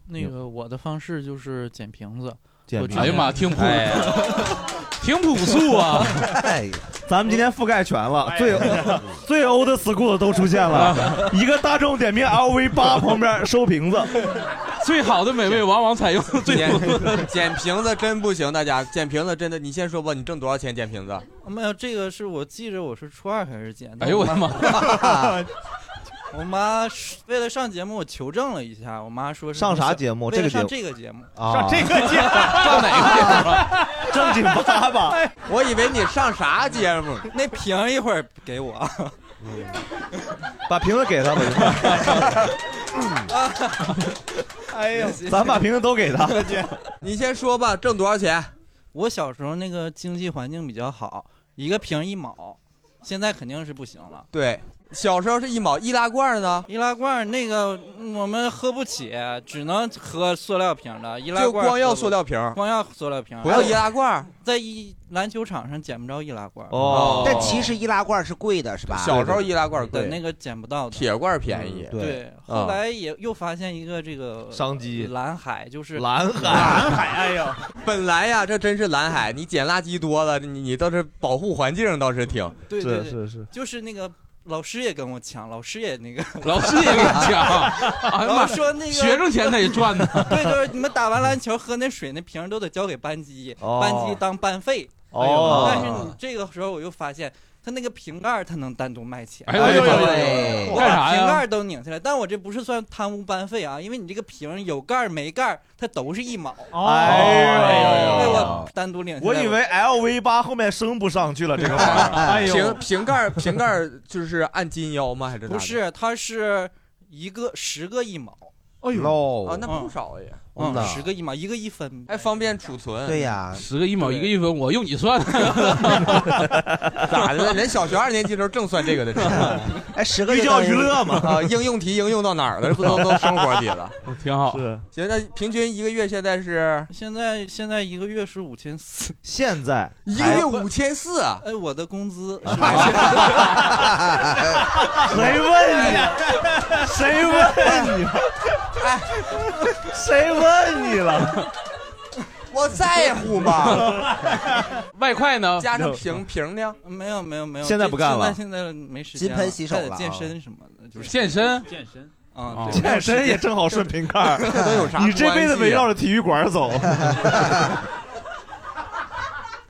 S19: 那个我的方式就是捡瓶子。
S2: 捡
S19: 我之
S2: 瓶子
S19: 前
S2: 哎呀妈挺朴
S19: 哎呀
S2: 挺朴 素啊 哎呀咱们今天覆盖全了，最
S4: 哎
S2: 最 old school 的都出现了，
S7: 啊
S2: 一个大众点评 LV 八旁边收瓶子，
S7: 最好的美味往往 采用最
S6: 捡捡瓶子真不行，大家捡瓶子真的，你先说吧，你挣多少钱捡瓶子？
S19: 哦没有，这个是我记着我是初二开始捡的。
S6: 哎呦我的妈！
S19: 我妈是为了上节目，我求证了一下，我妈说是
S2: 上啥
S19: 想
S2: 节目
S19: 为了
S2: 这个
S19: 上这
S2: 节目
S19: 个节目，
S2: 啊上这个节 目
S19: 上哪
S2: 个节目？ 正经八百。
S19: 哎我以为你上啥节目？那瓶一会儿给我。
S2: 嗯把瓶子给 他吧。
S19: 哎呦
S2: 咱把瓶子都给他
S19: 你先说吧，挣多少钱？我小时候那个经济环境比较好，一个瓶一毛，现在肯定是不行了。
S6: 对，小时候是一毛，易拉罐呢？
S19: 易拉罐那个我们喝不起，只能喝塑料瓶的。易拉
S6: 就
S19: 罐
S6: 光要
S19: 喝不
S6: 塑料瓶
S19: 光要塑料瓶，
S6: 不要易拉罐。
S19: 在一篮球场上捡不着易拉罐。
S2: 哦
S5: 但其实易拉罐是贵的，是吧？
S19: 小时候易
S6: 易拉罐
S19: 哦对
S6: 贵，
S19: 那个捡不到的，
S6: 铁罐啊便宜。
S19: 嗯对，后来也又发现一个这个
S6: 商机
S19: 蓝海就是
S6: 蓝海
S19: 蓝海，哎呦，
S6: 本来呀，这真是蓝海，你捡垃圾多了，你你倒是保护环境倒是挺。
S19: 对对对，
S7: 嗯
S19: 就是那个老师也跟我抢，老师 也那个，
S6: 老师也跟你
S7: 哎
S6: 抢
S7: 呀
S19: 然
S7: 妈
S19: 后说那个
S7: 学生钱他也赚呢
S19: 对，就是你们打完篮球喝那水，那瓶儿都得交给班级，
S7: 哦
S19: 班级当班费。
S7: 哦
S19: 哎呦但是你这个时候我又发现。他那个瓶盖儿他能单独卖钱，
S7: 哎呦哎呦哎呦哎呦
S19: 我
S7: 干啥
S19: 把
S7: 呀
S19: 瓶盖儿都拧下来，但我这不是算贪污班费啊，因为你这个瓶儿有盖儿没盖儿，它都是一毛。
S2: 哎
S19: 被
S2: 呦
S19: 我哎单独领下来。
S2: 我以为 LV 八后面升不上去了，这个玩意儿
S6: 瓶瓶盖瓶盖呃就是按斤腰吗？还是
S19: 不是，它是一个十个一毛。
S6: 哎呦
S19: 喽
S6: 啊那不少呀
S19: 嗯，
S2: 啊
S6: 嗯
S19: 十个一毛，一个一分，
S6: 还方便储存。
S7: 嗯十个一毛一个一分，我用你算。
S6: 咋的了？人小学二年级时候正算这个的时候，
S5: 哎，十
S6: 个
S5: 就教育乐嘛
S6: 啊，应用题应用到哪儿了？不都都生活里 了？
S2: 哦
S7: 挺好。
S6: 行，那平均一个月现在是？
S19: 现在现在一个月是五千四，
S2: 现在
S6: 一个月五千四啊！
S19: 哎，我的工 资哎
S2: 谁问你？谁问你？
S19: 哎
S2: 谁问你了？
S6: 我在 乎吗？
S7: 外快呢？
S6: 加上瓶瓶呢？
S19: 没有没有没有，
S2: 现在不干了
S19: 现在现在没时间了，
S2: 金盆洗手
S19: 还得
S2: 了啊
S19: 健身什么的，就是
S7: 健身
S19: 健身
S7: 哦
S19: 啊，对
S2: 健身也正好顺瓶盖儿
S19: 这 都有啥，
S2: 你这辈子
S19: 关系啊
S2: 围绕着体育馆走。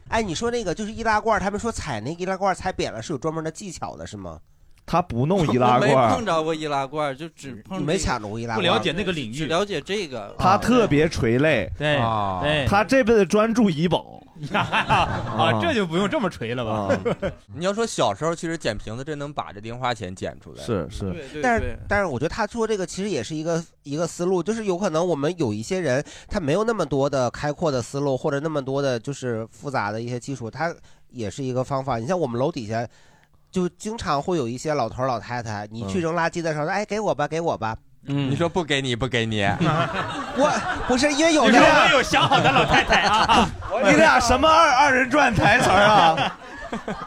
S5: 哎，你说那个就是易拉罐，他们说踩那个易拉罐踩扁了是有专门的技巧的，是吗？
S2: 他不弄易
S19: 我
S2: 拉
S19: 没
S2: 罐
S19: 碰，着过易拉罐，就只碰
S5: 你没
S19: 这个
S5: 抢着过易拉
S19: 不
S5: 罐
S19: 了
S5: 解
S19: 那个领域，只了解这个。
S2: 他特别垂泪。
S19: 对
S2: 啊
S19: 对
S2: 他这辈子专注怡宝。
S19: 啊
S2: 这
S19: 就不用这么
S6: 锤了
S5: 啊
S6: 吧？你要说小时候，其实捡瓶子真能把这零花钱捡出来。
S2: 是是
S5: 但是但是我觉得他做这个其实也是一个一个思路，就是有可能我们有一些人他没有那么多的开阔的思路，或者那么多的就是复杂的一些技术，他也是一个方法。你像我们楼底下。就经常会有一些老头儿老太太，你去
S6: 嗯
S5: 扔垃圾的时候，哎，给我吧，给我吧。
S7: 嗯，
S6: 你说不给你不给你，
S5: 我不是因为有
S6: 你
S5: 的
S6: 说
S5: 人
S6: 我有想好的老太太啊
S2: 你俩什么二二人转台词儿啊？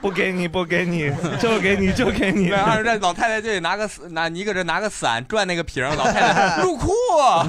S2: 不给你，不给 你，就给你，就给你。
S6: 对，二战老太太就得拿个拿你搁这拿个伞转那个瓶儿，老 太啊太入库。
S4: 啊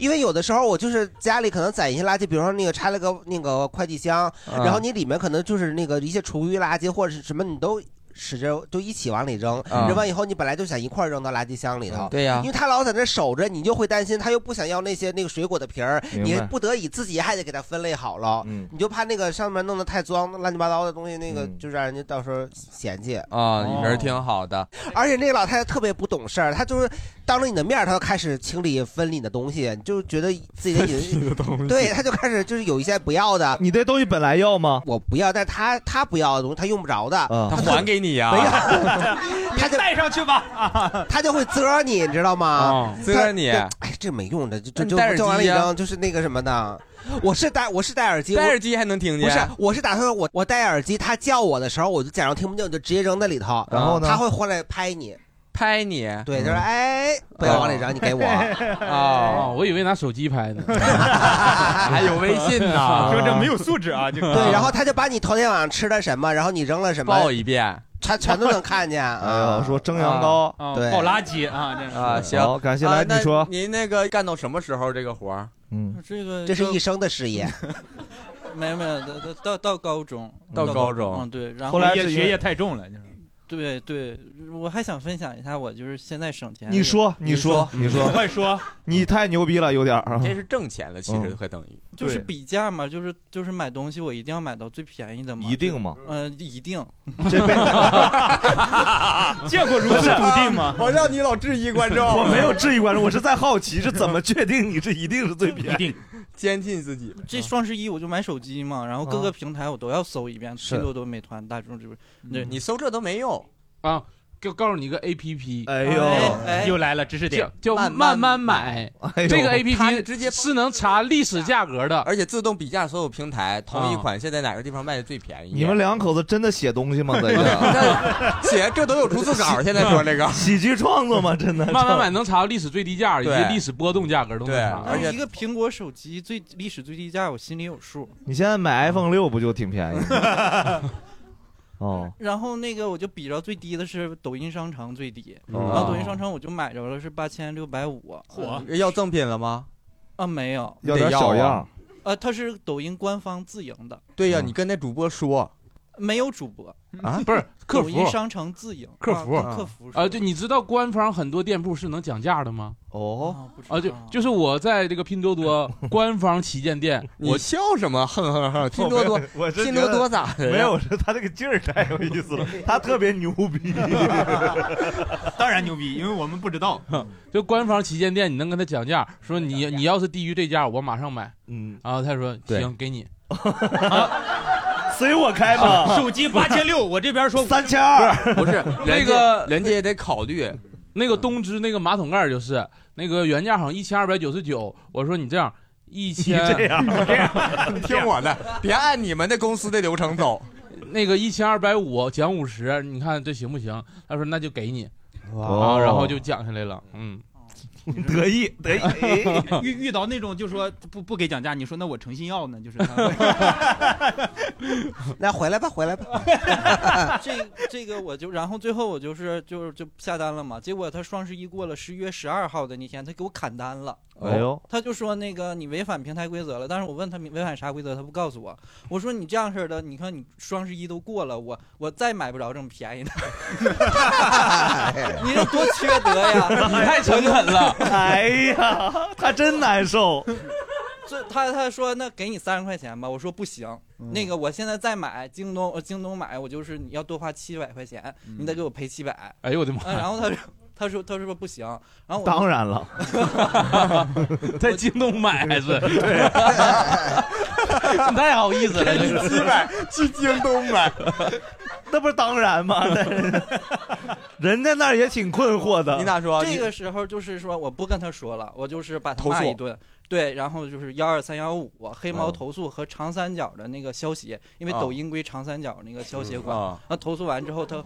S5: 因为有的时候我就是家里可能攒一些垃圾，比如说那个拆了个那个快递箱，
S6: 嗯
S5: 然后你里面可能就是那个一些厨余垃圾或者是什么，你都使劲就一起往里扔，
S6: 嗯
S5: 扔完以后你本来就想一块儿扔到垃圾箱里头，
S6: 嗯对呀
S5: 因为他老在那守着，你就会担心他又不想要那些那个水果的皮儿，
S6: 明白嗯
S5: 你不得已自己还得给它分类好了，你就怕那个上面弄得太脏，乱七八糟的东西，那个就让人家到时候嫌弃
S6: 啊，
S5: 哦
S6: 人挺好的，
S5: 而且那个老太太特别不懂事儿，她就是当着你的面儿，她就开始清理分你的东西，你就觉得自己 的隐对，她就开始就是有一些不要的。
S10: 你这东西本来要吗？啊
S5: 我不要，但是她她不要的东西，她用不着的，
S6: 他还给你啊呀、
S5: 她就带上去吧，她就会啧你，你知道吗？
S6: 哦啧
S5: 她
S6: 你
S5: 就哎，这没用的，就就
S6: 那你
S5: 就
S6: 戴耳
S5: 就完了一
S6: 机呀
S5: 张，就是那个什么的。我是戴我是戴耳机，
S6: 戴
S5: 我
S6: 耳机还能听见
S5: 不
S7: 啊
S5: 是，我是打算我我戴耳机，她叫我的时候，我就假装听不见，我就直接扔在里头。
S6: 然后呢
S5: 她会回来拍你。
S6: 拍你，
S5: 对，
S10: 嗯
S5: 就是哎，不要往里扔，你给 我。
S7: 啊！我以为拿手机拍 呢，
S6: 还 有微信呢
S4: 说这没有素质啊！这个
S5: 对，然后他就把你头天晚上吃了什么，然后你扔了什么，
S6: 报一遍，
S5: 他全都能看 见。啊，
S10: 哎说蒸羊羔
S5: 啊对
S4: 哦爆垃圾啊！这是
S6: 啊，行，
S10: 好感谢来
S6: 啊那
S10: 你说
S6: 您那个干到什么时候这个活儿？
S10: 嗯，
S19: 这个
S5: 这是一生的事 业。
S19: 没有没有，到到到高中，
S6: 到高中
S19: 嗯对，然后
S4: 后来是学业太重了，就是
S19: 对对，我还想分享一下，我就是现在省钱。嗯
S10: 你说，你说，你说，
S19: 快
S4: 说，
S10: 你太牛逼了，有点儿。嗯
S19: 这是
S6: 挣钱了，
S19: 其实
S2: 嗯
S6: 快等于
S19: 就是比价嘛，就是就是买东西，我一定要买到最便宜的嘛。
S10: 一定吗？
S19: 嗯，一定。
S10: 这 辈
S19: 子
S10: 见过如此笃定 吗，
S6: 啊 我让你老质疑观众
S10: 我没有质疑观众，我是在好奇是怎么确定 你这一定是最便宜。 一定
S6: 坚信自己。
S10: 嗯
S19: 这双十一我就买手机嘛，然后各
S7: 啊
S19: 个平台我都要搜一遍，
S6: 是
S19: 拼多多、美团、大众这边。对，
S6: 你搜这都没用
S7: 嗯啊！就告诉你一个 A P P，
S10: 哎呦
S19: 哎
S4: 又来了知识点
S7: 叫叫
S6: 慢
S7: 慢
S6: 慢
S7: 慢买
S6: 哎呦
S7: 这个 A P
S6: 它
S7: P 直接是能查历史价格的，啊
S6: 而且自动比价所有平台，同一款现在哪个地方卖的最便宜？
S10: 你们两口子真的写东西吗？在这
S6: 姐，这 都有逐字稿，现在说这个
S10: 喜剧创作吗？真的，
S7: 慢慢买能查到历史最低价以及
S10: 对
S7: 历史波动价格都能查，
S19: 而且哎一个苹果手机最历史最低价，我心里有 数。
S10: 你现在买 iPhone 六不就挺便宜吗？哦，
S19: 然后那个我就比着最低的是抖音商城最低，
S6: 哦
S19: 然后抖音商城我就买着了是八千六百五。嗯
S6: 要赠品了吗？
S19: 啊，没有，
S10: 要点小样儿。
S19: 呃，它是抖音官方自营的，
S6: 对
S10: 嗯
S2: 嗯
S6: 呀，你跟那主播说
S19: 没有主播
S6: 啊 不是客
S19: 抖
S6: 服
S19: 音嗯商城自营
S7: 客服
S19: 啊客服
S7: 啊，对，你知道官方很多店铺是能讲价的吗？
S10: 哦，
S7: 啊，就就是我在这个拼多 多官方旗舰店，
S6: 你
S7: 我
S6: 笑什么？哼哼哼，拼多多，
S10: 我是
S6: 拼多多咋的呀？
S10: 没有，我说他这个劲儿太有意 思了，他特别牛逼。
S4: 当然牛逼，因为我们不知道。
S7: 就官方旗舰店，你能跟他讲价，说你你要是低于这价，我马上买。
S10: 嗯，
S7: 然后他说
S10: 对
S7: 行，给 你。啊
S10: 随我开吧，
S4: 手机八千六，我这边说
S10: 三千二，
S6: 不是
S7: 那个
S6: 人家也得考虑。
S7: 那个东芝那个马桶盖就是那个原价好像一千二百九十九，我说你这样一千，
S6: 你这样 这样，听我的，别按你们的公司的流程走。
S7: 那个一千二百五减五十，你看这行不行？他说那就给你，
S10: 哇
S7: 啊然
S6: 哦
S7: 后就降下来了， 嗯，
S10: 得意 得
S4: 遇 遇到那种就说不不给讲价，你说那我诚心要呢，就是他
S5: 那回来吧，回来吧。
S19: 这这个我就，然后最后我就是就是就下单了嘛，结果他双十一过了，十一月十二号的那天，他给我砍单了。
S10: 哎呦
S19: 他就说那个你违反平台规则了，但是我问他违反啥规则，他不告诉我。我说你这样式儿的，你看你双十一都过了，我我再买不着这么便宜 的，你这多缺德呀！
S10: 你太诚 恳了哎呀，他真难受。
S19: 这他他说那给你三十块钱吧，我说不行，
S10: 嗯
S19: 那个我现在再买京东，呃京东买我就是你要多花七百块钱，
S10: 嗯
S19: 你得给我赔七百。
S7: 哎呦我的妈
S19: 啊然后他说他说他说不行，然后我
S10: 当 然了，
S7: 在京东买还是你 太好意思了，这个
S6: 七百去京东啊买，
S10: 那不是当然吗？ 那人家那儿也挺困惑的。
S19: 这个时候就是说我不跟他说了，我就是把他
S10: 啊投
S19: 骂
S10: 诉嗯
S19: 一顿。对，然后就是幺二三幺五黑猫投诉和长三角的那个消协，因为
S10: 啊
S19: 抖音归长三角那个消协管。
S10: 嗯啊
S19: 他投诉完之后，他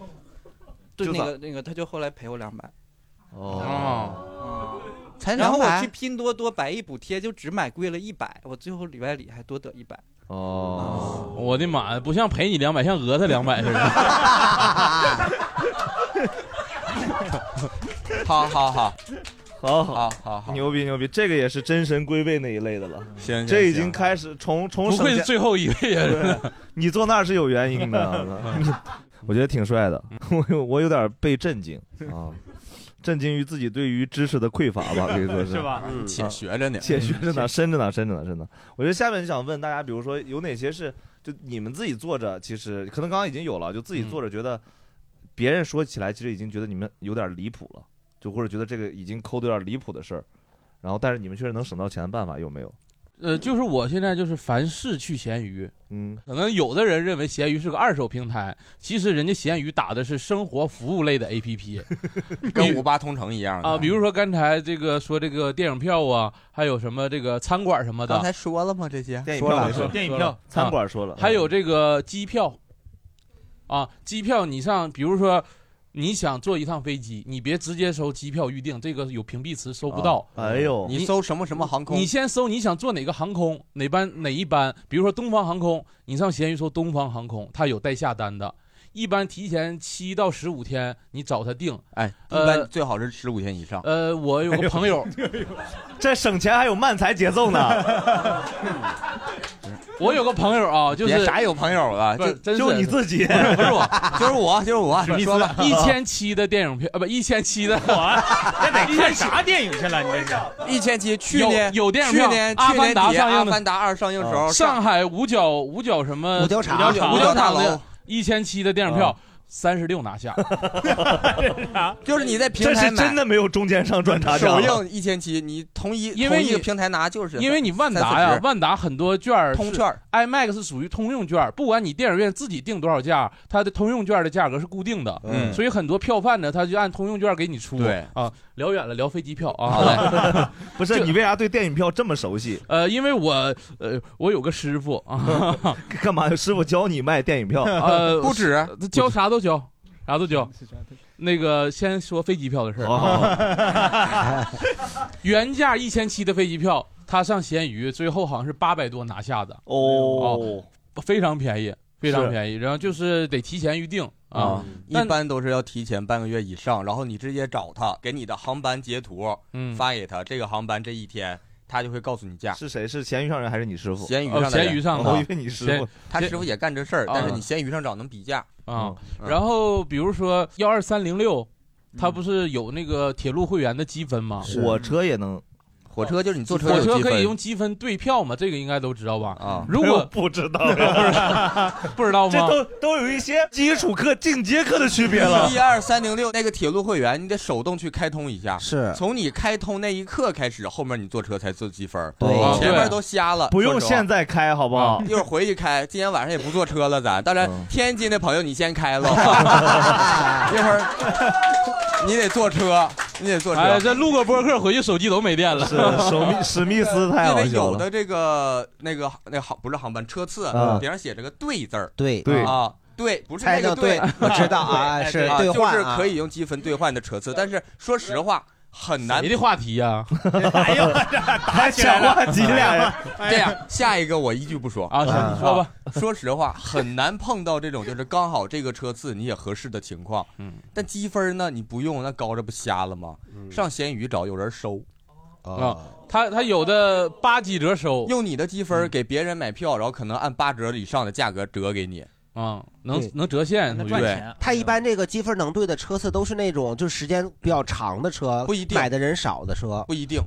S19: 对
S10: 就
S19: 那
S10: 咋
S19: 个那个他就后来赔我两百。嗯
S10: 哦，
S6: 才
S19: 然后我
S6: 200
S19: 去拼多多百亿补贴，就只买贵了一百，我最后里外里还多得一百。
S7: 哦，我的妈呀，不像赔你两百，像讹他两百似的。
S6: 好好好，
S10: 好
S6: 好好好，
S10: 牛逼牛逼，这个也是真神归位那一类的了。
S6: 行
S10: 这已
S6: 嗯行
S10: 经开始从从
S7: 不
S10: 省
S7: 愧是
S10: 钱
S7: 最后一位啊
S10: 对你坐那儿是有原因的。
S2: 我觉得挺帅的，
S6: 嗯
S2: 我有我有点被震惊啊，震惊于自己对于知识的匮乏吧， 可以说
S6: 是吧嗯
S2: 啊
S6: 且学着呢嗯
S2: 且学着 呢，深着呢，深着呢，深着呢。我觉得下面想问大家，比如说有哪些是就你们自己做着，其实可能刚刚已经有了，就
S6: 嗯
S2: 自己做着觉得别人说起来，其实已经觉得你们有点离谱了，就或者觉得这个已经抠的有点离谱的事儿，然后但是你们确实能省到钱的办法 有没有？
S7: 呃，就是我现在就是凡事去闲鱼，
S2: 嗯，
S7: 可能有的人认为闲鱼是个二手平台，其实人家闲鱼打的是生活服务类的 APP，
S6: 跟五八同城一样的
S7: 啊，比如说刚才这个说这个电影票啊，还有什么这个餐馆什么的，
S6: 刚才说了吗？这些
S7: 电影票没说
S6: 电影
S7: 说
S6: 票
S7: 了
S2: 餐馆说了
S7: 啊还有这个机票，啊，机票你上，比如说你想坐一趟飞机，你别直接搜机票预订，这个有屏蔽词搜不到。
S2: 啊哎呦
S7: 你
S2: 你搜
S6: 什么什么航空
S7: 你先搜你想坐哪个航空，哪班哪一班，比如说东方航空，你上闲鱼搜东方航空，它有带下单的。一般提前七到十五天，你找他定。
S6: 哎，一
S7: 呃
S6: 般最好是十五天以上。
S7: 呃，我有个朋友，
S2: 这省钱还有慢才节奏呢。
S7: 我有个朋友啊，就是
S6: 别啥有朋友了，
S7: 不是真是
S6: 不是不是我， 就是我，就是我。
S7: 史密
S6: 说吧，
S7: 斯 一千七的电影票啊，不一千七的，
S6: 这得看啥
S7: 电影去了？你这
S6: 一千七，去年
S7: 有有电影
S6: 去
S7: 票，
S6: 年
S7: 阿
S6: 去年
S7: 凡达
S6: 底
S7: 上映的，哦
S6: 阿凡达二上映时候，
S7: 上海五角五角什么
S6: 五角场哦
S7: 五
S6: 五
S7: 角
S6: 角大
S7: 场
S6: 楼
S7: 的一千七的电影票。三十六拿 下，
S6: 就是你在平台
S2: 这是
S6: 买
S2: 真的没有中间商赚啊差价
S6: 首
S2: 了。
S6: 映一千七，你同一
S7: 因为
S6: 同一
S7: 你
S6: 个平台拿就是，
S7: 因为你万达呀
S6: 30，
S7: 万达很多券儿是
S6: 通券儿
S7: ，IMAX 是属于通用券儿，不管你电影院自己定多少价，它的通用券儿的价格是固定的，
S6: 嗯
S7: 所以很多票贩呢，他就按通用券儿给你出。
S6: 对
S7: 啊，聊远了，聊飞机票
S2: 好嘞，
S7: 啊
S2: 不是你为啥对电影票这么熟悉？
S7: 呃，因为我呃，我有个师傅啊，
S2: 干嘛？师傅教你卖电影 票？
S7: 呃，教啥都教，啥都教。那个先说飞机票的事
S2: 好好
S6: 哦
S7: 儿， 原价一千七的飞机票，他上闲鱼最后好像是八百多拿下的啊
S2: 哦，
S7: 非常便宜，非常
S6: 是
S7: 便宜。然后就是得提前预定啊
S6: 啊，，一般都是要提前半个月以上，然后你直接找他，给你的航班截图，
S7: 嗯
S6: 发给他，这个航班这一天，他就会告诉你价。
S2: 是谁？是咸鱼上人还是你师傅？哦
S6: 闲鱼上的人，
S7: 哦闲鱼上的
S2: 我以为你师傅
S7: 闲。
S6: 他师傅也干这事儿，
S7: 啊
S6: 但是你闲鱼上找能比价
S7: 啊。
S6: 嗯
S7: 然后比如说幺二三零六，它不是有那个铁路会员的积分吗？
S2: 火车也能，
S6: 火车就是你坐车
S7: 火
S6: 有
S7: 车
S6: 积
S7: 可以
S6: 分
S7: 用积分兑票嘛？这个应该都知道吧？
S6: 啊
S7: 如果
S2: 我不知道
S7: 不知道
S2: 这
S7: 吗？
S2: 都都有一些基础课、进阶课的区 别了。
S6: 一二三零六那个铁路会员，你得手动去开通一下。
S5: 是
S6: 从你开通那一刻开始，后面你坐车才坐积分儿。
S2: 对哦
S6: 前面
S2: 对
S6: 都瞎了。
S2: 不用
S6: 说实话
S2: 现在开，好不
S7: 哦
S2: 嗯好？
S6: 啊一会儿回去开，今天晚上也不坐车了，咱。当然，天津的朋友你先开 了，一会儿你得坐车，你得坐车。
S7: 哎，这录个播客回去手机都没电了。
S2: 是手密史密斯太
S6: 因
S2: 好
S6: 为
S2: 笑
S6: 有
S2: 了。
S6: 的这个那个那个航不是航班车次啊
S2: 嗯，
S6: 顶上写着个“对”字儿，
S5: 对
S2: 对
S6: 啊，对，不是
S5: 猜
S6: 那
S5: 到
S6: 个对
S5: 对，我知道啊
S6: 哎
S5: 是
S6: 对啊
S5: 兑换
S6: 就是
S5: 啊
S6: 可以用积分兑换的车次，但是说实话很难。哎
S7: 谁的话题啊 呀？
S6: 还
S7: 抢话题俩人
S6: 哎这样，下一个我一句不说
S7: 啊行你说吧。
S6: 说实话，很难碰到这种就是刚好这个车次你也合适的情况。
S7: 嗯，
S6: 但积分呢，你不用那高这不瞎了吗？
S5: 嗯
S6: 上闲鱼找有人收。
S7: 啊，他他有的八几折收，嗯
S6: 用你的积分给别人买票，然后可能按八折以上的价格折给你。
S7: 啊，能能折现，
S6: 那赚钱
S5: 他一般这个积分能对的车次都是那种就是时间比较长的车，
S6: 不一定
S5: 买的人少的车，
S6: 不一定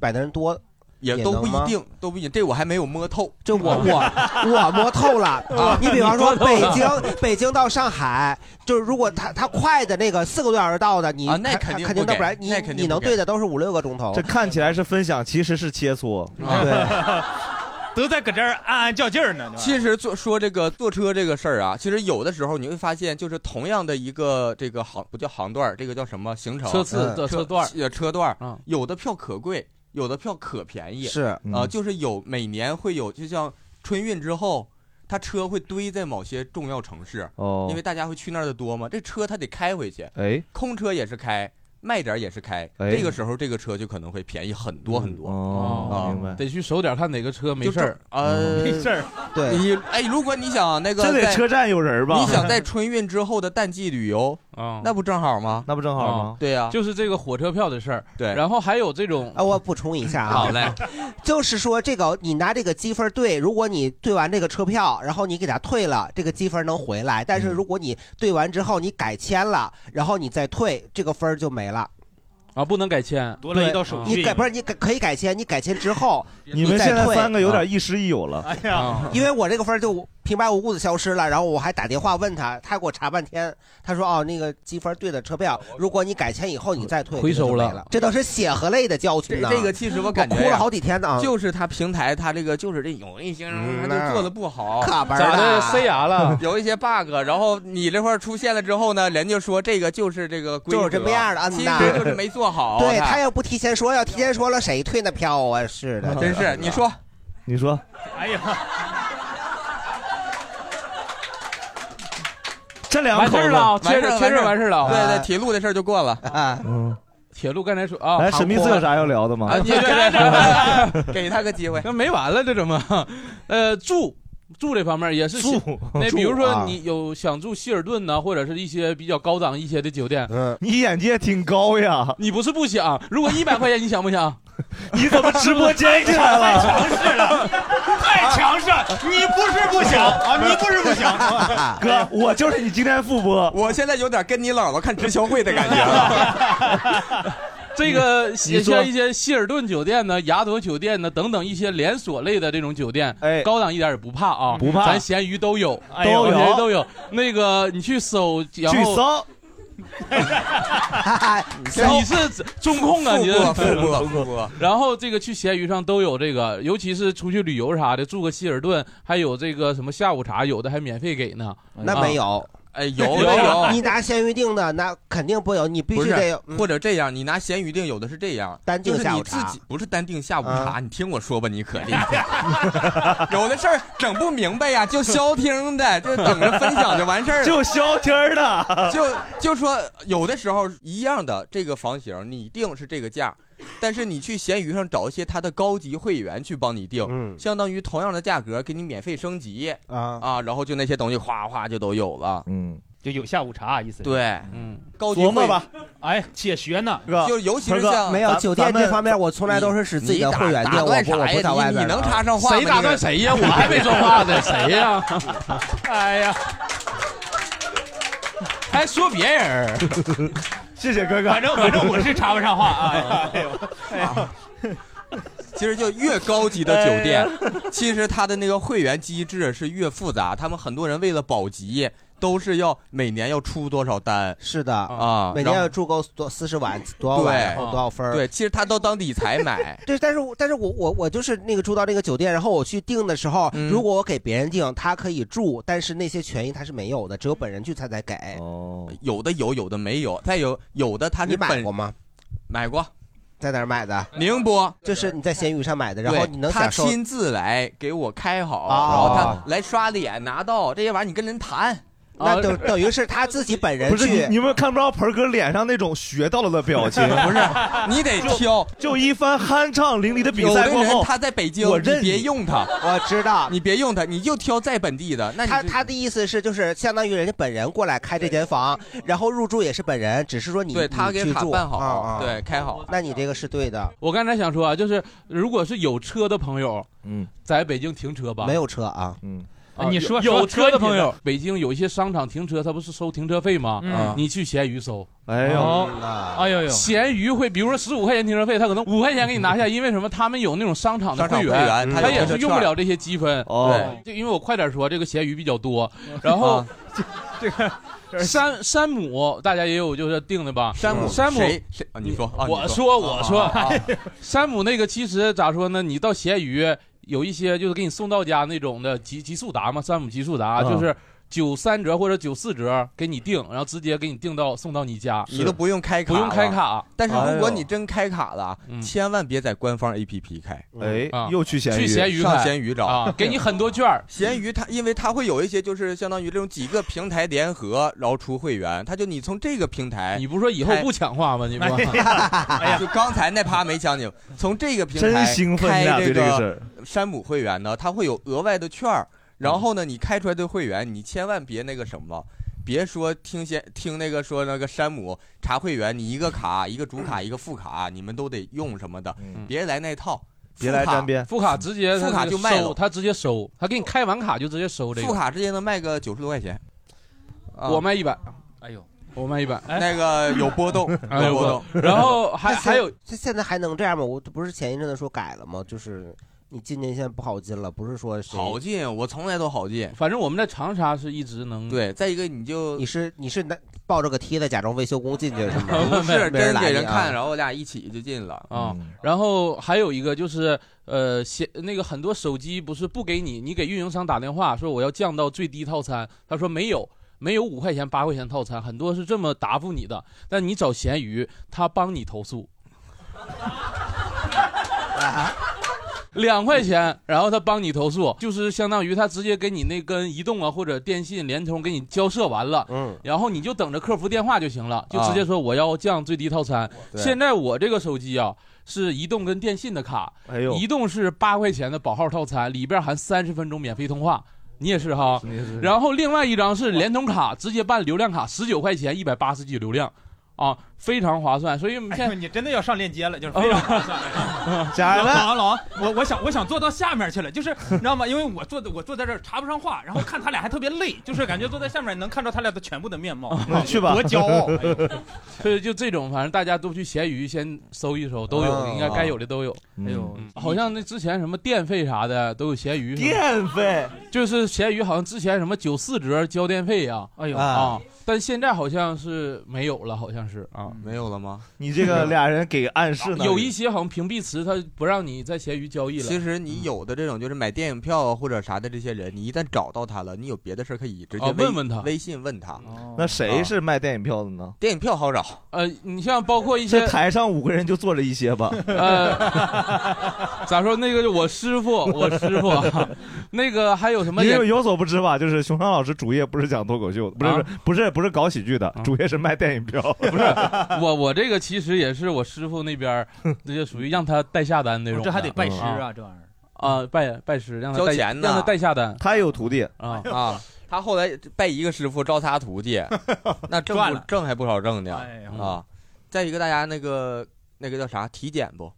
S5: 买的人多
S6: 也
S5: 也
S6: 都
S5: 能
S6: 不一
S5: 吗
S6: 定，都不一定。这我还没有摸透。
S5: 就我我我摸透了
S6: 啊
S5: 你比方说
S6: 你摸透
S5: 北
S6: 了
S5: 京北京到上海，就是如果他他快的那个四个多小时到的，你
S6: 啊那
S5: 他
S6: 肯定
S5: 他
S6: 不
S5: 肯定到
S6: 给
S5: 不然，你
S6: 那肯定
S5: 你
S6: 不
S5: 能
S6: 给
S5: 对的都是五六个钟头
S2: 这。看起来是分享，其实是切磋。
S6: 都在搁这儿暗暗较劲儿呢。其实坐说这个坐车这个事儿啊，其实有的时候你会发现，就是同样的一个这个航不叫航段儿，这个叫什么行程
S7: 车次的车段儿嗯
S6: 呃车段儿，有的票可贵，有的票可便宜，
S5: 是嗯
S6: 啊，就是有每年会有，就像春运之后。它车会堆在某些重要城市，
S2: 哦
S6: 因为大家会去那儿的多嘛。这车它得开回去，
S2: 哎，
S6: 空车也是开，卖点儿也是开。
S2: 哎
S6: 这个时候这个车就可能会便宜很多很多。
S7: 哦
S6: 啊，
S7: 明白，得去守点儿看哪个车没
S6: 就
S7: 事儿嗯
S6: 这，呃，你哎，如果你想那个
S2: 这得
S6: 在
S2: 车站有人吧？
S6: 你想在春运之后的淡季旅游，
S7: 啊，
S6: 那不正好吗？
S10: 那不正
S7: 啊
S10: 好吗？
S6: 对呀
S7: 就是这个火车票的事儿。
S6: 对
S7: 然后还有这种
S5: 啊，我补充一下啊，
S7: 好嘞，
S5: 就是说这个你拿这个积分兑，如果你兑完这个车票，然后你给它退了，这个积分能回来；但是
S6: 嗯
S5: 如果你兑完之后你改签了，然后你再退，这个分儿就没了。
S7: 啊，不能改签，啊
S10: 多了一道
S6: 哦
S10: 手续
S5: 你改不是你改可以改签，你改签之后
S10: 你们现在三个有点
S5: 一。
S10: 亦师亦友了。
S5: 哎
S2: 啊
S5: 呀， 因为我这个分儿就平白无故的消失了，然后我还打电话问他，他给我查半天，他说哦，那个积分兑的车票，如果你改签以后你再退，
S6: 回收
S5: 这就没
S6: 了
S5: 了，这都是血和泪的教
S6: 这
S5: 训呢。
S6: 这个其实我感觉呀
S5: 哭了好几天呢，啊
S6: 就是他平台哎他这个就是这有一些人
S5: 嗯
S6: 他
S5: 呐
S6: 就做的不好，
S5: 卡门儿咋的了塞牙了
S6: 有一些 bug，然后你这块儿出现了之后呢，人家说这个就是这个规则，
S5: 就是这样的嗯
S6: 其
S5: 呐
S6: 实就是没做好，啊
S5: 对
S6: 他
S5: 他要不提前说，要提前说了谁退那票啊？是的，
S6: 真是 你说，
S10: 你说，
S22: 哎呀，
S10: 这
S7: 两口子完事儿了确实
S6: 完
S7: 确实完事儿了啊
S6: 对对，铁路的事儿就过了。
S5: 啊
S10: 嗯，
S7: 铁路刚才说啊，
S2: 哎
S10: 来，史密斯有啥要聊 的吗？
S7: 啊，你别别别别
S6: 给他个机会，
S7: 那没完了，这怎么？呃，住住这方面也是
S10: 住
S7: 那
S10: 住
S7: 比如说
S10: 啊
S7: 你有想住希尔顿呐，或者是一些比较高档一些的酒店，
S10: 你眼界挺高呀，
S7: 你不是不想，如果一百块钱你想不想？
S10: 你怎么直播间
S7: 起
S10: 进来了
S7: 太强势了，
S4: 你不是不想啊，你不是不 想。
S10: 哥，我就是你今天副播，
S6: 我现在有点跟你姥姥看直销会的感觉了。
S7: 这 个
S6: 你说
S7: 像一些希尔顿酒店呢、雅朵酒店呢等等一些连锁类的这种酒店，
S10: 哎，
S7: 高档一点也不怕啊，
S10: 不怕
S7: 咱咸鱼都有，
S10: 哎呦
S7: 我觉得
S10: 有
S7: 都有。那个你去搜，然后
S10: 去搜。
S7: 你是中控啊？你这
S6: 复播复 播复播
S7: 然后这个去闲鱼上都有这个，尤其是出去旅游啥的，住个希尔顿，还有这个什么下午茶，有的还免费给呢。啊
S5: 那没有，
S6: 哎，有
S5: 有
S6: 有，
S5: 你拿闲鱼订的，那肯定不有，你必
S6: 不
S5: 须
S6: 是
S5: 得有。嗯
S6: 或者这样，你拿闲鱼定有的是这样，
S5: 单定
S6: 就是
S5: 下
S6: 你
S5: 午
S6: 自
S5: 茶啊
S6: 己不是单定下午茶，你听我说吧，你可厉害， 有的事儿整不明白 呀，就消停的，就等着分 享就完事儿了，
S10: 就消停儿的
S6: 就就说有的时候一样的这个房型，你定是这个价。但是你去闲鱼上找一些他的高级会员去帮你定，相当于同样的价格给你免费升级
S5: 嗯啊
S6: 啊，然后就那些东西哗哗就都有了，
S10: 嗯，
S6: 就有下午茶啊意思对，
S7: 嗯，
S6: 高级
S7: 琢磨
S6: 会
S7: 吧，
S6: 哎，解学呢
S7: 哥
S6: 就尤其是
S5: 鹏哥
S6: 像
S5: 没有酒店这 方面我从来都是使自己的会员店我不我不在外边
S6: 你能
S5: 的
S6: 插上话吗？
S7: 谁打断谁呀？我还没说话 呢，谁呀？哎呀，还说别人儿，
S10: 谢谢哥哥
S7: 反正反正
S4: 哎
S7: 我是插不上话啊。
S4: 哎呦，哎呦，
S6: 其实就越高级的酒店，
S7: 哎
S6: 其实它的那个会员机制是越复杂。他们很多人为了保级，都是要每年要出多少单。
S5: 是的
S6: 啊，
S5: 每天要
S6: 然后
S5: 住够多四十晚多少晚，然后
S6: 对
S5: 多少分儿。
S6: 对，其实他都当理财买
S5: 对，但是我但是我我我就是那个住到那个酒店，然后我去订的时候，
S6: 嗯
S5: 如果我给别人订，他可以住，但是那些权益他是没有的，只有本人去他才给。
S10: 哦，
S6: 有的有，有的没有。再有有的他是
S5: 你买
S6: 本
S5: 过吗？
S6: 买过，
S5: 在哪儿买的？
S6: 宁波，
S5: 就是你在闲鱼上买的，然后
S6: 对
S5: 你能
S6: 他
S5: 享受。
S6: 亲自来给我开
S5: 哦
S6: 好，然后他来刷脸拿到这些玩意儿，你跟人谈。啊
S5: 那等等于是他自己本人
S10: 不是你
S5: 去，
S10: 你们看不着盆哥脸上那种学到了的表情，
S6: 不是你得挑
S10: 就一番酣畅淋漓的比
S6: 有
S10: 赛
S6: 的
S10: 过
S6: 人
S10: 后，
S6: 他在北京，
S10: 我
S6: 你
S10: 认
S6: 别用他，
S5: 我知道，
S6: 你别用他，你就挑在本地的。那你
S5: 他他的意思是，就是相当于人家本人过来开这间房，然后入住也是本人，只是说你
S6: 对他给
S5: 你去
S6: 卡
S5: 住
S6: 办好
S5: 啊啊
S6: 对开好。
S5: 那你这个是对的，
S7: 我刚才想说啊，就是如果是有车的朋友，
S10: 嗯，
S7: 在北京停车吧，
S5: 没有车啊，
S10: 嗯。
S7: 啊
S3: 你说
S7: 有
S3: 说
S7: 有车的朋
S3: 说
S7: 友
S3: 你的，
S7: 北京有一些商场停车，他不是收停车费吗？
S3: 嗯
S7: 你去闲鱼搜，
S10: 哎呦
S7: 哦
S3: 哎呦呦
S7: 闲鱼会，比如说十五块钱停车费，他可能五块钱给你拿下，因为什么？他们有那种商场的
S6: 商场
S7: 会
S6: 会员
S1: 嗯
S7: 员，
S6: 他有
S7: 他也
S6: 这
S7: 是
S6: 个
S7: 用不
S6: 券
S7: 了这些积分。
S6: 哦
S7: 对，就因为我快点说，这个闲鱼比较
S10: 哦
S7: 多，然后
S6: 啊
S7: 山山姆大家也有就是定的吧？山
S6: 姆
S7: 山姆
S6: 谁谁啊你说啊
S7: 我
S6: 你说
S7: 我
S6: 啊
S7: 说
S6: 啊啊，
S7: 山姆那个其实咋说呢？你到闲鱼有一些就是给你送到家那种的极极速达嘛，山姆极速达
S6: 啊
S7: 就是。九三折或者九四折给你定，然后直接给你定到送到你家，
S6: 你都不用开卡，
S7: 不用开卡。哎
S6: 但是如果你真开卡了，啊千万别在官方 APP 开。
S7: 嗯啊
S6: 鱼
S7: 去闲鱼
S6: 上
S7: 看
S6: 闲鱼找
S7: 啊，给你很多券儿。
S6: 闲鱼它因为它会有一些就是相当于这种几个平台联合，然后出会员，它就你从这个平台，哎
S7: 你不是说以后不抢话吗？你不，
S6: 就刚才那趴没抢你，从这个平台
S7: 真兴奋
S6: 开
S7: 呐对这个事
S6: 个
S7: 儿嗯
S6: 山姆会员呢，它会有额外的券儿，然后呢，你开出来的会员，你千万别那个什么。别说听先听那个说那个山姆查会员，你一个卡一个主卡一个副卡，你们都得用什么的，
S7: 嗯
S6: 别来那套。
S10: 别来
S6: 副卡
S10: 沾边
S7: 副卡直接
S6: 副卡就
S7: 收
S6: 卖了
S7: 他直接收，他给你开完卡就直接收这个。
S6: 副卡直接能卖个九十多块钱，啊
S7: 我卖一百，
S6: 哎呦，哎
S7: 我卖一百，
S6: 那个有波动，
S7: 哎
S6: 有波动。
S7: 然后还
S5: 那现
S7: 还有，
S5: 这现在还能这样吗？我不是前一阵子说改了吗？就是你进去现在不好进了，不是说谁
S6: 好进，我从来都好进。
S7: 反正我们在长沙是一直能
S6: 对。再一个，你就
S5: 你是你是拿抱着个梯子假装维修工进去是吗？
S6: 不是
S5: 没人
S6: 真
S5: 拦
S6: 给
S5: 你
S6: 人
S5: 啊
S6: 看，然后我俩一起就进了嗯
S7: 啊、然后还有一个就是，呃，显那个很多手机不是不给你，你给运营商打电话说我要降到最低套餐，他说没有，没有五块钱八块钱套餐，很多是这么答复你的。但你找闲鱼，他帮你投诉，
S6: 啊
S7: 两块钱，然后他帮你投诉，就是相当于他直接给你那跟移动啊或者电信、联通给你交涉完了，
S5: 嗯，
S7: 然后你就等着客服电话就行了，就直
S6: 啊
S7: 接说我要降最低套餐。
S10: 对
S7: 现在我这个手机啊是移动跟电信的卡，
S10: 哎呦
S7: 移动是八块钱的保号套餐，里边含三十分钟免费通话。你也是哈，然后另外一张是联通卡，直接办流量卡，十九块钱一百八十 G 流量，啊，非常划算。所以我们现在
S4: 哎你真的要上链接 了，就是非常划算。
S7: 假 的。
S4: 老王，老王，我我想我想坐到下面去了，就是你知道吗？因为我坐我坐在这儿插不上话，然后看他俩还特别累，就是感觉坐在下面能看到他俩的全部的面 貌
S7: 哦去吧
S4: 多骄傲！ 哎呦
S7: 所以就这种，反正大家都去闲鱼先搜一搜，都有，
S10: 啊
S7: 应该该有的都有。
S10: 哎呦
S7: 嗯，好像那之前什么电费啥的都有闲鱼。
S10: 电费
S7: 就是闲鱼，好像之前什么九四折交电费啊，哎
S10: 呦
S7: 啊，但现在好像是没有了，好像是啊，
S6: 没有了吗？
S10: 你这个俩人给暗示 呢，
S7: 有一些好像屏蔽词，它不让你在闲鱼交易了。嗯
S6: 其实你有的这种就是买电影票啊或者啥的这些人，你一旦找到他了，你有别的事儿可以直接
S7: 哦
S6: 微
S7: 问问他
S6: 微信问他。啊
S10: 那谁是卖电影票的呢？
S6: 电影票好找，
S7: 呃，你像包括一
S10: 这
S7: 些
S10: 台上五个人就坐着一些吧。
S7: 呃，咋说那个就我师 傅，我师傅， 那个还有什么
S10: 因
S7: 演
S10: 为有所不知吧，就是熊昌老师主业不是讲脱口秀的，不是、
S7: 啊
S10: 不是不是搞喜剧的，主业是卖电影 票。不
S7: 是，我我这个其实也是我师傅那边儿， 这就属于让他代下单那种的。
S4: 这还得拜师
S7: 啊
S4: 啊，，这玩意儿。
S7: 啊拜拜师，让他
S6: 交
S7: 代
S6: 钱呢
S7: 让他代下单。
S10: 他也有徒弟
S7: 啊
S6: 啊，他后来拜一个师傅，招仨 徒弟，那挣
S7: 赚
S6: 不
S7: 了
S6: 挣还不少挣呢
S7: 哎呀
S6: 啊！再一个，大家那个那个叫啥体检不？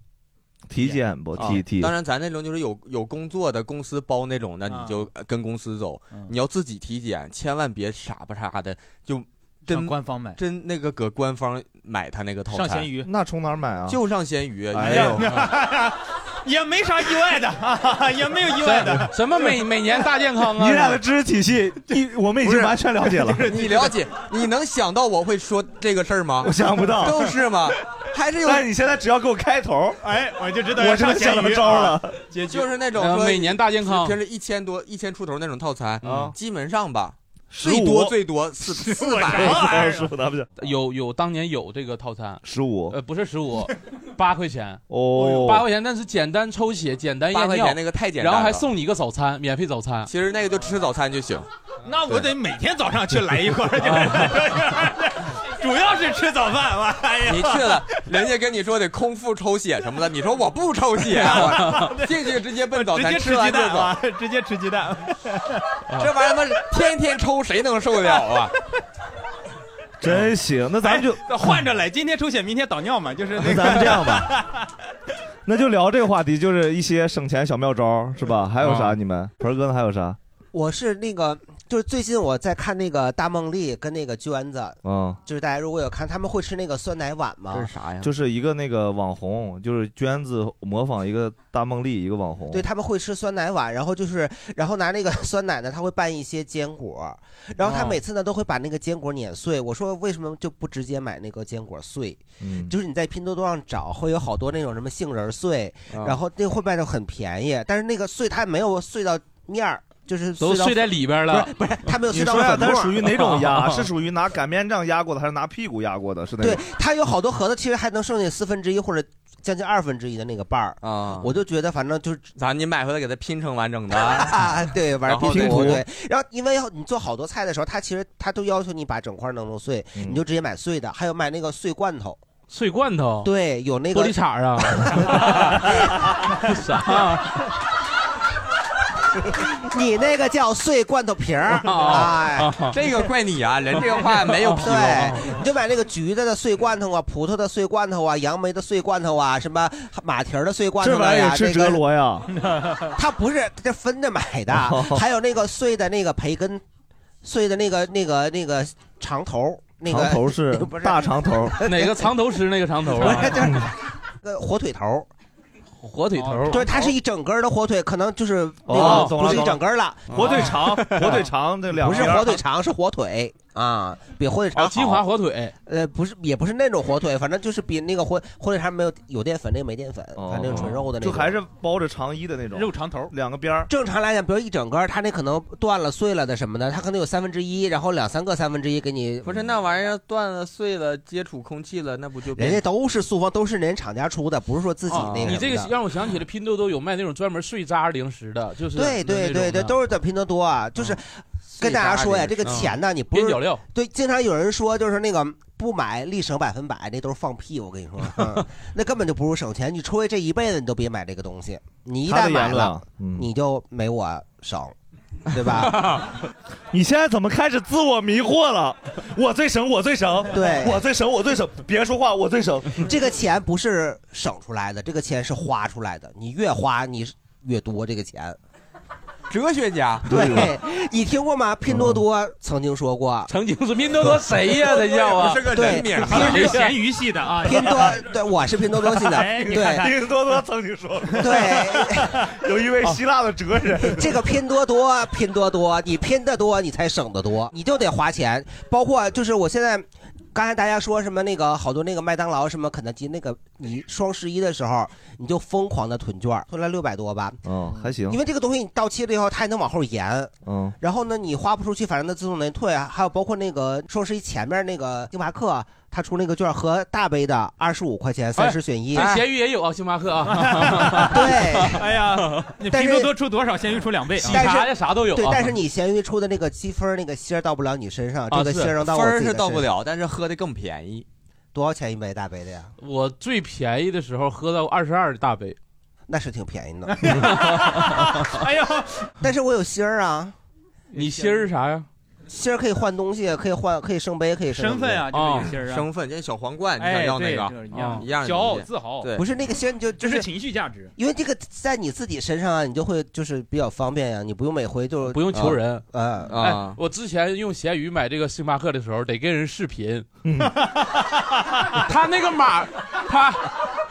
S10: 体检不
S6: 啊
S10: 哦体体，
S6: 当然，咱那种就是有有工作的公司包那种的，你
S10: 啊
S6: 就呃跟公司走。
S7: 嗯
S6: 你要自己体检，千万别傻不傻的就
S4: 上
S6: 真
S4: 官方买
S6: 真那个搁官方买他那个套餐。
S10: 鱼，那从哪儿买啊？
S6: 就上闲鱼，
S10: 哎呦
S6: 你看
S4: 也没啥意外的，也没有 意外的。
S7: 什么每每年大健康
S10: 你俩的知识体 系，一我们
S6: 啊
S10: 已
S6: 不
S10: 经
S6: 是
S10: 完全了解了。
S6: 你了解，你能想到我会说这个事儿吗？
S10: 我想不到
S6: 都是吗？还是有。
S10: 但是你现在只要给我开头，
S4: 哎，我就知道
S10: 我真的想到招 了。
S4: 解
S10: 决
S6: 就是那种
S10: 呃
S6: 说
S10: 每年大健康
S6: 平时一千多、一千出头那种套餐
S7: 嗯，
S6: 基本上吧，
S7: 15
S6: 最多最多四四百。
S7: 有有当年有这个套餐，
S10: 十五，
S7: 呃，哎不是十 五，八块钱
S10: 哦
S7: 八块钱，但是简单抽血，简单验
S6: 八块
S7: 尿，
S6: 钱那个太简单了
S7: 然后还送你一个早餐，免费早餐。
S6: 其实那个就吃早餐就行。啊
S4: 那我得每天早上去 来一块儿，就是主要是吃早饭。我哎呀，
S6: 你去了，人家跟你说得空腹抽血什么的，你说我不抽血啊，我进去直接奔早
S4: 直
S6: 餐，
S4: 接
S6: 吃
S4: 吃鸡
S6: 完就
S4: 蛋
S6: 走。
S4: 啊，直接吃鸡蛋。
S6: 这玩意儿他妈天天抽，谁能受得了啊？
S10: 真行，那咱们就、
S4: 哎换着来，今天抽血，明天导尿嘛，就是那
S10: 咱们
S4: 个
S10: 这样吧，
S6: 哎
S10: 那就聊这个话题，就是一些省钱小妙招，是
S6: 嗯
S10: 吧？还有
S6: 啊
S10: 啥？你们盆儿哥呢？还有啥？
S5: 我是那个，就是最近我在看那个大梦丽跟那个娟子，
S10: 嗯，
S5: 就是大家如果有看，他们会吃那个酸奶碗吗？
S6: 啥呀
S10: 啊就是一个那个网红，就是娟子模仿一个大梦丽，一个网红。
S5: 对，他们会吃酸奶碗，然后就是，然后拿那个 酸奶呢，他会拌一些坚果，然后他
S10: 哦
S5: 每次呢都会把那个坚果碾碎。我说为什么就不直接买那个坚果碎？
S10: 嗯
S5: 就是你在拼多多上找，会有好多那种什么杏仁碎，
S7: 啊
S5: 然后那会卖的很便宜，但是那个碎它没有碎到面儿，就是
S7: 都
S5: 到
S7: 碎在里边了
S5: 不是不是，它没有
S10: 你
S5: 碎到
S10: 说呀，
S5: 粉末儿。
S10: 它是属于 哪种压？是属于拿擀面杖压过的，还是拿屁股压过的？是那种
S5: 对，它有好多盒子，其实还能剩下四分之一或者将近二分之一的那个瓣儿
S6: 啊。
S5: 我就觉得反正就是
S6: 咋？你买回来给它拼成完整的啊？
S5: 啊，对，玩
S6: 然后
S5: 拼
S6: 再
S5: 图
S6: 涂
S5: 对。然后因为要你做好多菜的时候，它其实它都要求你把整块弄成碎，你
S6: 嗯
S5: 就直接买碎的。还有买那个碎罐头，
S7: 碎罐头，
S5: 对，有
S7: 啊
S5: 那个
S7: 玻璃碴儿啊，啥？
S5: 你那个叫碎罐头皮儿，哎
S6: 哦，这个怪你啊，人这个话没有纰
S5: 对
S6: 漏。，
S5: 你就买那个橘子的碎罐头啊，葡萄的碎罐头啊，杨梅的碎罐头啊，什么马蹄儿的碎罐头啊
S10: 这玩意儿
S5: 呀，
S10: 也吃
S5: 那个
S10: 折罗呀？
S5: 它不是，它是分着买的，
S10: 哦
S5: 还有那个碎的那个培根，碎的那个那个那个长头儿，那个
S10: 长头是
S5: 不是，
S10: 大长头
S5: 哪个藏
S7: 头师那个长头 啊？
S5: 呃火腿头儿。
S7: 火
S6: 哦
S7: 腿头儿
S5: 对，它是一整根儿的火腿，可能就是那
S10: 哦
S5: 个
S10: 懂了
S5: 不是一
S10: 懂了哦
S5: 整根儿了。哦
S10: 火腿肠火腿肠这两
S5: 不是
S10: 边儿
S5: 火腿肠，是火腿啊，比火腿肠
S7: 哦金华
S5: 火腿。呃，不是，也不是那种火腿，反正就是比那个火火腿肠没有有淀粉，那个没淀粉，反正纯肉的那
S10: 哦就
S5: 种。
S10: 还是包着肠衣的那种肉
S4: 肠 头，
S10: 两个边儿。
S5: 正常来讲，比如一整根儿，它那可能断了、碎了的什么的，它可能有三分之一，然后两三个三分之一给你。
S6: 不是那玩意儿断了碎了，接触空气了，那不就变
S5: 人家都是速方，都是人家厂家出的，不是说自己那个什么的。
S7: 啊你这个让我想起了拼多多有卖那种专门碎渣零食的，就是
S5: 对对对对，
S7: 都
S5: 都是在拼多多啊，
S7: 嗯
S5: 就是跟大家说呀，
S7: 碎渣
S5: 这个
S7: 这个
S5: 钱呢，
S7: 嗯
S5: 你不是
S7: 边角料
S5: 对，经常有人说就是那个不买立省百分百，那都是放屁，我跟你说，嗯那根本就不是省钱，你出去这一辈子你都别买这个东西，你一
S10: 他
S5: 旦
S10: 的
S5: 买
S10: 言论啊
S5: 了，你就没我省，对吧？
S10: 你现在怎么开始自我迷 惑了？我最省，我最省，
S5: 对
S10: 我最省，我最省。别说话，我最省。
S5: 这个钱不是省出来的，这个钱是花出来的。你越花，你越多这个钱。
S6: 哲学家，
S5: 对你听过吗？拼多多曾经说过，
S7: 曾经是拼多多谁呀他叫啊是个人名
S4: 你
S5: 对
S4: 是咸鱼系的啊，
S5: 拼多，对，我是拼多多系的，
S4: 哎你看看
S5: 对，
S10: 拼多多曾经说过，
S5: 对，
S10: 有一位希腊的哲人，
S5: 这个拼多多，拼多多，你拼得多，你才省得多，你就得花钱，包括就是我现在。刚才大家说什么那个好多那个麦当劳什么肯德基那个，你双十一的时候你就疯狂的囤券儿，囤了六百多吧，
S10: 哦， 还行
S5: 因为这个东西你到期了以后它还能往后延，
S10: 嗯，
S5: 然后呢，你花不出去，反正它自动能退。啊还有包括那个双十一前面那个星巴克，它出那个券和大杯的二十五块钱三十
S10: 哎
S5: 选一。哎
S7: 这咸鱼也有啊，星巴克啊。
S5: 对，
S4: 哎呀，你
S5: 但
S4: 拼
S5: 是
S4: 多多出多少，咸鱼出两倍啊，
S5: 但是对，但
S4: 是
S5: 是你闲鱼出的那个积分儿那个芯儿到不了你身上，
S6: 啊
S5: 这个芯儿能到我
S6: 分
S5: 自
S6: 儿
S5: 己
S6: 是
S5: 的
S6: 到不
S5: 身上
S6: 了，但是喝的更便宜。
S5: 多少钱一杯大杯的呀？
S7: 我最便宜的时候喝到二十二大杯，
S5: 那是挺便宜的。
S4: 哎呦，
S5: 但是我有芯儿啊。
S7: 你芯儿是啥呀？
S5: 芯儿可以换东西，可以换，可以升杯，可以升
S6: 身份啊
S5: 东西
S6: 就是那个芯儿啊身份这小皇冠你想哎要那对个就是一样嗯一样的
S4: 骄傲自豪
S6: 对
S5: 不是那个芯儿，你就就
S4: 这
S5: 是
S4: 是情绪价值。
S5: 因为这个在你自己身上啊，你就会就是比较方便呀、你不用每回就
S7: 不用求人
S5: 呃
S7: 哎，我之前用闲鱼买这个星巴克的时候，得跟人视频，
S5: 嗯
S7: 他那个码，他。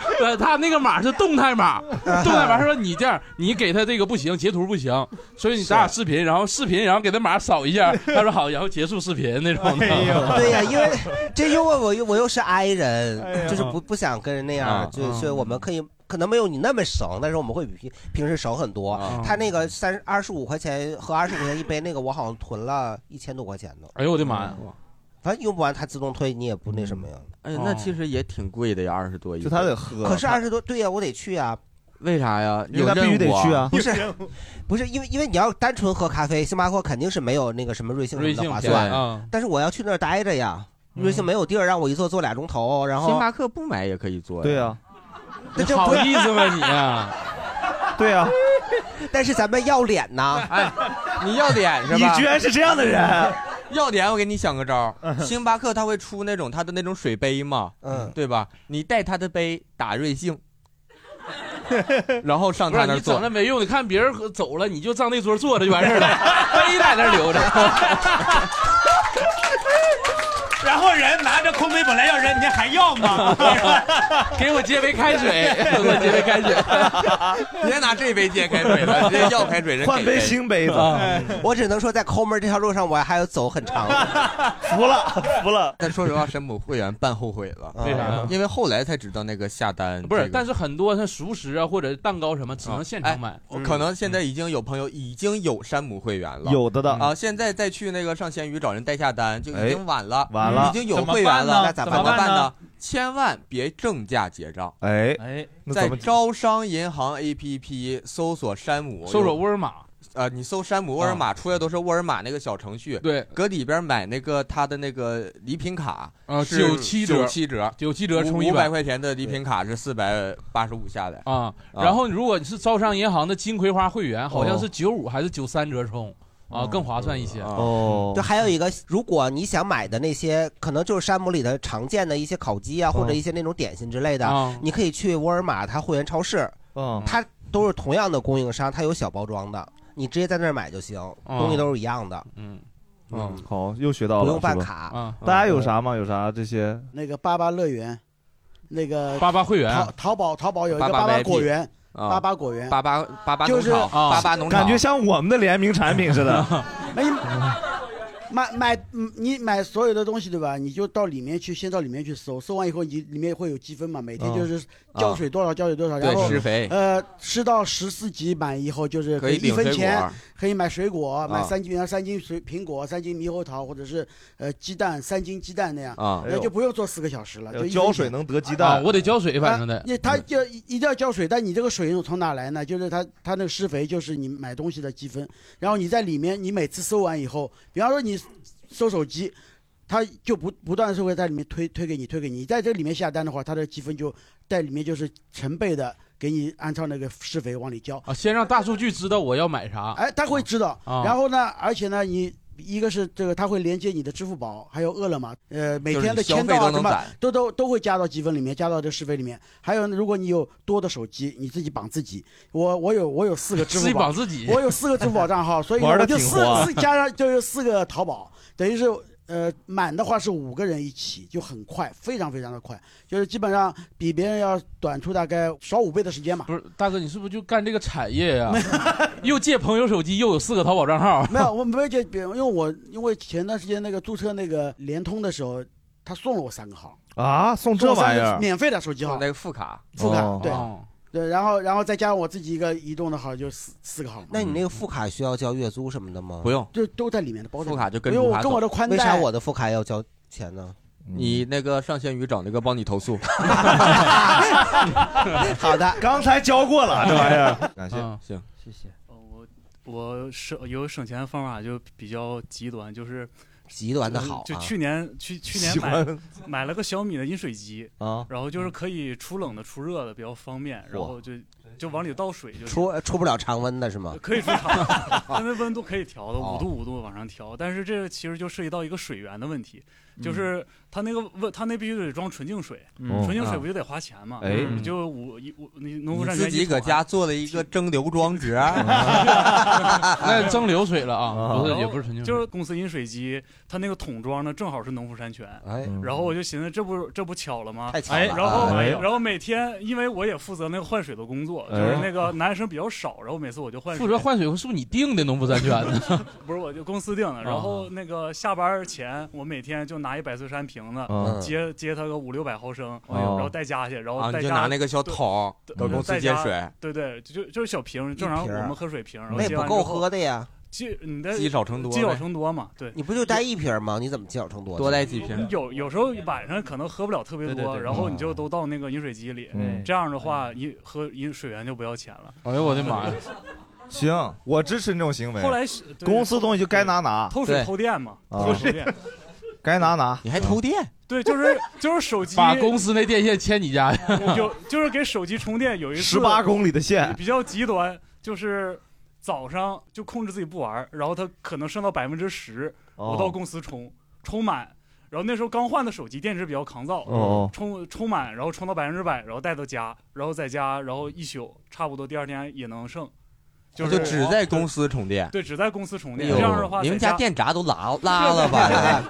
S7: 对，他那个码是动态 码，动态码是说你这样，你给他这个不行，截图不行，所以你咱俩视频，然后视频，然后给他码扫一 下，他说好，然后结束视频那种的。
S5: 哎对呀、因 为这因为我又我又是 I 人，就是不不想跟人那样，
S7: 啊
S5: 就
S7: 啊
S5: 所以我们可以可能没有你那么省，但是我们会比平平时省很多。
S6: 啊
S5: 他那个三二十五块钱和二十块钱一杯，那个我好像囤了一千多块钱呢。
S7: 哎呦我的妈呀！
S5: 嗯反正用不完它自动退，你也不那什么呀。
S6: 啊哎呀，那其实也挺贵的呀，二十多一。啊
S5: 就他得
S6: 喝
S5: 可是二十多，对呀、我得去啊。
S6: 为啥呀？
S5: 因为他
S6: 有任
S5: 必须得
S6: 务啊
S5: 去啊不是不是因为因为你要单纯喝咖啡，星巴克肯定是没有那个什么瑞幸什么
S7: 瑞
S5: 的
S7: 幸
S5: 划
S7: 便宜
S5: 算
S7: 啊
S5: 但是我要去那儿待着呀，瑞幸没有地儿让我一坐坐俩钟头，然后
S6: 星巴克不买也可以做呀。
S5: 对啊
S10: 呀，
S5: 那
S6: 你
S5: 这
S6: 好
S5: 不
S6: 意思吗你啊
S10: 对
S5: 啊
S10: 呀、
S5: 但是咱们要脸呐，
S6: 哎，你要脸是吧？
S5: 你居然是这样的人！
S6: 要脸，我给你想个招儿。星巴克它会出那种它的那种水杯嘛，
S5: 嗯，
S6: 对吧？你带它的杯打瑞 幸，然后上
S7: 不是
S6: 他那
S7: 你
S6: 儿
S7: 整
S6: 坐
S7: 那。没用，你看别人喝走了，你就上那桌坐着就完事儿了，杯在那儿留着。
S4: 然后人拿着空杯本来要扔，你还要吗？
S7: 给我接杯开水，给我接杯开水。
S6: 别拿这杯接开水了，这要开水人给
S10: 杯子
S6: 啊
S5: 我只能说，在抠门这条路上，我还要走很长。
S10: 服了， 服了。
S6: 但说实话，神捕会员办后悔了，
S7: 为啥呀
S6: 因为后来才知道那个下单
S7: 不是，
S6: 这个
S7: 但是很多像熟食啊或者蛋糕什么，只能现场买。
S10: 嗯
S6: 哎可能现在已经有朋友已经有山姆会员了，
S10: 有的的
S6: 啊。现在再去那个上闲鱼找人代下单，就已
S10: 哎
S6: 经晚了，
S10: 晚了
S6: 已经有会员了，
S10: 怎
S6: 怎
S10: 么办呢
S6: 么办
S10: 怎么办呢
S6: 呢？千万别正价结账。
S10: 哎
S6: 哎
S10: 那
S6: 在
S10: 怎么
S6: 招商银行 APP 搜索山姆，
S7: 搜索沃尔玛，
S6: 呃，你搜山姆沃尔玛出来都是沃尔玛那个小程序，
S7: 对，
S6: 搁里边买那个它的那个礼品卡
S7: 啊
S6: 是
S7: 97折
S6: 九七折，
S7: 97折充
S6: 五百
S7: 100
S6: 块钱的礼品卡是四百八十五下载
S7: 啊。然后如果你是招商银行的金葵花会员，好像是九五还是九三折充啊，更划算一些。
S6: 哦
S5: 对，还有一个，如果你想买的那些，可能就是山姆里的常见的一些烤鸡啊，或者一些那种点心之类的，
S7: 嗯
S5: 你可以去沃尔玛它会员超市，
S10: 嗯，
S5: 它都是同样的供应商，它有小包装的，你直接在那儿买就行，
S10: 嗯
S5: 东西都是一样的。
S7: 嗯，
S10: 嗯，好，又学到了，
S5: 不用办
S10: 是吧
S5: 卡嗯
S10: 大家有啥吗？有啥这些？
S14: 那个八八乐园，那个
S7: 八八会员
S14: 淘淘宝淘宝有一个
S10: 八八
S14: 八八
S10: VIP
S14: 果园，
S10: 啊
S14: 八八果园，
S6: 八八八八
S14: 就是
S4: 啊
S10: 感觉像我们的联名产品似的。
S14: 那你买买嗯你买所有的东西对吧？你就到里面去，先到里面去搜，搜完以后你里面会有积分嘛，每天
S6: 嗯啊
S14: 就是浇水多少，浇水多少，
S6: 对
S14: 然后
S6: 施肥
S14: 呃，施到十四级满以后就是
S6: 可以
S14: 一
S6: 领
S14: 分
S6: 水
S14: 钱
S6: 果
S14: 可以买水果，买
S6: 啊
S14: 三斤三斤水苹果，三斤猕猴桃或者是呃鸡蛋，三斤鸡蛋那样
S7: 啊
S14: 那就不用做四个小时了，就一分
S10: 哎浇
S14: 钱
S10: 水能得鸡
S7: 啊
S10: 蛋，
S7: 我得浇水，反正
S14: 啊
S7: 得。
S14: 你他就一一定要浇水，但你这个水从哪来呢？就是他他那个施肥，就是你买东西的积分，然后你在里面，你每次搜完以后，比方说你搜手机，他就不不断的会在里面推推给你，推给你。你在这里面下单的话，他的积分就在里面就是成倍的给你按照那个施肥往里浇。
S7: 啊，先让大数据知道我要买啥。
S14: 哎，他会知道。
S7: 啊
S14: 然后呢，而且呢，你一个是这个，他会连接你的支付宝，还有饿了么，呃，每天的
S6: 就是你消
S14: 签到
S6: 费
S14: 啊
S6: 都
S14: 什
S6: 能
S14: 么
S6: 攒
S14: 都都都会加到积分里面，加到这施肥里面。还有呢，如果你有多的手机，你自己绑自己。我我有我有四个支付
S7: 自己
S14: 宝，
S7: 绑自己
S14: 我有四个支付宝 账号，所以呢
S7: 玩得
S14: 我就
S7: 挺
S14: 四
S7: 活啊
S14: 四加上就是四个淘宝，等于是。呃，满的话是五个人一起，就很快，非常非常的快，就是基本上比别人要短出大概少五倍的时间吧。
S7: 不是，大哥，你是不是就干这个产业呀？又借朋友手机，又有四个淘宝账号。
S14: 没有，我没有借别人，因为我因为前段时间那个注册那个联通的时候，他送了我三个号，
S10: 啊，
S2: 哦
S10: 送这玩意
S14: 送我
S10: 儿，
S14: 三个免费的手机号，
S6: 那个副卡，
S14: 副卡
S10: 哦
S14: 对
S10: 哦
S14: 对，然后然后再加上我自己一个移动的号，就四四个号嘛。
S5: 那你那个副卡需要交月租什么的吗？
S6: 不用
S14: 就都在里面的包
S6: 副卡就跟
S14: 因为
S6: 副
S14: 我
S6: 卡
S14: 跟
S6: 走
S14: 我的宽带，
S5: 为啥我的副卡要交钱呢？
S6: 你那个上闲鱼找那个帮你投诉，
S5: 好的，
S10: 刚才教过了这玩 意儿，感谢
S6: 嗯行，
S15: 谢谢。我我省有省钱的方法就比较极端，就是
S5: 极端的好啊
S15: 就去年去去年
S5: 喜欢
S15: 买买了个小米的饮水机
S5: 啊
S15: 然后就是可以除冷的、除热的，比较方便，然后就就往里倒水就行
S5: 出出不了常温的是吗？
S15: 可以 出厂，但那温度可以调的，
S5: 哦
S15: 五度五度往上调。但是这其实就涉及到一个水源的问题，就是它那个温，它那必须得装纯净水，
S6: 嗯
S15: 纯净水不就得花钱嘛？
S6: 啊哎
S15: 你就五一五，你农夫
S6: 你
S15: 山泉
S6: 自己
S15: 一桶
S7: 啊
S6: 搁家做了一个蒸馏 装置，哎
S15: 那
S7: 嗯蒸馏水了啊
S15: 哦
S7: 不是也不是纯净水
S15: 就是公司饮水机，它那个桶装的正好是农夫山泉，
S6: 哎
S15: 然后我就寻思这不这不巧了吗？
S5: 太巧了哎
S15: 然后
S5: 哎
S15: 然后每天因为我也负责那个换水的工
S6: 哎
S15: 作，就是那个男生比较少，然后每次我就换水
S7: 负责换水是不是你定的农夫山泉呢？
S15: 不是，我就公司定的。
S7: 啊
S15: 然后那个下班前，我每天就拿一百岁山瓶子
S6: 嗯，
S15: 接接他个五六百毫升，
S6: 哎
S15: 然
S6: 呦
S15: 后带家去，然后
S6: 啊
S15: 带
S6: 你就
S15: 家
S6: 拿那个小桶
S15: 对
S6: 到公司
S15: 带
S6: 接
S15: 家
S6: 水
S15: 对对，就就是小瓶，正常
S5: 一瓶
S15: 我
S5: 儿
S15: 们喝水瓶，然后
S5: 那也
S15: 接
S5: 不
S15: 完
S5: 够
S15: 之后
S5: 喝的呀。
S15: 积你的
S5: 积少成多
S15: 积少
S5: 呗
S15: 成多嘛，对，
S5: 你不就带一瓶吗？你怎么积少成多呢？
S15: 有有时候晚上可能喝不了特别多，
S5: 对对对
S15: 然后你就都到那个饮水机里，
S10: 嗯
S15: 这样的话饮喝饮水源就不要钱了。
S10: 哎呦我的妈呀！行，我支持你这种行为。
S15: 后来是对
S10: 公司东西就该拿拿，
S15: 偷水偷电嘛，
S10: 啊
S15: 偷水偷电。
S10: 该拿拿。
S6: 你还偷电？
S15: 对，就是就是手机
S7: 把公司那电线牵你家去。
S15: 有 就是给手机充电有一次
S10: 18公里的线
S15: 比较极端，就是早上就控制自己不玩儿，然后它可能剩到百分之十，
S10: 哦
S15: 我到公司充充满。然后那时候刚换的手机，电池比较抗造，
S10: 哦
S15: 充充满，然后充到百分之百，然后带到家，然后在家，然后一宿，差不多第二天也能剩，就是
S6: 哦就只在公司充电。
S15: 对，只在公司充电。
S6: 哎呦
S15: 这样的话，
S6: 你们
S15: 在
S6: 家电闸都拉拉了吧？哎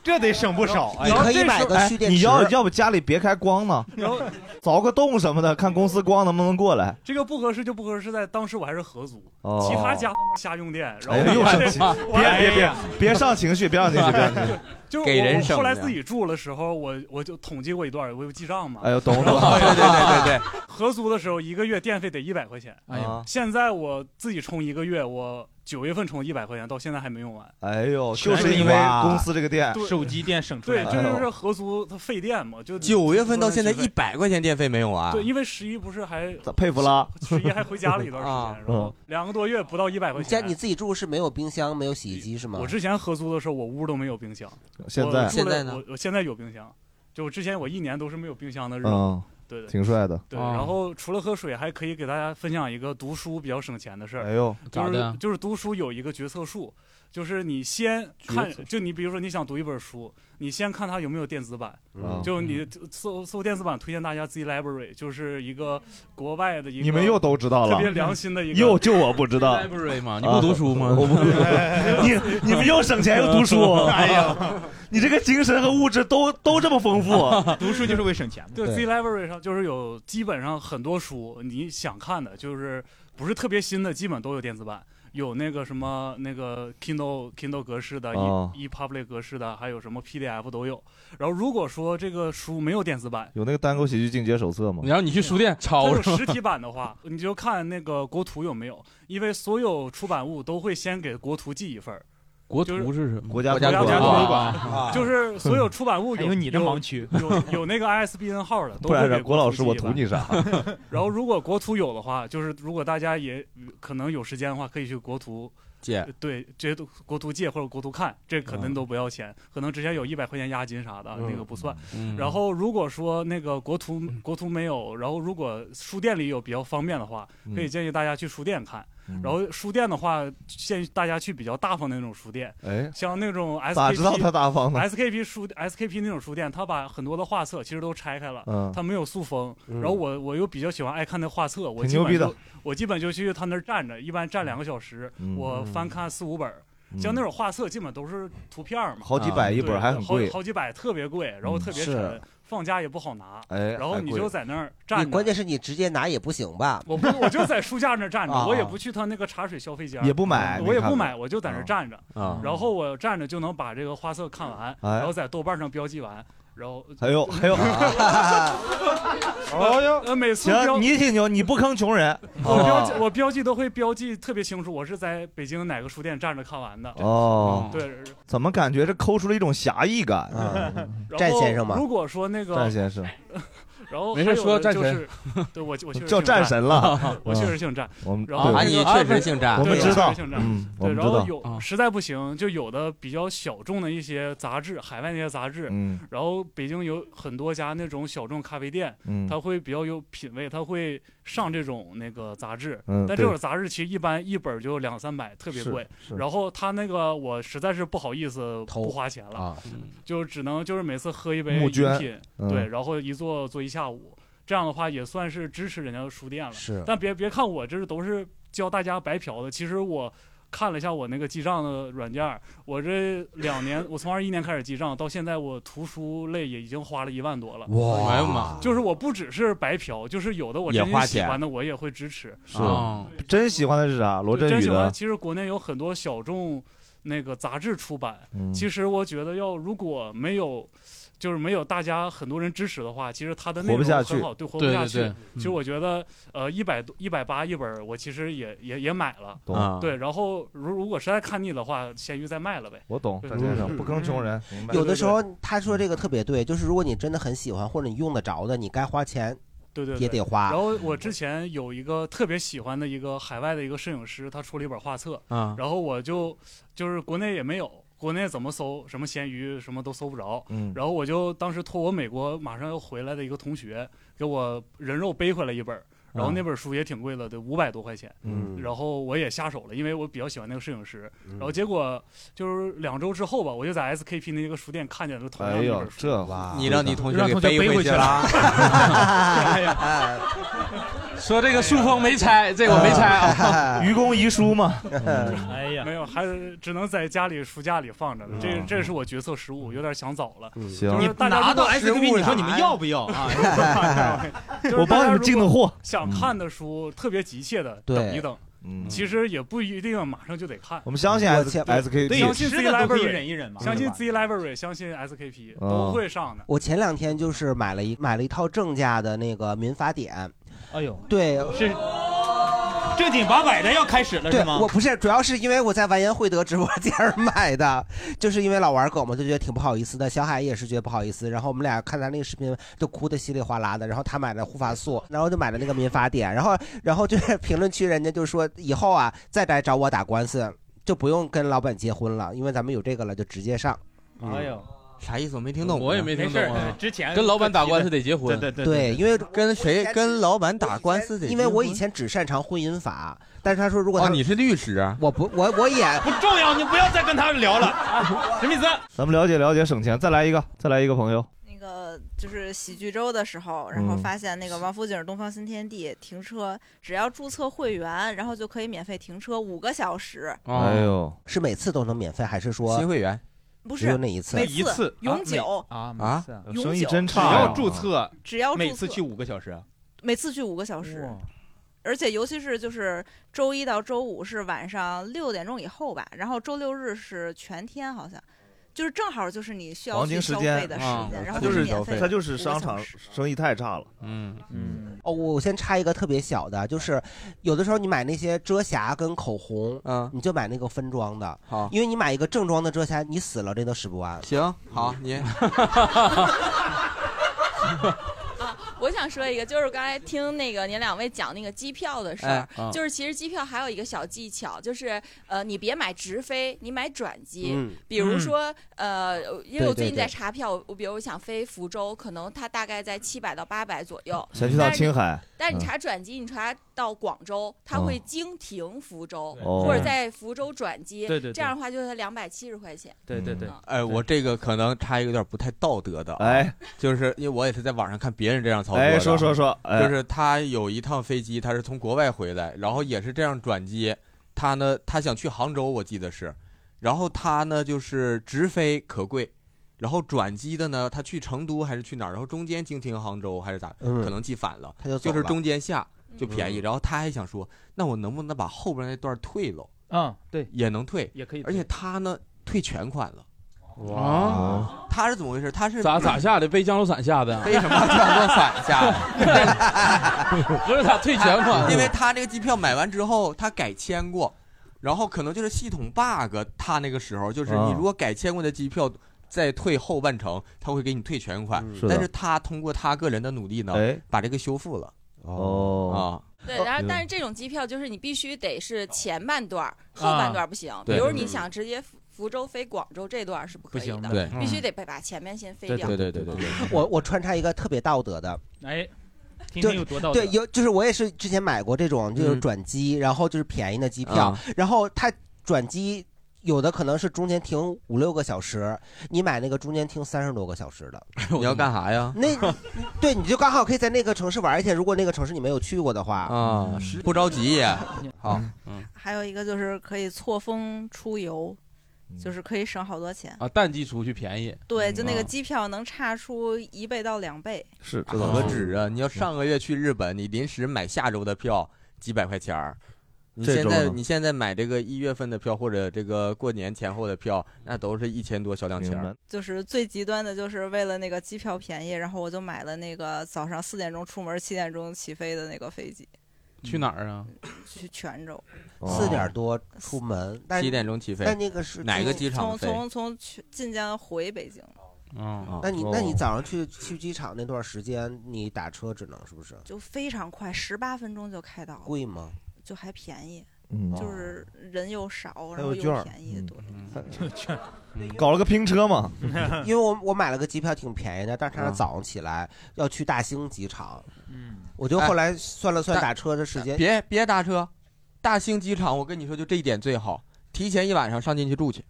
S10: 这得省不少
S15: 哎你可以买个蓄电池
S10: 你要要不家里别开光呢
S15: 然后，
S10: 凿个洞什么的，看公司光能不能过来。
S15: 这个不合适就不合适，在当时我还是合租，
S10: 哦
S15: 其他家瞎用电，然
S10: 哎呀，
S15: 后
S10: 又
S15: 我还得
S10: 生气！
S15: 我 还
S10: 别别
S15: 得
S10: 别别上情绪，别上情绪，别上情绪。
S15: 哎 就是
S10: 给
S15: 我
S10: 人
S15: 我
S10: 省
S15: 后来
S10: 着
S15: 自己住的时候，我我就统计过一段，我有记账嘛。
S10: 哎呦懂懂
S15: 然后
S10: 懂 对对对对对。
S15: 合租的时候，一个月电费得一百块钱。
S10: 哎呦
S15: 现在我自己充一个月，我九月份充一百块钱，到现在还没用完。
S10: 哎呦，就是因为公司这个店，
S15: 对
S4: 手机电省
S15: 对，这就是合租它费电嘛，就
S6: 九月份到现在一百块钱电费没有啊？
S15: 对，因为十一不是还
S10: 佩服啦，
S15: 十一还回家了一段时间，然后两个多月不到一百块
S5: 你
S15: 钱
S5: 家。你自己住是没有冰箱、没有洗衣机是吗？
S15: 我之前合租的时候，我屋都没有冰箱。
S10: 现
S15: 我
S10: 在
S15: 住了
S10: 现在呢
S15: 我我现在有冰箱，就我之前我一年都是没有冰箱的日子。
S10: 嗯
S15: 对对，
S10: 挺帅的
S15: 对，
S10: 啊
S15: 然后除了喝水，还可以给大家分享一个读书比较省钱的事儿。
S10: 哎呦
S15: 就
S10: 咋的呀
S15: 是就是读书有一个决策树，就是你先看
S10: 决策，
S15: 就你比如说你想读一本书，你先看它有没有电子版。
S10: 嗯
S15: 就你搜搜电子版，推荐大家 Z Library，就是一个国外的一个，
S10: 你们又都知道了，
S15: 特别良心的一个。，
S10: 又就我不知道
S7: Library 嘛你不读书吗
S10: 啊我不 你你们又省钱又读 书，
S15: 哎呀，，
S10: 你这个精神和物质都都这么丰富
S15: 读书就是为省钱对 Z
S10: 来
S15: Library 上就是有基本上很多书，你想看的，就是不是特别新的，基本都有电子版，有那个什么那个 Kindle Kindle 格式的、
S10: 哦
S15: e ePublic 格式的，还有什么 PDF 都有。然后如果说这个书没有电子版，
S10: 有那个单口喜剧进阶手册吗？
S7: 然后你去书店
S15: 它
S7: 抄
S15: 有实体版的话，你就看那个国图有没有，因为所有出版物都会先给国图寄一份儿。
S7: 国
S15: 就
S7: 图啊是什么？
S10: 国
S15: 国家图书
S10: 啊
S15: 馆，啊就是所有出版物
S7: 还
S15: 有
S7: 有你这盲区
S15: 有有有那个 ISBN 号的，都
S10: 不然
S15: 会
S10: 让
S15: 给
S10: 郭老师我图你啥？
S15: 然后如果国图有的话，就是如果大家也可能有时间的话，可以去国图
S6: 借
S15: 对，直接都国图借或者国图看，这可能都不要钱，可能之前有一百块钱押金啥的，
S6: 嗯
S15: 那个不算。
S6: 嗯
S15: 然后如果说那个国图
S10: 嗯
S15: 国图没有，然后如果书店里有比较方便的话，可以
S10: 嗯
S15: 建议大家去书店看。然后书店的话，建议大家去比较大方的那种书店，
S10: 哎
S15: 像那种 SKP,
S10: 咋知道它大方呢
S15: SKP 书 SKP 那种书店，它把很多的画册其实都拆开了，
S10: 嗯
S15: 它没有塑封。
S10: 嗯
S15: 然后我我又比较喜欢爱看那画册，我
S10: 挺
S15: 基
S10: 牛
S15: 本
S10: 逼的
S15: 就我基本就去他那儿站着，一般站两个小时，
S10: 嗯
S15: 我翻看四五本儿。像那种画册，基本都是图片儿嘛，啊
S10: 好几百一本儿
S15: 对
S10: 还很
S15: 好
S10: 贵
S15: 好几百特别贵，然后特别
S5: 嗯是
S15: 沉，放假也不好拿。
S5: 哎
S15: 然后
S5: 还
S15: 你
S5: 贵
S15: 就在那儿站
S5: 你
S15: 着，
S5: 关键是你直接拿也不行吧？
S15: 我不，我就在书架那儿站着，
S5: 啊
S15: 我也不去他那个茶水消费间儿，
S5: 也不买
S15: 我也
S5: 没看过
S15: 不买，我就在那儿站着。
S10: 啊
S15: 然后我站着就能把这个画册看完，
S10: 哎
S15: 然后在豆瓣上标记完，然后
S10: 还有
S5: 哎
S10: 还有，
S15: 哎
S10: 呦
S15: 呃，每次标
S10: 行，你挺牛，你不坑穷人，
S15: 我标记
S10: 哦
S15: 我标记都会标记特别清楚，我是在北京哪个书店站着看完的。
S10: 哦，
S7: 嗯
S15: 对，
S10: 怎么感觉这抠出了一种侠义感？
S15: 嗯 然后如果说那个
S10: 战嗯先生，
S15: 然 后
S10: 没事
S15: 还有
S10: 说
S15: 的
S10: 战
S15: 就是
S10: 神
S15: 对我我确实
S10: 叫
S15: 姓
S10: 战神了
S15: 我确实姓战
S10: 啊。我们
S15: 然后
S10: 对啊你确实姓战我们
S15: 对
S10: 知道
S15: 确实姓战
S10: 嗯我
S15: 对，
S10: 们
S15: 然
S10: 知
S15: 后
S10: 道
S15: 有实在不行，就有的比较小众的一些杂志，海外那些杂志
S10: 嗯，
S15: 然后北京有很多家那种小众咖啡店
S10: 嗯，
S15: 它会比较有品位，它会上这种那个杂志
S10: 嗯，
S15: 但这种
S10: 对
S15: 杂志其实一般一本就两三百，特别
S10: 是
S15: 贵
S10: 是。
S15: 然后他那个我实在是不好意思不花钱了嗯
S10: 啊，
S15: 就只能就是每次喝一杯
S10: 募
S15: 饮
S10: 捐
S15: 品，
S10: 嗯
S15: 对，然后一坐坐一下午，这样的话也算是支持人家的书店了。
S5: 是
S15: 但别别看我这是都是教大家白嫖的，其实我看了一下我那个记账的软件儿，我这两年，我从二一年开始记账，到现在我图书类也已经花了一万多了。
S6: 哇哎呀妈！
S15: 就是我不只是白嫖，就是有的我
S10: 也
S15: 真心
S10: 花
S15: 喜
S10: 钱
S15: 欢的我也会支持。啊
S10: 是真喜欢的是啥？罗
S15: 对
S10: 振宇
S15: 哦喜欢。
S10: 的，
S15: 其实国内有很多小众那个杂志出版，
S10: 嗯
S15: 其实我觉得要如果没有。就是没有大家很多人支持的话，其实它的内
S10: 活不
S15: 容
S10: 下
S15: 很
S10: 去
S15: 好，对，活
S10: 对
S15: 不下
S10: 对
S15: 去。
S10: 对
S15: 其实我觉得，呃，一百多、一百八一本儿，我其实也也也买了。
S10: 懂啊
S15: 对，然后如如果实在看腻的话，闲鱼再卖了呗。
S10: 我懂
S15: 对
S10: 张先生
S15: 嗯
S10: 不坑穷人明白
S5: 有的
S15: 对对
S5: 时候他说这个特别对，就是如果你真的很喜欢或者你用得着的，你该花钱，
S15: 对对对
S5: 也得花。
S15: 然后我之前有一个特别喜欢的一个海外的一个摄影师，他出了一本画册，
S5: 啊
S15: 然后我就就是国内也没有。国内怎么搜什么闲鱼什么都搜不着，
S10: 嗯
S15: 然后我就当时托我美国马上要回来的一个同学给我人肉背回来一本儿，
S5: 嗯
S15: 然后
S10: 啊
S15: 那本书也挺贵了，得五百多块钱，
S10: 嗯
S15: 然后我也下手了，因为我比较喜欢那个摄影师，
S5: 嗯
S15: 然后结果就是两周之后吧，我就在 SKP 那个书店看见了同样的
S10: 哎
S15: 那
S10: 呦
S15: 本书，
S10: 这哇
S6: 你让你同学
S15: 让
S6: 给
S15: 同学背
S6: 回去
S15: 回去
S6: 了
S15: 了
S6: 哎呀
S7: 说这个塑封没拆，这我没拆啊。
S10: 愚公移书嘛。
S15: 哎呀，没有，还是只能在家里书架里放着。这
S10: 嗯
S15: 这是我决策失误，有点想早了。
S10: 行
S15: 就是大家
S4: 拿到
S15: 如果
S4: SKP，你说你们要不要啊
S15: 就是
S10: 我帮你们进的货嗯
S15: 大 家如果想看的书特别急切的，
S10: 对
S15: 等一等
S10: 嗯。
S15: 其实也不一定马上就得看。
S10: 我们相信 S
S15: 对
S10: SKP
S15: 对相信 Z
S10: 吃的都可以
S15: Library，
S10: 忍一忍嘛
S15: 相
S10: 对
S15: 信
S10: 吧
S15: Z Library，相信 SKP
S5: 嗯
S15: 都会上的。
S5: 我前两天就是买了一买了一套正价的那个民法典，
S3: 哎呦，
S5: 对，
S3: 是
S4: 正经八百的要开始了
S5: 对
S4: 是吗？
S5: 我不是，主要是因为我在完颜慧德直播间儿买的，就是因为老玩梗嘛，就觉得挺不好意思的。小海也是觉得不好意思，然后我们俩看咱那个视频就哭的稀里哗啦的。然后他买了护发素，然后就买了那个民法典，然后然后就是 评论区人家就说以后啊再来找我打官司就不用跟老板结婚了，因为咱们有这个了就直接上。嗯
S6: 哎呦，啥意思？我没听懂啊。
S7: 我也没听懂啊没事之前跟老板打官司得结婚对对对对
S5: 因为
S6: 跟谁跟老板打官司得结婚，
S5: 因为我以前只擅长婚姻法，但是他说如果他、
S6: 哦你是律
S7: 啊
S6: 师，
S5: 我不我我也
S4: 不重要，你不要再跟他聊了。啊史密斯，
S10: 咱们了解了解，省钱。再来一个，再来一个朋友。
S27: 那
S9: 呃
S27: 个就是喜剧周的时候，然后
S10: 嗯
S27: 发现那个王府井东方新天地停车，只要注册会员，然后就可以免费停车五个小时。
S10: 哎呦，
S5: 是每次都能免费，还是说
S6: 新会员？
S27: 不
S5: 只
S27: 是
S5: 有那一次，
S27: 每次永久
S6: 啊
S27: 永久
S6: 只
S5: 啊
S6: 要
S27: 注
S6: 册
S27: 只要注册
S6: 每次去五个小时啊
S27: 每次去五个小时
S6: 哇，
S27: 而且尤其是就是周一到周五是晚上六点钟以后吧，然后周六日是全天好像。就是正好就是你需要
S10: 黄
S27: 去
S10: 金时
S27: 消
S10: 间啊
S27: 费的时
S6: 啊
S27: 间，然后
S10: 就是
S27: 免费，
S10: 他就是商场
S27: 5个小时
S10: 生意太差了。
S7: 嗯
S10: 嗯，
S5: 哦，我先插一个特别小的，就是有的时候你买那些遮瑕跟口红，嗯，你就买那个分装的，
S6: 好，
S5: 因为你买一个正装的遮瑕，你死了这都使不完。
S6: 行，好，你
S18: 我想说一个，就是刚才听那个您两位讲那个机票的事儿
S28: 哎，
S10: 嗯
S28: 啊
S18: 就是其实机票还有一个小技巧，就是呃，你别买直飞，你买转机。
S28: 嗯
S18: 比如说呃，因为
S10: 对
S18: 我最
S10: 对
S18: 近在
S10: 对
S18: 查票，我比如我想飞福州，可能它大概在七百到八百左右。
S10: 先去趟
S18: 但是
S10: 青海
S18: 但是
S10: 嗯
S18: 你查转机，你查到广州，它
S10: 哦
S18: 会经停福州，
S6: 哦
S18: 或者在福州转机。
S6: 对对对
S18: 这样的话就是两百七十块钱。
S6: 对对对
S18: 嗯，
S6: 哎，我这个可能插一个有点不太道德的，啊
S10: 哎，
S6: 就是因为我也是在网上看别人这样操作的，啊
S10: 哎说说说哎
S6: 就是他有一趟飞机，他是从国外回来，然后也是这样转机，他呢，他想去杭州，我记得是，然后他呢就是直飞可贵。然后转机的呢，他去成都还是去哪儿？然后中间经停杭州还是咋？
S5: 嗯
S6: 可能记反了，
S5: 他就走
S6: 是
S5: 了
S6: 中间下就便宜。
S5: 嗯
S6: 然后他还想说，那我能不能把后边那段退了？
S3: 啊，对，
S6: 也能退，
S3: 也可以
S6: 而且他呢退全款了。
S7: 哇，
S6: 他是怎么回事？他是
S7: 咋咋 下的？被降落伞吓的？啊
S6: 被什么降落伞吓的？
S7: 不是他退钱款，
S6: 因为他这个机票买完之后，他改签过，然后可能就是系统 bug。他那个时候就是
S10: 啊
S6: 你如果改签过的机票。再退后半程，他会给你退全款，
S10: 嗯是的
S6: 但是他通过他个人的努力呢，
S10: 哎
S6: 把这个修复了。
S10: 哦
S6: 啊，
S18: 对，然后但是这种机票就是你必须得是前半段儿，后半段儿不行。比
S6: 啊对
S18: 如
S6: 嗯
S18: 你想直接福福州飞广州这段儿是不可以
S5: 不
S18: 的，
S5: 行的对
S18: 必须得把把前面先飞掉。
S6: 嗯对对对，
S5: 我我穿插一个特别道德的，
S18: 哎，
S4: 听
S5: 就
S4: 听有多道德。
S5: 对， 有就是我也是之前买过这种就是
S4: 嗯
S5: 转机，然后就是便宜的机票，
S6: 啊
S5: 然后它转机有的可能是中间停五六个小时，你买那个中间停三十多个小时的，
S6: 你要干啥呀？
S5: 那对你就刚好可以在那个城市玩，而且如果那个城市你没有去过的
S10: 嗯
S5: 话，
S6: 啊，不着急也好。
S27: 还有一个就是可以错峰出游，
S10: 嗯
S27: 就是可以省好多钱。
S7: 啊，淡季出去便宜。
S27: 对，就那个
S7: 嗯
S27: 机票能差出一倍到两倍。
S10: 是
S6: 这何止
S10: 嗯
S6: 啊！你要上个月去日本，你临时买下周的票几百块钱儿，你
S10: 这
S6: 现
S10: 周
S6: 在
S10: 呢
S6: 你现在买这个一月份的票或者这个过年前后的票，那都是一千多小两千儿。
S27: 就是最极端的，就是为了那个机票便宜，然后我就买了那个早上四点钟出门，七点钟起飞的那个飞机，
S7: 去哪儿啊？
S27: 去泉州。
S10: 哦
S5: 四点多出门，但
S6: 七点钟起飞
S5: 但那个是
S6: 哪个机
S27: 从
S6: 场飞？
S27: 从从去晋江回北京，
S6: 嗯
S5: 那你那你早上去去机场那段时间，你打车只能是不是
S27: 就非常快，十八分钟就开到，
S5: 贵吗？
S27: 就还便宜，
S10: 嗯
S27: 就是人又少，
S10: 还
S27: 然
S10: 有
S27: 后又
S10: 券儿
S27: 便
S2: 嗯
S27: 宜，对。
S10: 券，嗯搞了个拼车嘛。
S5: 因为我我买了个机票挺便宜的，但是它
S2: 嗯
S10: 啊
S5: 是早上起来要去大兴机场，
S6: 嗯
S5: 我就后来算了算
S6: 哎
S5: 打车的时间，
S6: 别别搭车，大兴机场，我跟你说，就这一点最好，提前一晚上上进去住去，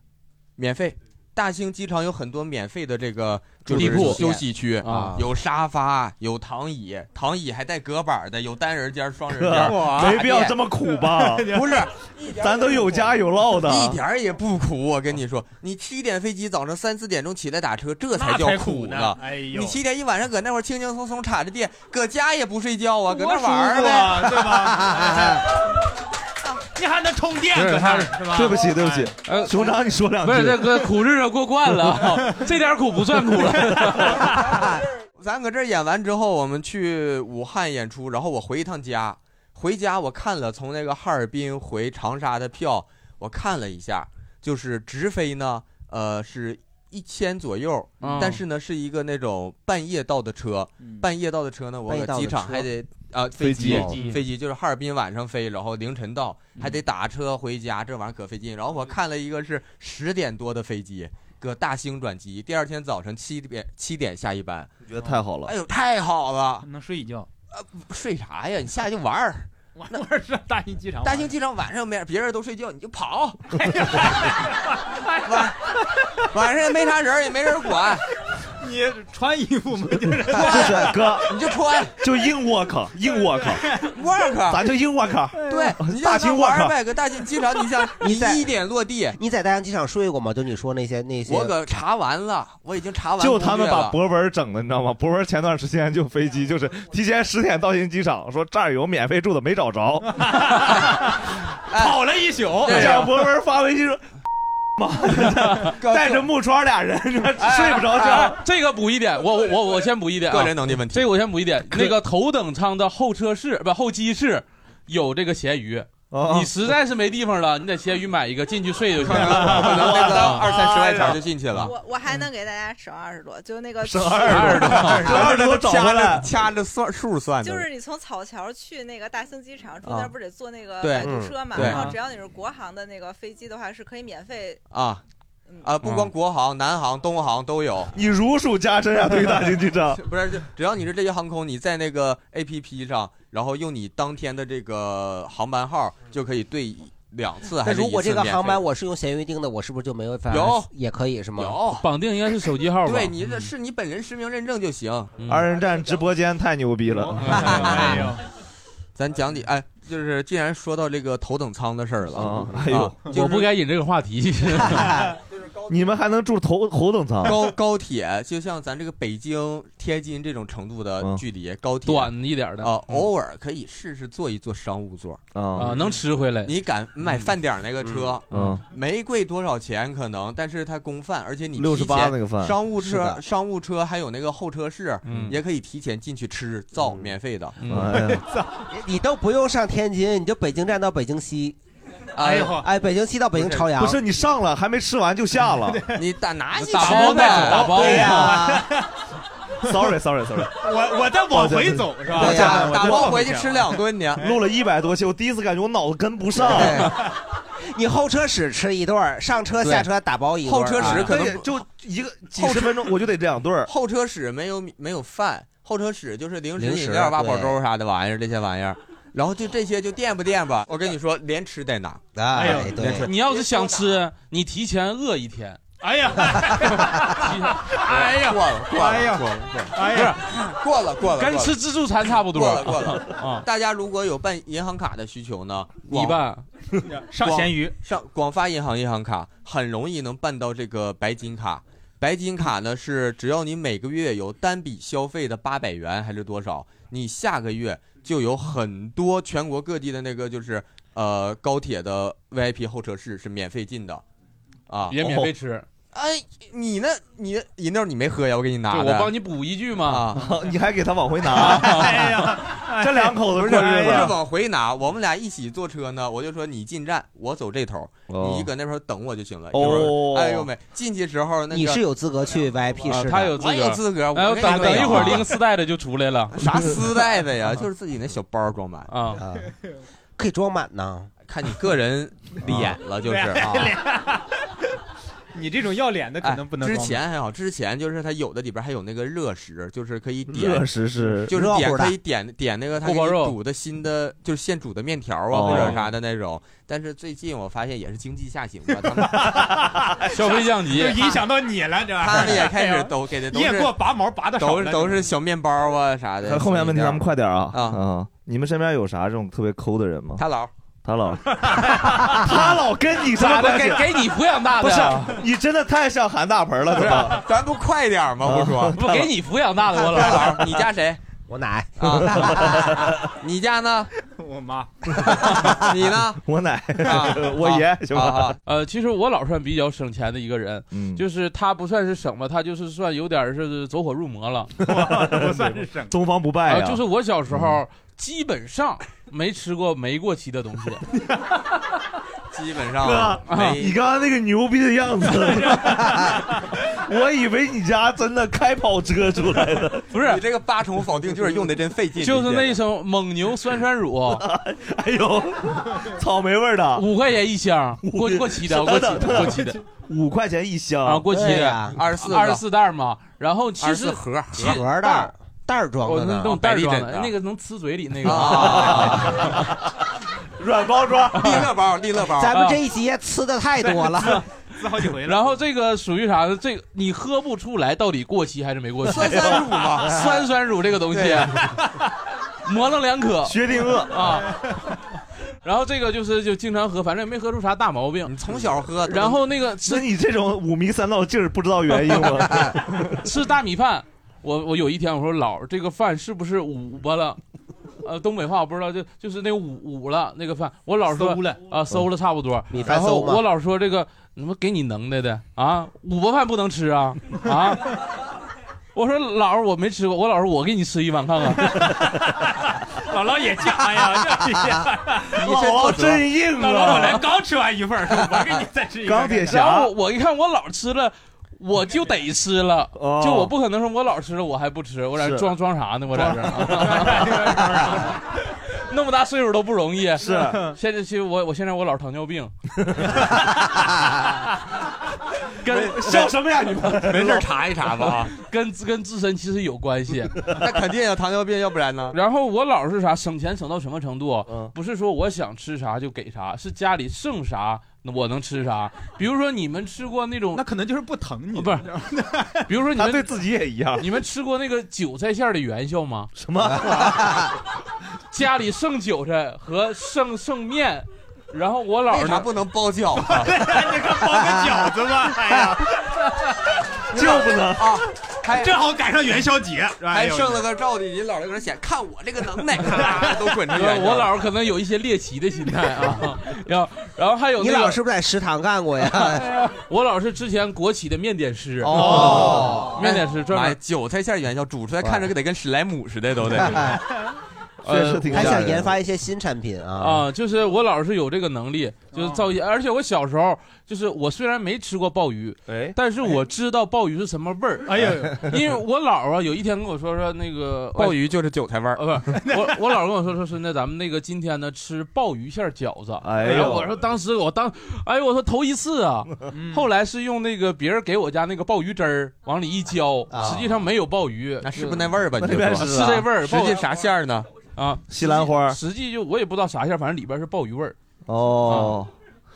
S6: 免费。大兴机场有很多免费的这个
S7: 住
S6: 就是
S7: 地铺
S6: 休息区
S7: 啊
S6: 有沙发，有躺椅，躺椅还带隔板的，有单人间、双 人间，
S10: 哥没必要这么苦吧
S6: 不是，
S10: 咱都有家有落
S2: 啊
S10: 的
S6: 一点儿也不苦。我跟你说，你七点飞机，早上三四点钟起来打车，这才叫
S10: 那才
S6: 苦
S10: 苦
S6: 呢
S10: 呢。哎呦
S6: 你七点一晚上搁那会儿轻轻松松插着电，搁家也不睡觉啊，搁
S27: 多
S6: 那玩
S27: 舒
S6: 儿
S27: 服啊
S6: 呗，
S27: 对吧
S4: 你还能充电，
S7: 不
S4: 可
S7: 是他
S4: 是
S7: 是
S4: 是吧？
S10: 对不起，对不起，熊掌你说两句。
S7: 呃不是这哥苦日子过惯 了，这点苦不算苦了。
S6: 咱搁这儿演完之后，我们去武汉演出，然后我回一趟家，回家我看了从那个哈尔滨回长沙的票，我看了一下，就是直飞呢，呃，是一千左右，
S5: 嗯
S6: 但是呢是一个那种半夜到的车，
S2: 嗯
S6: 半夜到的车呢，我
S5: 半夜
S6: 搁
S5: 到的
S6: 机场还
S5: 车
S6: 得啊、
S5: 飞
S6: 飞
S5: 机
S6: 机飞机就是哈尔滨晚上飞，然后凌晨到，
S2: 嗯
S6: 还得打车回家，这玩意儿可费劲。然后我看了一个是十点多的飞机。搁大兴转机，第二天早晨七点七点下一班，
S2: 觉得太好了
S6: 哎呦，太好了！
S29: 能睡一觉？
S6: 啊，睡啥呀？你下去玩儿，
S29: 玩玩上大兴机场
S6: 大兴机场晚上没别人都睡觉，你就 跑。晚晚上也没啥人儿，也没人管。
S4: 你穿衣服吗？就是
S2: 就是哥，
S6: 你就穿，
S2: 就硬 work，硬 work，
S6: work，
S2: 咱就硬 work，
S5: 哎
S6: 对，你
S2: 大兴 work，
S6: 外搁大兴机场， 你想你
S5: 在
S6: 一点落地，
S5: 你在大洋机场睡过吗？就你说那些那些，
S6: 我搁查完了，我已经查完攻
S2: 就
S6: 略了。
S2: 他们把博文整的，你知道吗？博文前段时间就飞机就是提前十点到新机场，说这儿有免费住的没找着，
S6: 哎
S4: 跑了一宿。
S2: 让博文发微信说。妈，带着木窗俩人， 睡不着觉。
S7: 这个补一点，我我我先补一点、啊，
S6: 个人能力问题。
S7: 这个我先补一点，那个头等舱的候车室不候机室有这个咸鱼。你实在是没地方了，你在咸鱼买一个进去睡就行了，
S6: 可能那个二三十块钱就进去了。
S27: 我我还能给大家省二十多，就那个
S6: 省20多
S2: 二十多找回来
S6: 掐着算数算的。
S27: 就是你从草桥去那个大兴机场，中
S6: 啊
S27: 间不是得坐那个
S6: 对
S27: 摆渡车嘛？
S6: 嗯对
S27: 然后只要你是国航的那个飞机的话，是可以免费。
S6: 啊
S2: 嗯
S6: 啊，不光国航、南航、东航都有。
S2: 你如数家珍啊，对于大兴机场。
S6: 不是，就只要你是这些航空，你在那个 A P P 上，然后用你当天的这个航班号，就可以对两次还
S5: 那
S6: 是一次
S5: 如果这个
S6: 免
S5: 航
S6: 费
S5: 班我是用闲鱼订的，我是不是就没有办法？
S6: 有
S5: 也可以是吗？
S6: 有
S7: 绑定应该是手机号
S6: 对你这是你本人实名认证就行。
S2: 二人站直播间太牛逼了，
S7: 哎
S2: 嗯哎
S6: 咱讲点哎，就是既然说到这个头等舱的事儿了，啊
S2: 哎呦
S6: 就是
S7: 我不该引这个话题。
S2: 你们还能住头头等舱？
S6: 高高铁就像咱这个北京、天津这种程度
S2: 嗯
S6: 的距离，高铁
S7: 短一点的嗯
S6: 啊，偶尔可以试试坐一坐商务座
S2: 啊
S7: 啊能吃回来
S6: 你敢买饭点儿那个车，
S2: 嗯嗯，
S6: 没贵多少钱可能，但是它公饭，而且你
S2: 68
S6: 提前
S2: 那个饭
S6: 商务
S2: 是
S6: 车、
S2: 的
S6: 商务车还有那个候车室
S2: 嗯，
S6: 也可以提前进去吃，造免费的。
S7: 嗯
S2: 哎呀
S5: 你你都不用上天津，你就北京站到北京西。
S6: 哎呦
S5: 哎，北京西到北京朝阳。
S2: 不是你上了还没吃完就 下了
S6: 你打拿去
S2: 打
S6: 吃
S2: 包
S6: 呗
S2: 带走打包
S6: 对呀，
S2: ？Sorry Sorry Sorry，
S4: 我我再往回走是吧？
S6: 打打包回去吃两 顿呢。
S2: 录了一百多期，我第一次感觉我脑子跟不上。
S5: 你候车室吃一顿儿，上车
S2: 对
S5: 下车打包一顿儿。啊
S2: 对就一个几十分钟，我就得这两顿儿。
S6: 候车室没有米没有饭，候车室就是零食、
S5: 零食
S6: 饮料、八宝
S5: 对
S6: 粥啥的玩意儿，这些玩意儿。然后就这些就垫吧垫吧，我跟你说，连吃带拿。
S5: 哎呦对
S6: 连吃
S7: 你要是想吃，你提前饿一天。
S4: 哎呀，
S7: 哎
S6: 呀过了过了
S7: 哎呀
S6: 过了过了
S7: 哎呀
S6: 不是过了过了，
S7: 跟
S6: 过了
S7: 吃自助餐差不多
S6: 过了过了
S7: 啊
S6: 大家如果有办银行卡的需求呢，
S7: 你办
S6: 广
S7: 上闲鱼，
S6: 广上广发银行银行卡很容易能办到这个白金卡。白金卡呢是只要你每个月有单笔消费的八百元还是多少，你下个月就有很多全国各地的那个就是呃高铁的 VIP 候车室是免费进的，啊
S7: 也免费吃。
S6: 哎，你那你饮料你没喝呀？我给你拿
S7: 对，
S6: 的。
S7: 我帮你补一句嘛。
S6: 啊
S2: 你还给他往回 拿，
S6: 哎
S2: 呀这两口子啊
S6: 不是
S2: 过日
S6: 不
S2: 子
S6: 是往回拿，我们俩一起坐车呢，我就说你进站，我走这头，
S5: 哦
S6: 你搁那头等我就行了。
S5: 哦
S6: 一会儿哎呦喂，进去时候那个
S5: 你是有资格去 VIP 室的，
S7: 他有资格，
S6: 我啊有资格
S7: 哎，我等
S6: 我跟你说
S7: 等一会儿
S6: 啊
S7: 拎个丝带的就出来了。
S6: 啥丝带 的呀？就是自己那小包装满啊，
S5: 可以装满呢，
S6: 看你个人脸了，就是啊。
S4: 你这种要脸的可能不能
S6: 之
S4: 装
S6: 前还好，之前就是它有的里边还有那个热食，就是可以点
S2: 热食是
S6: 就是点
S2: 热乎的
S6: 可以点点那个它给
S2: 锅
S6: 你
S2: 包肉
S6: 煮的新的，就是现煮的面条啊
S2: 哦
S6: 或者啥的那种。但是最近我发现也是经济下行吧，他 们
S7: 消费降级
S4: 就影响到你了，这玩意儿哎
S6: 他们也开始都给的都
S4: 你也
S6: 是
S4: 给我拔毛拔的
S6: 都是都是小面包啊啥的。
S2: 后面问题咱们快点儿啊
S6: 啊
S2: 啊！你们身边有啥这种特别抠的人吗？
S6: 他老
S2: 他 老
S6: 他
S2: 老跟你什么关系
S10: 啊
S7: 给给你抚养大的，
S2: 不是你真的太像韩大盆了，怎么？
S6: 咱不啊快点吗？不说
S7: 不给你抚养大的我
S6: 大
S7: 老
S6: 佬，你家谁？
S5: 我奶
S6: 啊， 你家呢？
S4: 我妈。
S6: 你呢？
S2: 我奶
S6: 啊
S2: 我爷行吧？
S7: 呃，其实我老算比较省钱的一个人，
S2: 嗯
S7: 就是他不算是省吧，他就是算有点儿是走火 入魔了。
S2: 东方不败
S7: 啊，
S2: 呀，
S7: 就是我小时候基本上没吃过没过期的东西， 啊
S6: 基本
S10: 哥，啊你刚刚那个牛逼的样子， 我以为你家真的开跑车出来的。
S7: 不是
S6: 你这个八重否定就是用的真费劲，
S7: 就是那一种蒙牛酸酸乳，
S10: 哎呦， 草莓味儿的，
S7: 五块钱一箱，过过期 的，过期的，过期的。
S10: 五块钱一箱
S7: 啊，过期
S10: 对
S7: 的
S10: 呀，24个
S7: 二十四袋嘛，然后其实
S6: 24盒
S7: 其
S6: 盒儿
S7: 袋儿
S5: 袋儿装
S7: 我
S5: 的
S7: 那
S5: 呢
S7: 种
S5: 百
S7: 袋儿
S5: 丽
S7: 装
S5: 珍
S7: 的，
S5: 的
S7: 那个能呲嘴里那个，
S10: 软包装，
S6: 利乐包，利乐包
S5: 咱们这一集吃的太多了，
S7: 呲好几回了。然后这个属于啥呢？这个你喝不出来到底过期还是没过期，
S6: 酸酸乳 嘛
S7: 酸酸乳这个东西
S6: 对，
S7: 模棱两可，
S10: 薛定谔
S7: 啊。然后这个就是就经常喝，反正也没喝出啥大毛病。你
S6: 从小喝，
S7: 然后那个
S10: 那你这种五迷三道劲儿，不知道原因吗？
S7: 吃大米饭，我我有一天我说老儿这个饭是不是捂巴了？呃，东北话我不知道，就就是那捂捂了那个饭。我老说
S3: 馊了
S7: 啊，馊了差不多。
S5: 米
S7: 然
S5: 饭
S7: 后
S5: 馊吗
S7: 我老说这个怎么给你能耐的啊？五巴饭不能吃啊啊！ 我说老儿我没吃过，我老说我给你吃一碗看看。
S15: 姥姥也犟，哎呀，这
S7: 你这
S15: 姥
S7: 不得啊
S15: 姥姥本来刚吃完一份儿，我
S4: 哎
S15: 给你再吃一份儿。
S7: 然后我我一看我老吃了。我就得吃了，
S10: 哦
S7: 就我不可能说我老吃了我还不吃，我在这
S10: 是
S7: 装装啥呢？我在这 儿， 那么大岁数都不容易。啊
S10: 是啊
S7: 现在其实我我现在我老是糖尿 病，跟
S10: 没笑什么呀你们
S6: 没事儿查一查吧，啊
S7: 跟跟自身其实有关系，
S6: 那肯定有糖尿病，要不然呢？嗯
S7: 然后我老是啥省钱省到什么程度？不是说我想吃啥就给啥，是家里剩啥我能吃啥。比如说你们吃过那种，那可能就是不疼你，不是？比如说你们对
S10: 自己也一样，
S7: 你们吃过那个韭菜馅儿的元宵吗？
S10: 什么？
S7: 家里剩韭菜和剩剩面，然后我姥
S6: 为
S7: 儿
S6: 啥
S7: 呢
S6: 不能包饺子？
S15: 包个饺子吧，哎呀，
S10: 就不能
S6: 啊，还
S15: 正好赶上元宵节是吧
S6: 还剩了个罩子，你姥姥搁这显看我这个能耐，咔都滚着元宵
S7: 呃我姥儿可能有一些猎奇的心态啊，然后然后还有
S5: 你
S7: 那个
S5: 老是不是在食堂干过呀？。
S7: 我老是之前国企的面点师
S6: 哦
S7: 面点师专
S6: 妈呀
S7: 门
S6: 韭菜馅儿元宵煮出来，看着得跟史莱姆似的，都得呃
S7: 确实挺吓
S5: 还
S7: 人的
S5: 想研发一些新产品啊？
S7: 呃啊，就是我老是有这个能力，就是造诣。而且我小时候，就是我虽然没吃过鲍鱼，但是我知道鲍鱼是什么味儿。
S6: 哎哎呦
S7: 因为我姥啊，有一天跟我说说那个
S6: 鲍鱼就是韭菜味儿，
S7: 呃，不是，我我姥跟我说说是那咱们那个今天呢吃鲍鱼馅儿饺子。
S10: 哎呦
S7: 然后我说当时我当，哎呦我说头一次啊，
S6: 嗯
S7: 后来是用那个别人给我家那个鲍鱼汁儿往里一浇，实际上没有鲍鱼，
S6: 啊那是不是那味儿吧？你
S7: 是
S6: 就说
S7: 这味儿，
S6: 实际啥馅儿呢？
S7: 啊，
S10: 啊西兰花
S7: 实际就我也不知道啥馅儿，反正里边是鲍鱼味儿。
S10: 哦，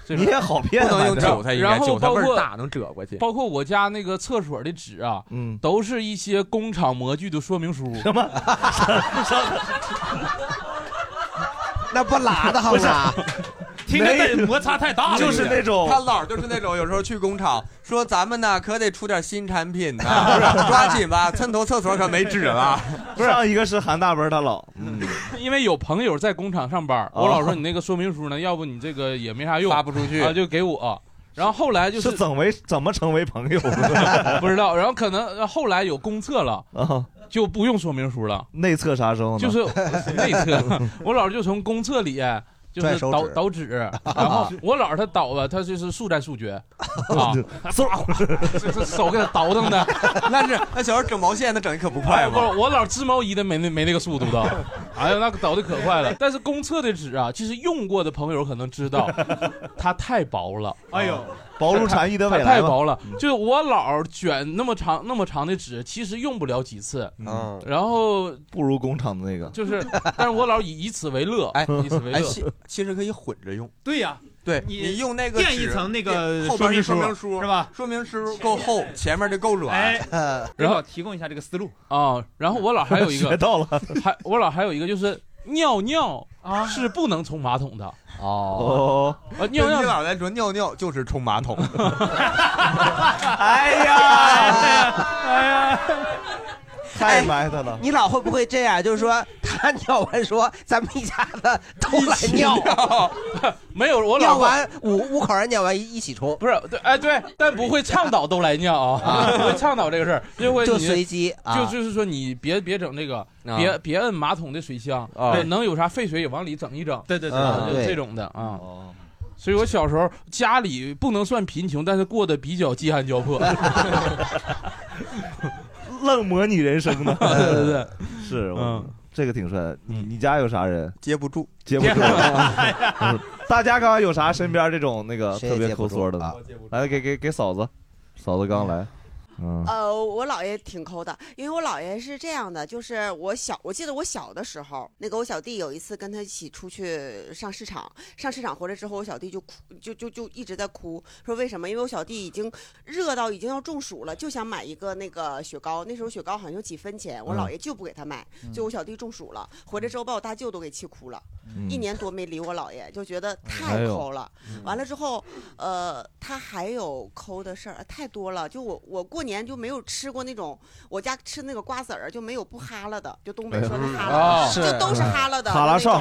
S7: 这
S10: 你也好骗啊，
S7: 不能用
S10: 反正
S7: 韭菜应该然后韭菜包味儿括大
S6: 能折过去
S7: 包括我家那个厕所的纸啊，
S10: 嗯，
S7: 都是一些工厂模具的说明书。
S10: 什么？
S5: 那不拉的好吗？
S6: 听着那摩
S7: 擦太
S6: 大
S7: 了
S10: 就是那种
S6: 他姥儿就是那种，有时候去工厂说咱们呢可得出点新产品呢，是吧抓紧吧，村头厕所可没纸了。
S5: 啊
S10: 不是上一个是韩大文他姥，
S7: 因为 有朋友在工厂上班，
S10: 哦
S7: 我老说你那个说明书呢，要不你这个也没啥用，
S6: 发不出去
S7: 啊，就给我。 然后后来就是
S10: 怎为怎么成为朋友？
S7: 不知道，然后可能呃后来有公测了，
S10: 啊，
S7: 就不用说明书了，
S10: 内测啥时候呢？
S7: 就是 内测，我姥儿就从公测里就是
S10: 拽手
S7: 导
S10: 指
S7: 导指， 然后我姥儿她导吧，她就是速战速决，啊，
S10: 嗖，
S7: 这这手给她倒腾 的，哎
S6: 那是那小时候整毛线，那整的可不快
S7: 不是
S6: 吗？
S7: 我姥儿织毛衣的没那没那个速度 的，哎呦，那个倒的可快了。但是公厕的纸啊，其实用过的朋友可能知道，它太薄 了。啊
S10: 哎呦薄如蝉翼的未来
S7: 它
S10: 嘛嗯
S7: 太薄了。就是我姥儿卷那么长那么长的纸，其实用不了几次。
S10: 嗯，
S7: 然后
S10: 不如工厂的那个，
S7: 就是，但是我姥儿以以此为乐，
S6: 哎
S7: 以此为
S6: 哎
S7: 乐。
S6: 其其实可以混着用。
S4: 对呀，
S6: 对
S4: 你
S6: 你用那个
S4: 垫一
S6: 纸
S4: 层那个
S6: 垫后
S4: 说
S6: 边
S4: 明
S6: 是说
S4: 书
S6: 明书
S4: 是吧？
S6: 说明书够厚，前面就够软。
S7: 然后
S4: 哎提供一下这个思路
S7: 啊，然后我姥儿还有一 个
S10: 学到了，
S7: 还我姥儿还有一个就是尿尿
S4: 啊
S7: 是不能冲马桶的。
S6: 哦
S7: 啊尿尿
S6: 对你姥来说尿尿就是冲 马桶，
S10: 哎呀，
S6: 哎呀，
S10: 太埋汰了。
S5: 你老会不会这样？就是说 他尿完说咱们一家子都来尿，
S7: 没有我
S5: 尿
S7: 老婆
S5: 完五五口人尿完一一起冲，
S7: 不是对，哎对，但不会倡导都来尿啊，不会倡导这个事儿，就会
S5: 就
S7: 你
S5: 随机啊
S7: 就就是说你别别整这个，
S6: 啊
S7: 别别摁马桶的水箱
S10: 啊，
S7: 能有啥废水也往里整一整，对对
S10: 对嗯对
S7: 这种的啊。所以我小时候家里不能算贫穷，但是过得比较饥寒交迫。
S10: 愣模拟人生呢。
S7: 对对嗯对，
S10: 是，嗯，这个挺帅的。你你家有啥人？
S6: 接不住，
S10: 接不住。嗯大家刚刚有啥身边这种那个
S5: 谁
S10: 特
S5: 也
S10: 别
S5: 接
S10: 抠
S5: 不住啊
S10: 缩的呢？来，给给给嫂子，嫂子刚来，嗯，
S30: 呃，我姥爷挺抠的，因为我姥爷是这样的，就是我小，我记得我小的时候，那个我小弟有一次跟他一起出去上市场，上市场回来之后，我小弟就哭，就就就一直在哭，说为什么？因为我小弟已经热到已经要中暑了，就想买一个那个雪糕，那时候雪糕好像有几分钱，我姥爷就不给他买，就我小弟中暑了，回来之后把我大舅都给气哭了，
S21: 嗯
S30: 一年多没理我姥爷，就觉得
S21: 哎
S30: 太
S21: 呦
S30: 抠了。
S10: 嗯
S30: 完了之后，呃，他还有抠的事儿呃太多了。就我我过年就没有吃过那种，我家吃那个瓜子儿就没有不哈拉的，就东
S10: 哎
S30: 北说的哈拉，
S10: 嗯
S30: 就都是哈拉的，
S10: 哈拉上，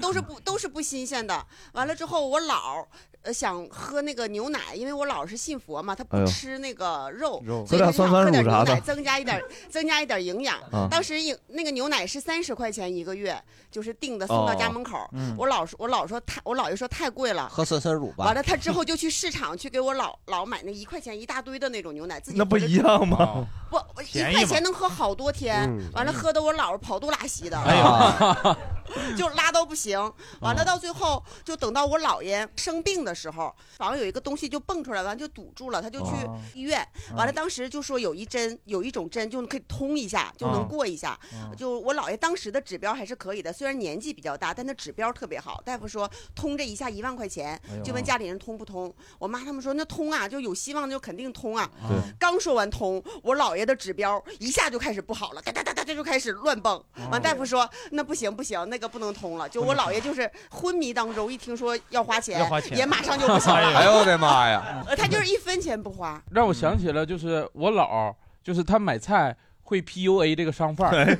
S30: 都是不都是不新鲜的。完了之后，我姥儿呃想喝那个牛奶，因为我姥儿是信佛嘛，她
S10: 哎
S30: 不
S10: 呦
S30: 吃那个肉，
S10: 肉
S30: 所以
S10: 喝
S30: 她
S10: 点
S30: 就想
S10: 酸
S30: 喝
S10: 酸
S30: 点
S10: 乳
S30: 牛
S10: 啥
S30: 奶，
S10: 的
S30: 增加一点增加一点营养
S10: 啊。
S30: 当时营那个牛奶是三十块钱一个月，就是订的送到家
S5: 哦
S30: 门口儿
S5: 嗯。
S30: 我姥儿说，我姥儿说太，我姥爷说太贵了。
S5: 喝酸酸乳吧。
S30: 完了，他之后就去市场去给我姥姥买那一块钱一大堆的那种牛奶，自己
S5: 那不
S30: 回来
S5: 一样吗
S10: 哦
S30: 不，我一
S10: 便宜
S30: 块
S10: 嘛
S30: 钱能喝好多天。
S10: 嗯
S30: 完了，喝的我姥姥跑肚拉稀的，
S21: 哎
S30: 就拉到不
S21: 哦
S30: 行。完了，到最后就等到我姥爷生病的时候，好像有一个东西就蹦出来，完就堵住了，他就去
S21: 哦
S30: 医院。
S21: 嗯
S30: 完了，当时就说有一针，有一种针就可以通一下，就
S21: 嗯
S30: 能过一下。
S21: 嗯
S30: 就我姥爷当时的指标还是可以的，虽然年纪比较大，但他指标特别好。大夫说通这一下一万块钱
S21: 哎呦，
S30: 就问家里人通不通。我妈他们说那通啊，就有希望就肯定通啊。
S7: 哦
S21: 对
S30: 刚说完通，我姥爷的指标一下就开始不好了，哒哒哒哒哒就开始乱蹦。完，大夫说那不行不行，那个不能通了。就我姥爷就是昏迷当中，一听说要花钱，
S7: 要花钱
S30: 也马上就不行了。
S7: 哎呦我的妈呀！
S30: 呃他就是一分钱不花。
S7: 让我想起了，就是我姥儿，就是他买菜会 PUA 这个商贩儿。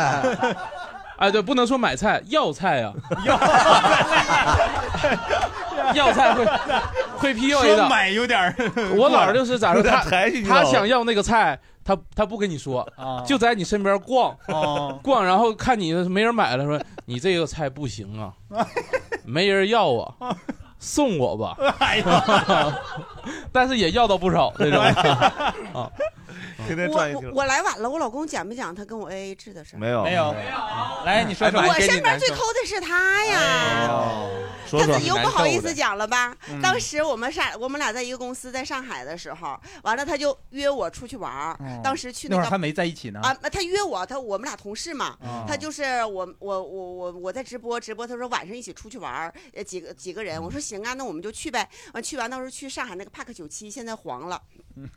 S7: 哎，对，不能说买菜，要菜啊， 要菜会会 PUA 的。
S4: 说买有点儿，
S7: 我姥儿就是咋说，
S4: 有点
S7: 他
S4: 抬举你
S7: 他
S4: 姥儿
S7: 想要那个菜，他他不跟你说，
S4: 啊
S7: 就在你身边逛逛，然后看你没人买了，说你这个菜不行啊，没人要啊，送我吧。
S4: 哎呦，
S7: 但是也要到不少那种。啊，
S10: 天
S30: 我我我来晚了，我老公讲没讲他跟我 A A 制的事儿？哎
S10: 没有
S4: 没有
S10: 没
S4: 来你说说，
S30: 我身边最抠的是他呀。
S10: 哦说说
S30: 他自己又不好意思讲了吧
S10: 嗯？
S30: 当时我们俩我们俩在一个公司，在上海的时候，完了他就约我出去玩儿、
S4: 哦
S30: 当时去
S4: 那
S30: 个
S4: 会儿还没在一起呢
S30: 啊，他约我，他我们俩同事嘛，
S4: 哦
S30: 他就是我我我我我在直播直播，他说晚上一起出去玩儿，呃几个几个人，
S4: 嗯
S30: 我说行啊，那我们就去呗。完去完到时候去上海那个 Park 九七，现在黄了。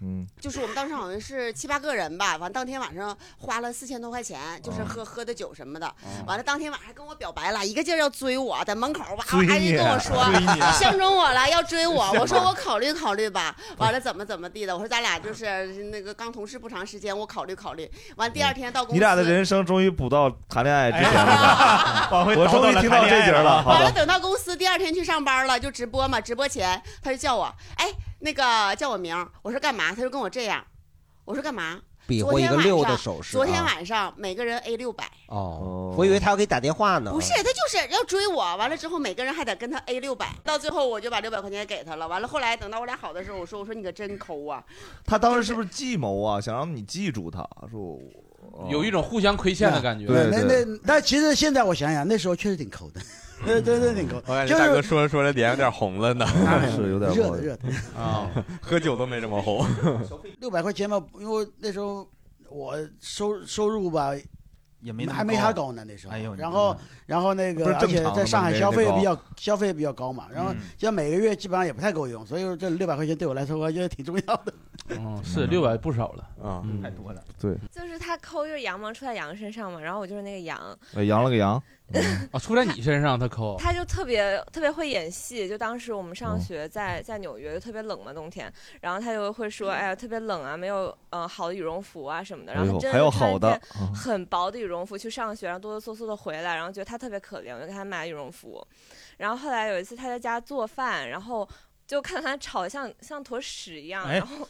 S10: 嗯，
S30: 就是我们当时好像是七八个人吧，完当天晚上花了四千多块钱，就是喝、喝的酒什么的。完了当天晚上还跟我表白了，一个劲儿要追我，在门口哇
S21: 追
S30: 哇挨
S21: 你
S30: 人跟我
S21: 追你
S30: 说相中我了，要追我。我说我考虑考虑吧。
S21: 对
S30: 完了怎么怎么地的，我说咱俩就是那个刚同事不长时间，我考虑考虑。完第二天到公司，哎
S10: 你俩的人生终于补到谈恋爱之前 了，
S4: 往回倒
S10: 我终于
S4: 到
S10: 听到
S4: 谈恋
S10: 这
S4: 爱
S10: 节儿了。
S4: 了
S10: 好
S30: 完了，
S10: 的，
S30: 等到公司第二天去上班了，就直播嘛。直播前他就叫我，哎，那个叫我名儿，我说干嘛？他就跟我这样，我说干嘛？
S5: 比
S30: 昨
S5: 划一
S30: 天
S5: 个
S30: 晚
S5: 六
S30: 上
S5: 的手势
S30: 昨天
S5: 啊
S30: 晚上每个人 A 六百，
S5: 哦，我以为他要给你打电话呢。
S30: 不是，他就是要追我。完了之后，每个人还得跟他 A 六百，到最后我就把六百块钱给他了。完了，后来等到我俩好的时候，我说我说你可真抠啊！
S10: 他当时是不是计谋啊？想让你记住他，说我
S7: 哦有一种互相亏欠的感觉。
S10: 对
S14: 哎那
S10: 对
S14: 那但其实现在我想想，那时候确实挺抠的， 对对对，
S5: 啊
S14: 挺抠。
S6: 我感
S14: 就
S6: 觉
S14: 是
S6: 大哥说着说着脸有点红了呢，
S10: 是有点
S14: 热的热的
S6: 啊，喝酒都没这么红。
S14: 六百块钱吧，因为那时候我收收入吧。
S4: 也没那么
S14: 还没
S4: 高
S14: 他高呢，那时候。
S4: 哎呦
S14: 然后，然后那
S4: 不
S14: 个，
S4: 是
S14: 而
S4: 正常
S14: 且
S4: 的吗
S14: 在上海
S4: 没人
S14: 消费也
S4: 高
S14: 比较消费也比较高嘛，然后
S7: 嗯
S14: 像每个月基本上也不太够用，所以说这六百块钱对我来说，我觉得挺重要的。
S4: 哦
S7: 嗯，是六百不少了嗯
S10: 啊，
S2: 嗯
S7: 太多了。
S10: 对，
S18: 就是他抠，就是羊毛出在羊身上嘛，然后我就是那个羊，
S2: 哦
S10: 哎，扬了个扬，
S7: 啊，出在你身上他抠，
S21: 他就特别特别会演戏，就当时我们
S2: 哦
S21: 上学在在纽约就特别冷嘛冬天，然后他就会
S7: 嗯
S21: 说，哎呀特别冷啊，没有呃好的羽绒服啊什么的，然
S2: 哎
S21: 后
S2: 呦
S21: 他真
S2: 还
S21: 的
S2: 有
S21: 穿
S2: 好的嗯
S21: 一件很薄的羽绒服去上学，然后哆哆嗦嗦的回来，然后觉得他特别可怜，我就给他买羽绒服，然后后来有一次他在家做饭，然后就看他炒得像像坨屎一样，
S7: 哎
S21: 然后。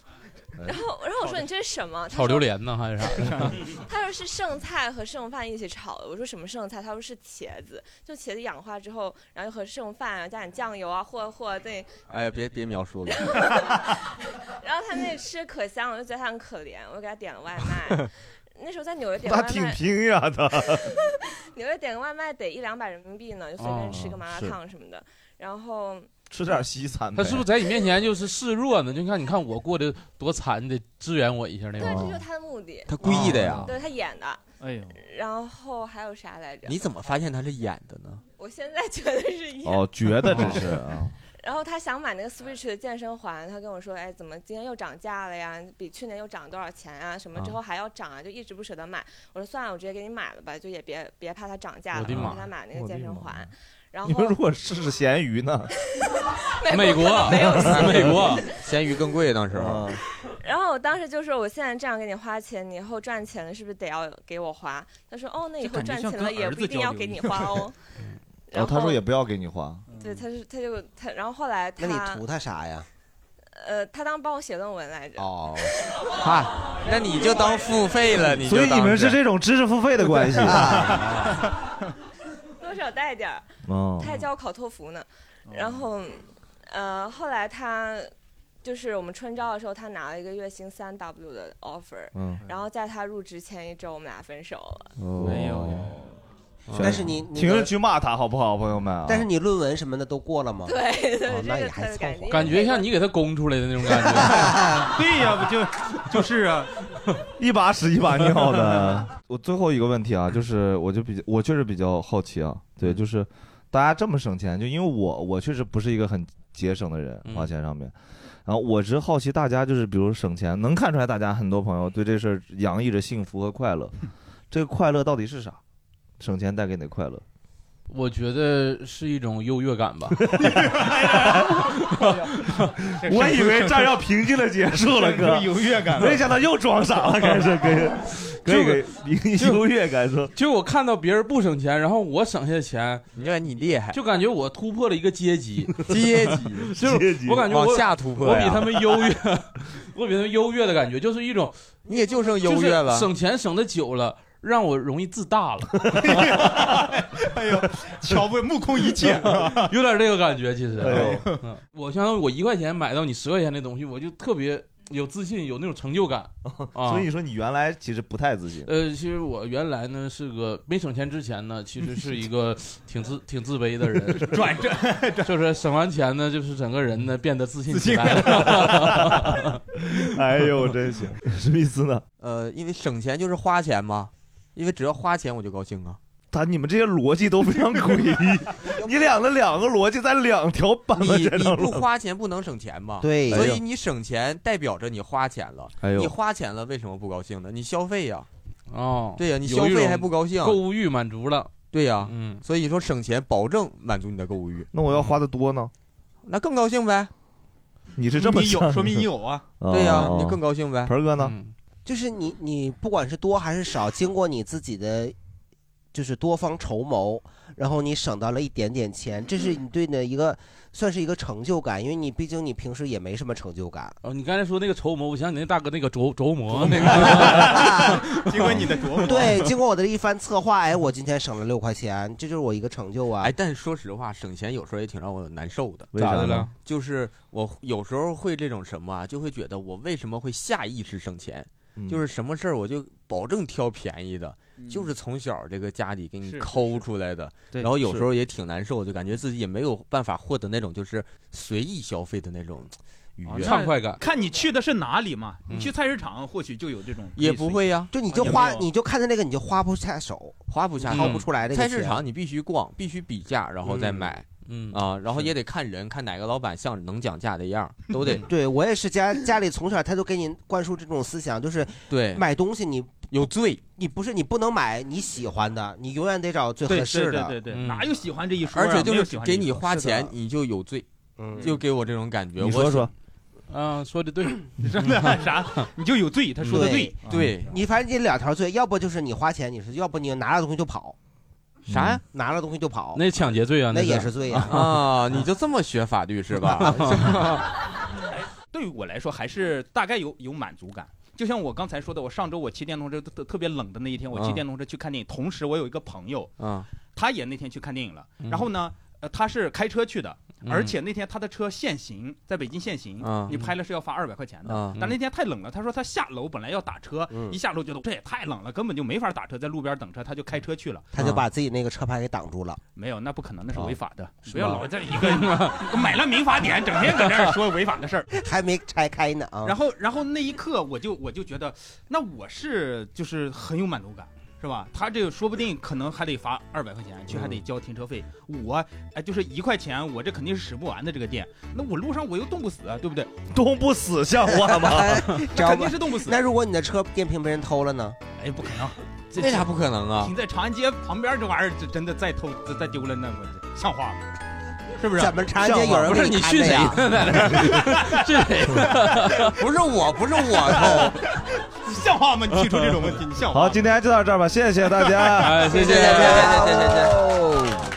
S21: 然后，然后我说你这是什么？
S7: 炒
S21: 他说
S7: 榴莲呢还是啥？
S21: 他说是剩菜和剩饭一起炒的。我说什么剩菜？他说是茄子，就茄子氧化之后，然后又和剩饭啊加点酱油啊和和那，
S6: 哎呀，别别描述了，
S21: 然后他那吃可香了，我就觉得他很可怜，我就给他点了外卖。那时候在纽约点
S2: 那
S21: 外
S2: 挺
S21: 卖，
S2: 拼呀他。
S21: 纽约点个外卖得一两百人民币呢，就随便吃个麻
S2: 哦
S21: 辣
S7: 是
S21: 烫什么的。然后
S2: 吃点西餐
S7: 他是不是在你面前就是示弱呢？就看你看我过得多惨，你得支援我一下那
S21: 对，这就是
S7: 种。哦
S21: 他的目的。
S7: 啊他故意的
S2: 哦
S7: 呀
S21: 对他演的。
S7: 哎呦，
S21: 然后还有啥来 着？
S6: 你怎么发现他是演的呢？
S21: 我现在觉得是演。
S2: 哦，觉得 只是啊，
S21: 然后他想买那个 Switch 的健身环，他跟我说：“哎，怎么今年又涨价了呀？比去年又涨多少钱啊？什么之后还要涨啊？就一直不舍得买。”我说：“算了，我直接给你买了吧，就也别别怕它涨价了。”
S2: 我的妈
S21: 给他买那个健身环。然后
S2: 你们如 果试试咸鱼呢？
S21: 美国
S2: 啊
S21: 可能没 有咸鱼
S6: 美国咸鱼更贵当时候。
S21: 然后我当时就说，我现在这样给你花钱，你以后赚钱了是不是得要给我花？他说，哦，那以后
S7: 感觉
S21: 赚
S7: 像
S21: 钱了
S7: 跟
S21: 也
S7: 儿
S21: 不
S7: 子
S21: 一定
S7: 交
S21: 要
S7: 流
S21: 给
S7: 一
S21: 你
S7: 样
S21: 花 哦。
S2: 然后他说也不要给你花，
S21: 对，他是他就他，然后后来
S5: 那
S21: 他
S5: 你图他啥呀？
S21: 呃，他当帮我写论文来着。
S6: 哦，嗨，那你就当付费了，你就
S2: 所以
S6: 当
S2: 你们是这种知识付费的 关系。
S5: 啊
S21: 多少带点儿。
S2: 哦
S21: 他还教我考托福呢。然后，呃，后来他就是我们春招的时候，他拿了一个月薪三 W 的 offer，、
S2: 嗯
S21: 然后在他入职前一周，我们俩分手了。
S2: 没有。哎
S5: 但是你你
S2: 停
S5: 的
S2: 着去骂他好不好，朋友们 啊？
S5: 但是你论文什么的都过了吗？
S21: 对对
S5: 哦，那也还
S21: 特
S5: 凑
S21: 感
S5: 合。
S7: 感觉像你给他供出来的那种感觉。对呀，不就就是啊，
S2: 一把屎一把尿的。 我最后一个问题啊，就是我就比较，我确实比较好奇啊，对，就是大家这么省钱，就因为我我确实不是一个很节省的人，花钱上面。然后我只是好奇大家，就是比如省钱，能看出来大家很多朋友对这事儿洋溢着幸福和快乐，这个快乐到底是啥？省钱带给你的快乐，
S7: 我觉得是一种优越感 吧。
S2: 我以为这儿要平静的结束了，哥，
S7: 有优越感
S2: 没想到又装傻了，开始 跟可以可以，优越感说，
S7: 就我看到别人不省钱，然后我省下钱，
S6: 你觉得你厉害，
S7: 就感觉我突破了一个阶级，
S6: 阶级，
S7: 就是我感觉我
S6: 往下突破
S7: 我
S6: 呀
S7: 比他们优越，我比他们优越的感觉，就是一种
S6: 你也就剩优越了
S7: 省钱省的久了。让我容易自大 了，
S2: 哎
S31: 瞧不目空一切，
S7: 有点这个感觉。其实
S31: 哎，
S7: 嗯 我相当于我一块钱买到你十块钱的东西，我就特别有自信，有那种成就感。啊
S2: 哦所以说你原来其实不太自信，
S7: 呃，其实我原来呢是个没省钱之前呢，其实是一个挺自挺自卑的人，转 正，就是省完钱呢，就是整个人呢变得自信起来 了。
S2: 哎呦，真行！史密斯呢？
S6: 呃，因为省钱就是花钱嘛，因为只要花钱我就高兴 啊。
S2: 他你们这些逻辑都非常诡 异，你俩的两个逻辑在两条板
S6: 你
S2: 子之
S6: 你
S2: 上
S6: 不花钱不能省钱嘛？
S5: 对
S6: 所以你省钱代表着你花钱了。
S2: 哎呦
S6: 你花钱了为什么不高兴呢？你消费呀。
S7: 哦，
S6: 对呀，你
S7: 有
S6: 消
S7: 一
S6: 费
S7: 种
S6: 还不高兴，
S7: 购物欲满足了。
S6: 对呀，
S7: 嗯，
S6: 所以说省钱保证满足你的购物欲，
S2: 那我要花的多呢？
S6: 那更高兴呗。
S2: 你是这么
S6: 你有
S2: 想的哦
S6: 说明你有 啊嗯对呀你更高兴呗
S2: 盆儿哥呢？
S5: 就是你你不管是多还是少，经过你自己的就是多方筹谋，然后你省到了一点点钱，这是你对你的一个算是一个成就感，因为你毕竟你平时也没什么成就 感。
S7: 哦，你刚才说那个筹谋，我想起那大哥那个轴轴模那个，
S5: 经过你 的琢磨对， 经过我的一番策划，哎，我今天省了六块钱，这就是我一个成就啊。
S6: 哎，但是说实话，省钱有时候也挺让我难受的。
S5: 为啥呢咋的了？
S6: 就是我有时候会这种什么啊，就会觉得我为什么会下意识省钱？
S2: 嗯
S6: 就是什么事儿我就保证挑便宜的，就是从小这个家里给你抠出来的。
S2: 对
S6: 然后有
S2: 是
S6: 时候也挺难受，就感觉自己也没有办法获得那种就是随意消费的那种愉悦、
S4: 看你去的是哪里嘛？你去
S6: 嗯
S4: 菜市场或许就有这种类似于，
S6: 也不会呀，
S5: 就你就花，你就看他那个，你就花不下手，
S6: 花不下
S5: 掏不出来这个
S6: 嗯菜
S5: 钱。
S6: 市场你必须逛，必须比价，然后再买。
S7: 嗯
S6: 啊，然后也得看人，看哪个老板像能讲价的样儿，都得
S5: 嗯对我也是家家里从小他就给你灌输这种思想，就是
S6: 对
S5: 买东西你
S6: 有罪。
S5: 你不是你不能买你喜欢的，你永远得找最合适的。
S4: 对对对对，哪有喜欢这一说啊？
S6: 嗯而且就
S4: 没有
S6: 是
S4: 喜欢这
S6: 给
S4: 一
S6: 你
S4: 说
S6: 花钱，
S4: 是的
S6: 你就有罪，
S4: 嗯
S6: 就给我这种感觉。
S4: 你
S6: 我
S4: 说说，
S7: 嗯，说的对，
S4: 真的啥？你就有罪，他说的对。
S6: 对
S5: 嗯你反正这两条罪，要不就是你花钱，你是要不你拿了东西就跑，嗯
S6: 啥呀？
S5: 拿了东西就跑，
S7: 那抢劫罪啊，
S5: 那也
S7: 是
S5: 是罪 呀
S6: 啊！ 你就这么学法律是 吧？
S4: 啊 对于我来说，还是大概有有满足感。就像我刚才说的，我上周我骑电动车特特别冷的那一天，我骑
S6: 嗯
S4: 电动车去看电影，同时我有一个朋友，
S6: 啊，
S4: 他也那天去看电影了。
S6: 嗯
S4: 然后呢，呃，他是开车去的，
S6: 嗯
S4: 而且那天他的车限行，在北京限行
S5: 嗯
S6: 啊，
S4: 你拍了是要罚二百块钱的
S6: 啊。
S4: 但那天太冷了，他说他下楼本来要打车，
S5: 嗯
S4: 一下楼觉得这也太冷了，根本就没法打车，在路边等车，他就开车去了。
S6: 嗯
S5: 他就把自己那个车牌给挡住了。
S4: 没有，那不可能，那是违法的。
S5: 是
S4: 不要
S5: 吧
S4: 老在一个 买了民法典，整天搁这儿说违法的事儿，
S5: 还没拆开呢啊。
S4: 然后，然后那一刻，我就我就觉得，那我是就是很有满足感，是吧？他这个说不定可能还得罚二百块钱，去还得交停车费。我哎，就是一块钱，我这肯定是使不完的这个店。那我路上我又冻不死啊，对不对？
S5: 冻不死像
S4: 话吗
S5: 哎知道
S4: 肯定是冻不死
S5: 那如果你的车电瓶被人偷了呢？
S4: 哎，不可能。这
S6: 为啥不可能啊
S4: 停？在长安街旁边这玩意儿，这真的再偷再再丢了，那我这像话吗？是不是？
S5: 怎么长安街有人给看的呀
S4: 是 谁？
S6: 不是我，不是我
S4: 偷， 像话吗？你提出这种问题，你像话吗？
S10: 好，今天就到这儿吧，谢谢大家，
S7: 哎谢谢谢谢谢谢谢谢
S10: 谢。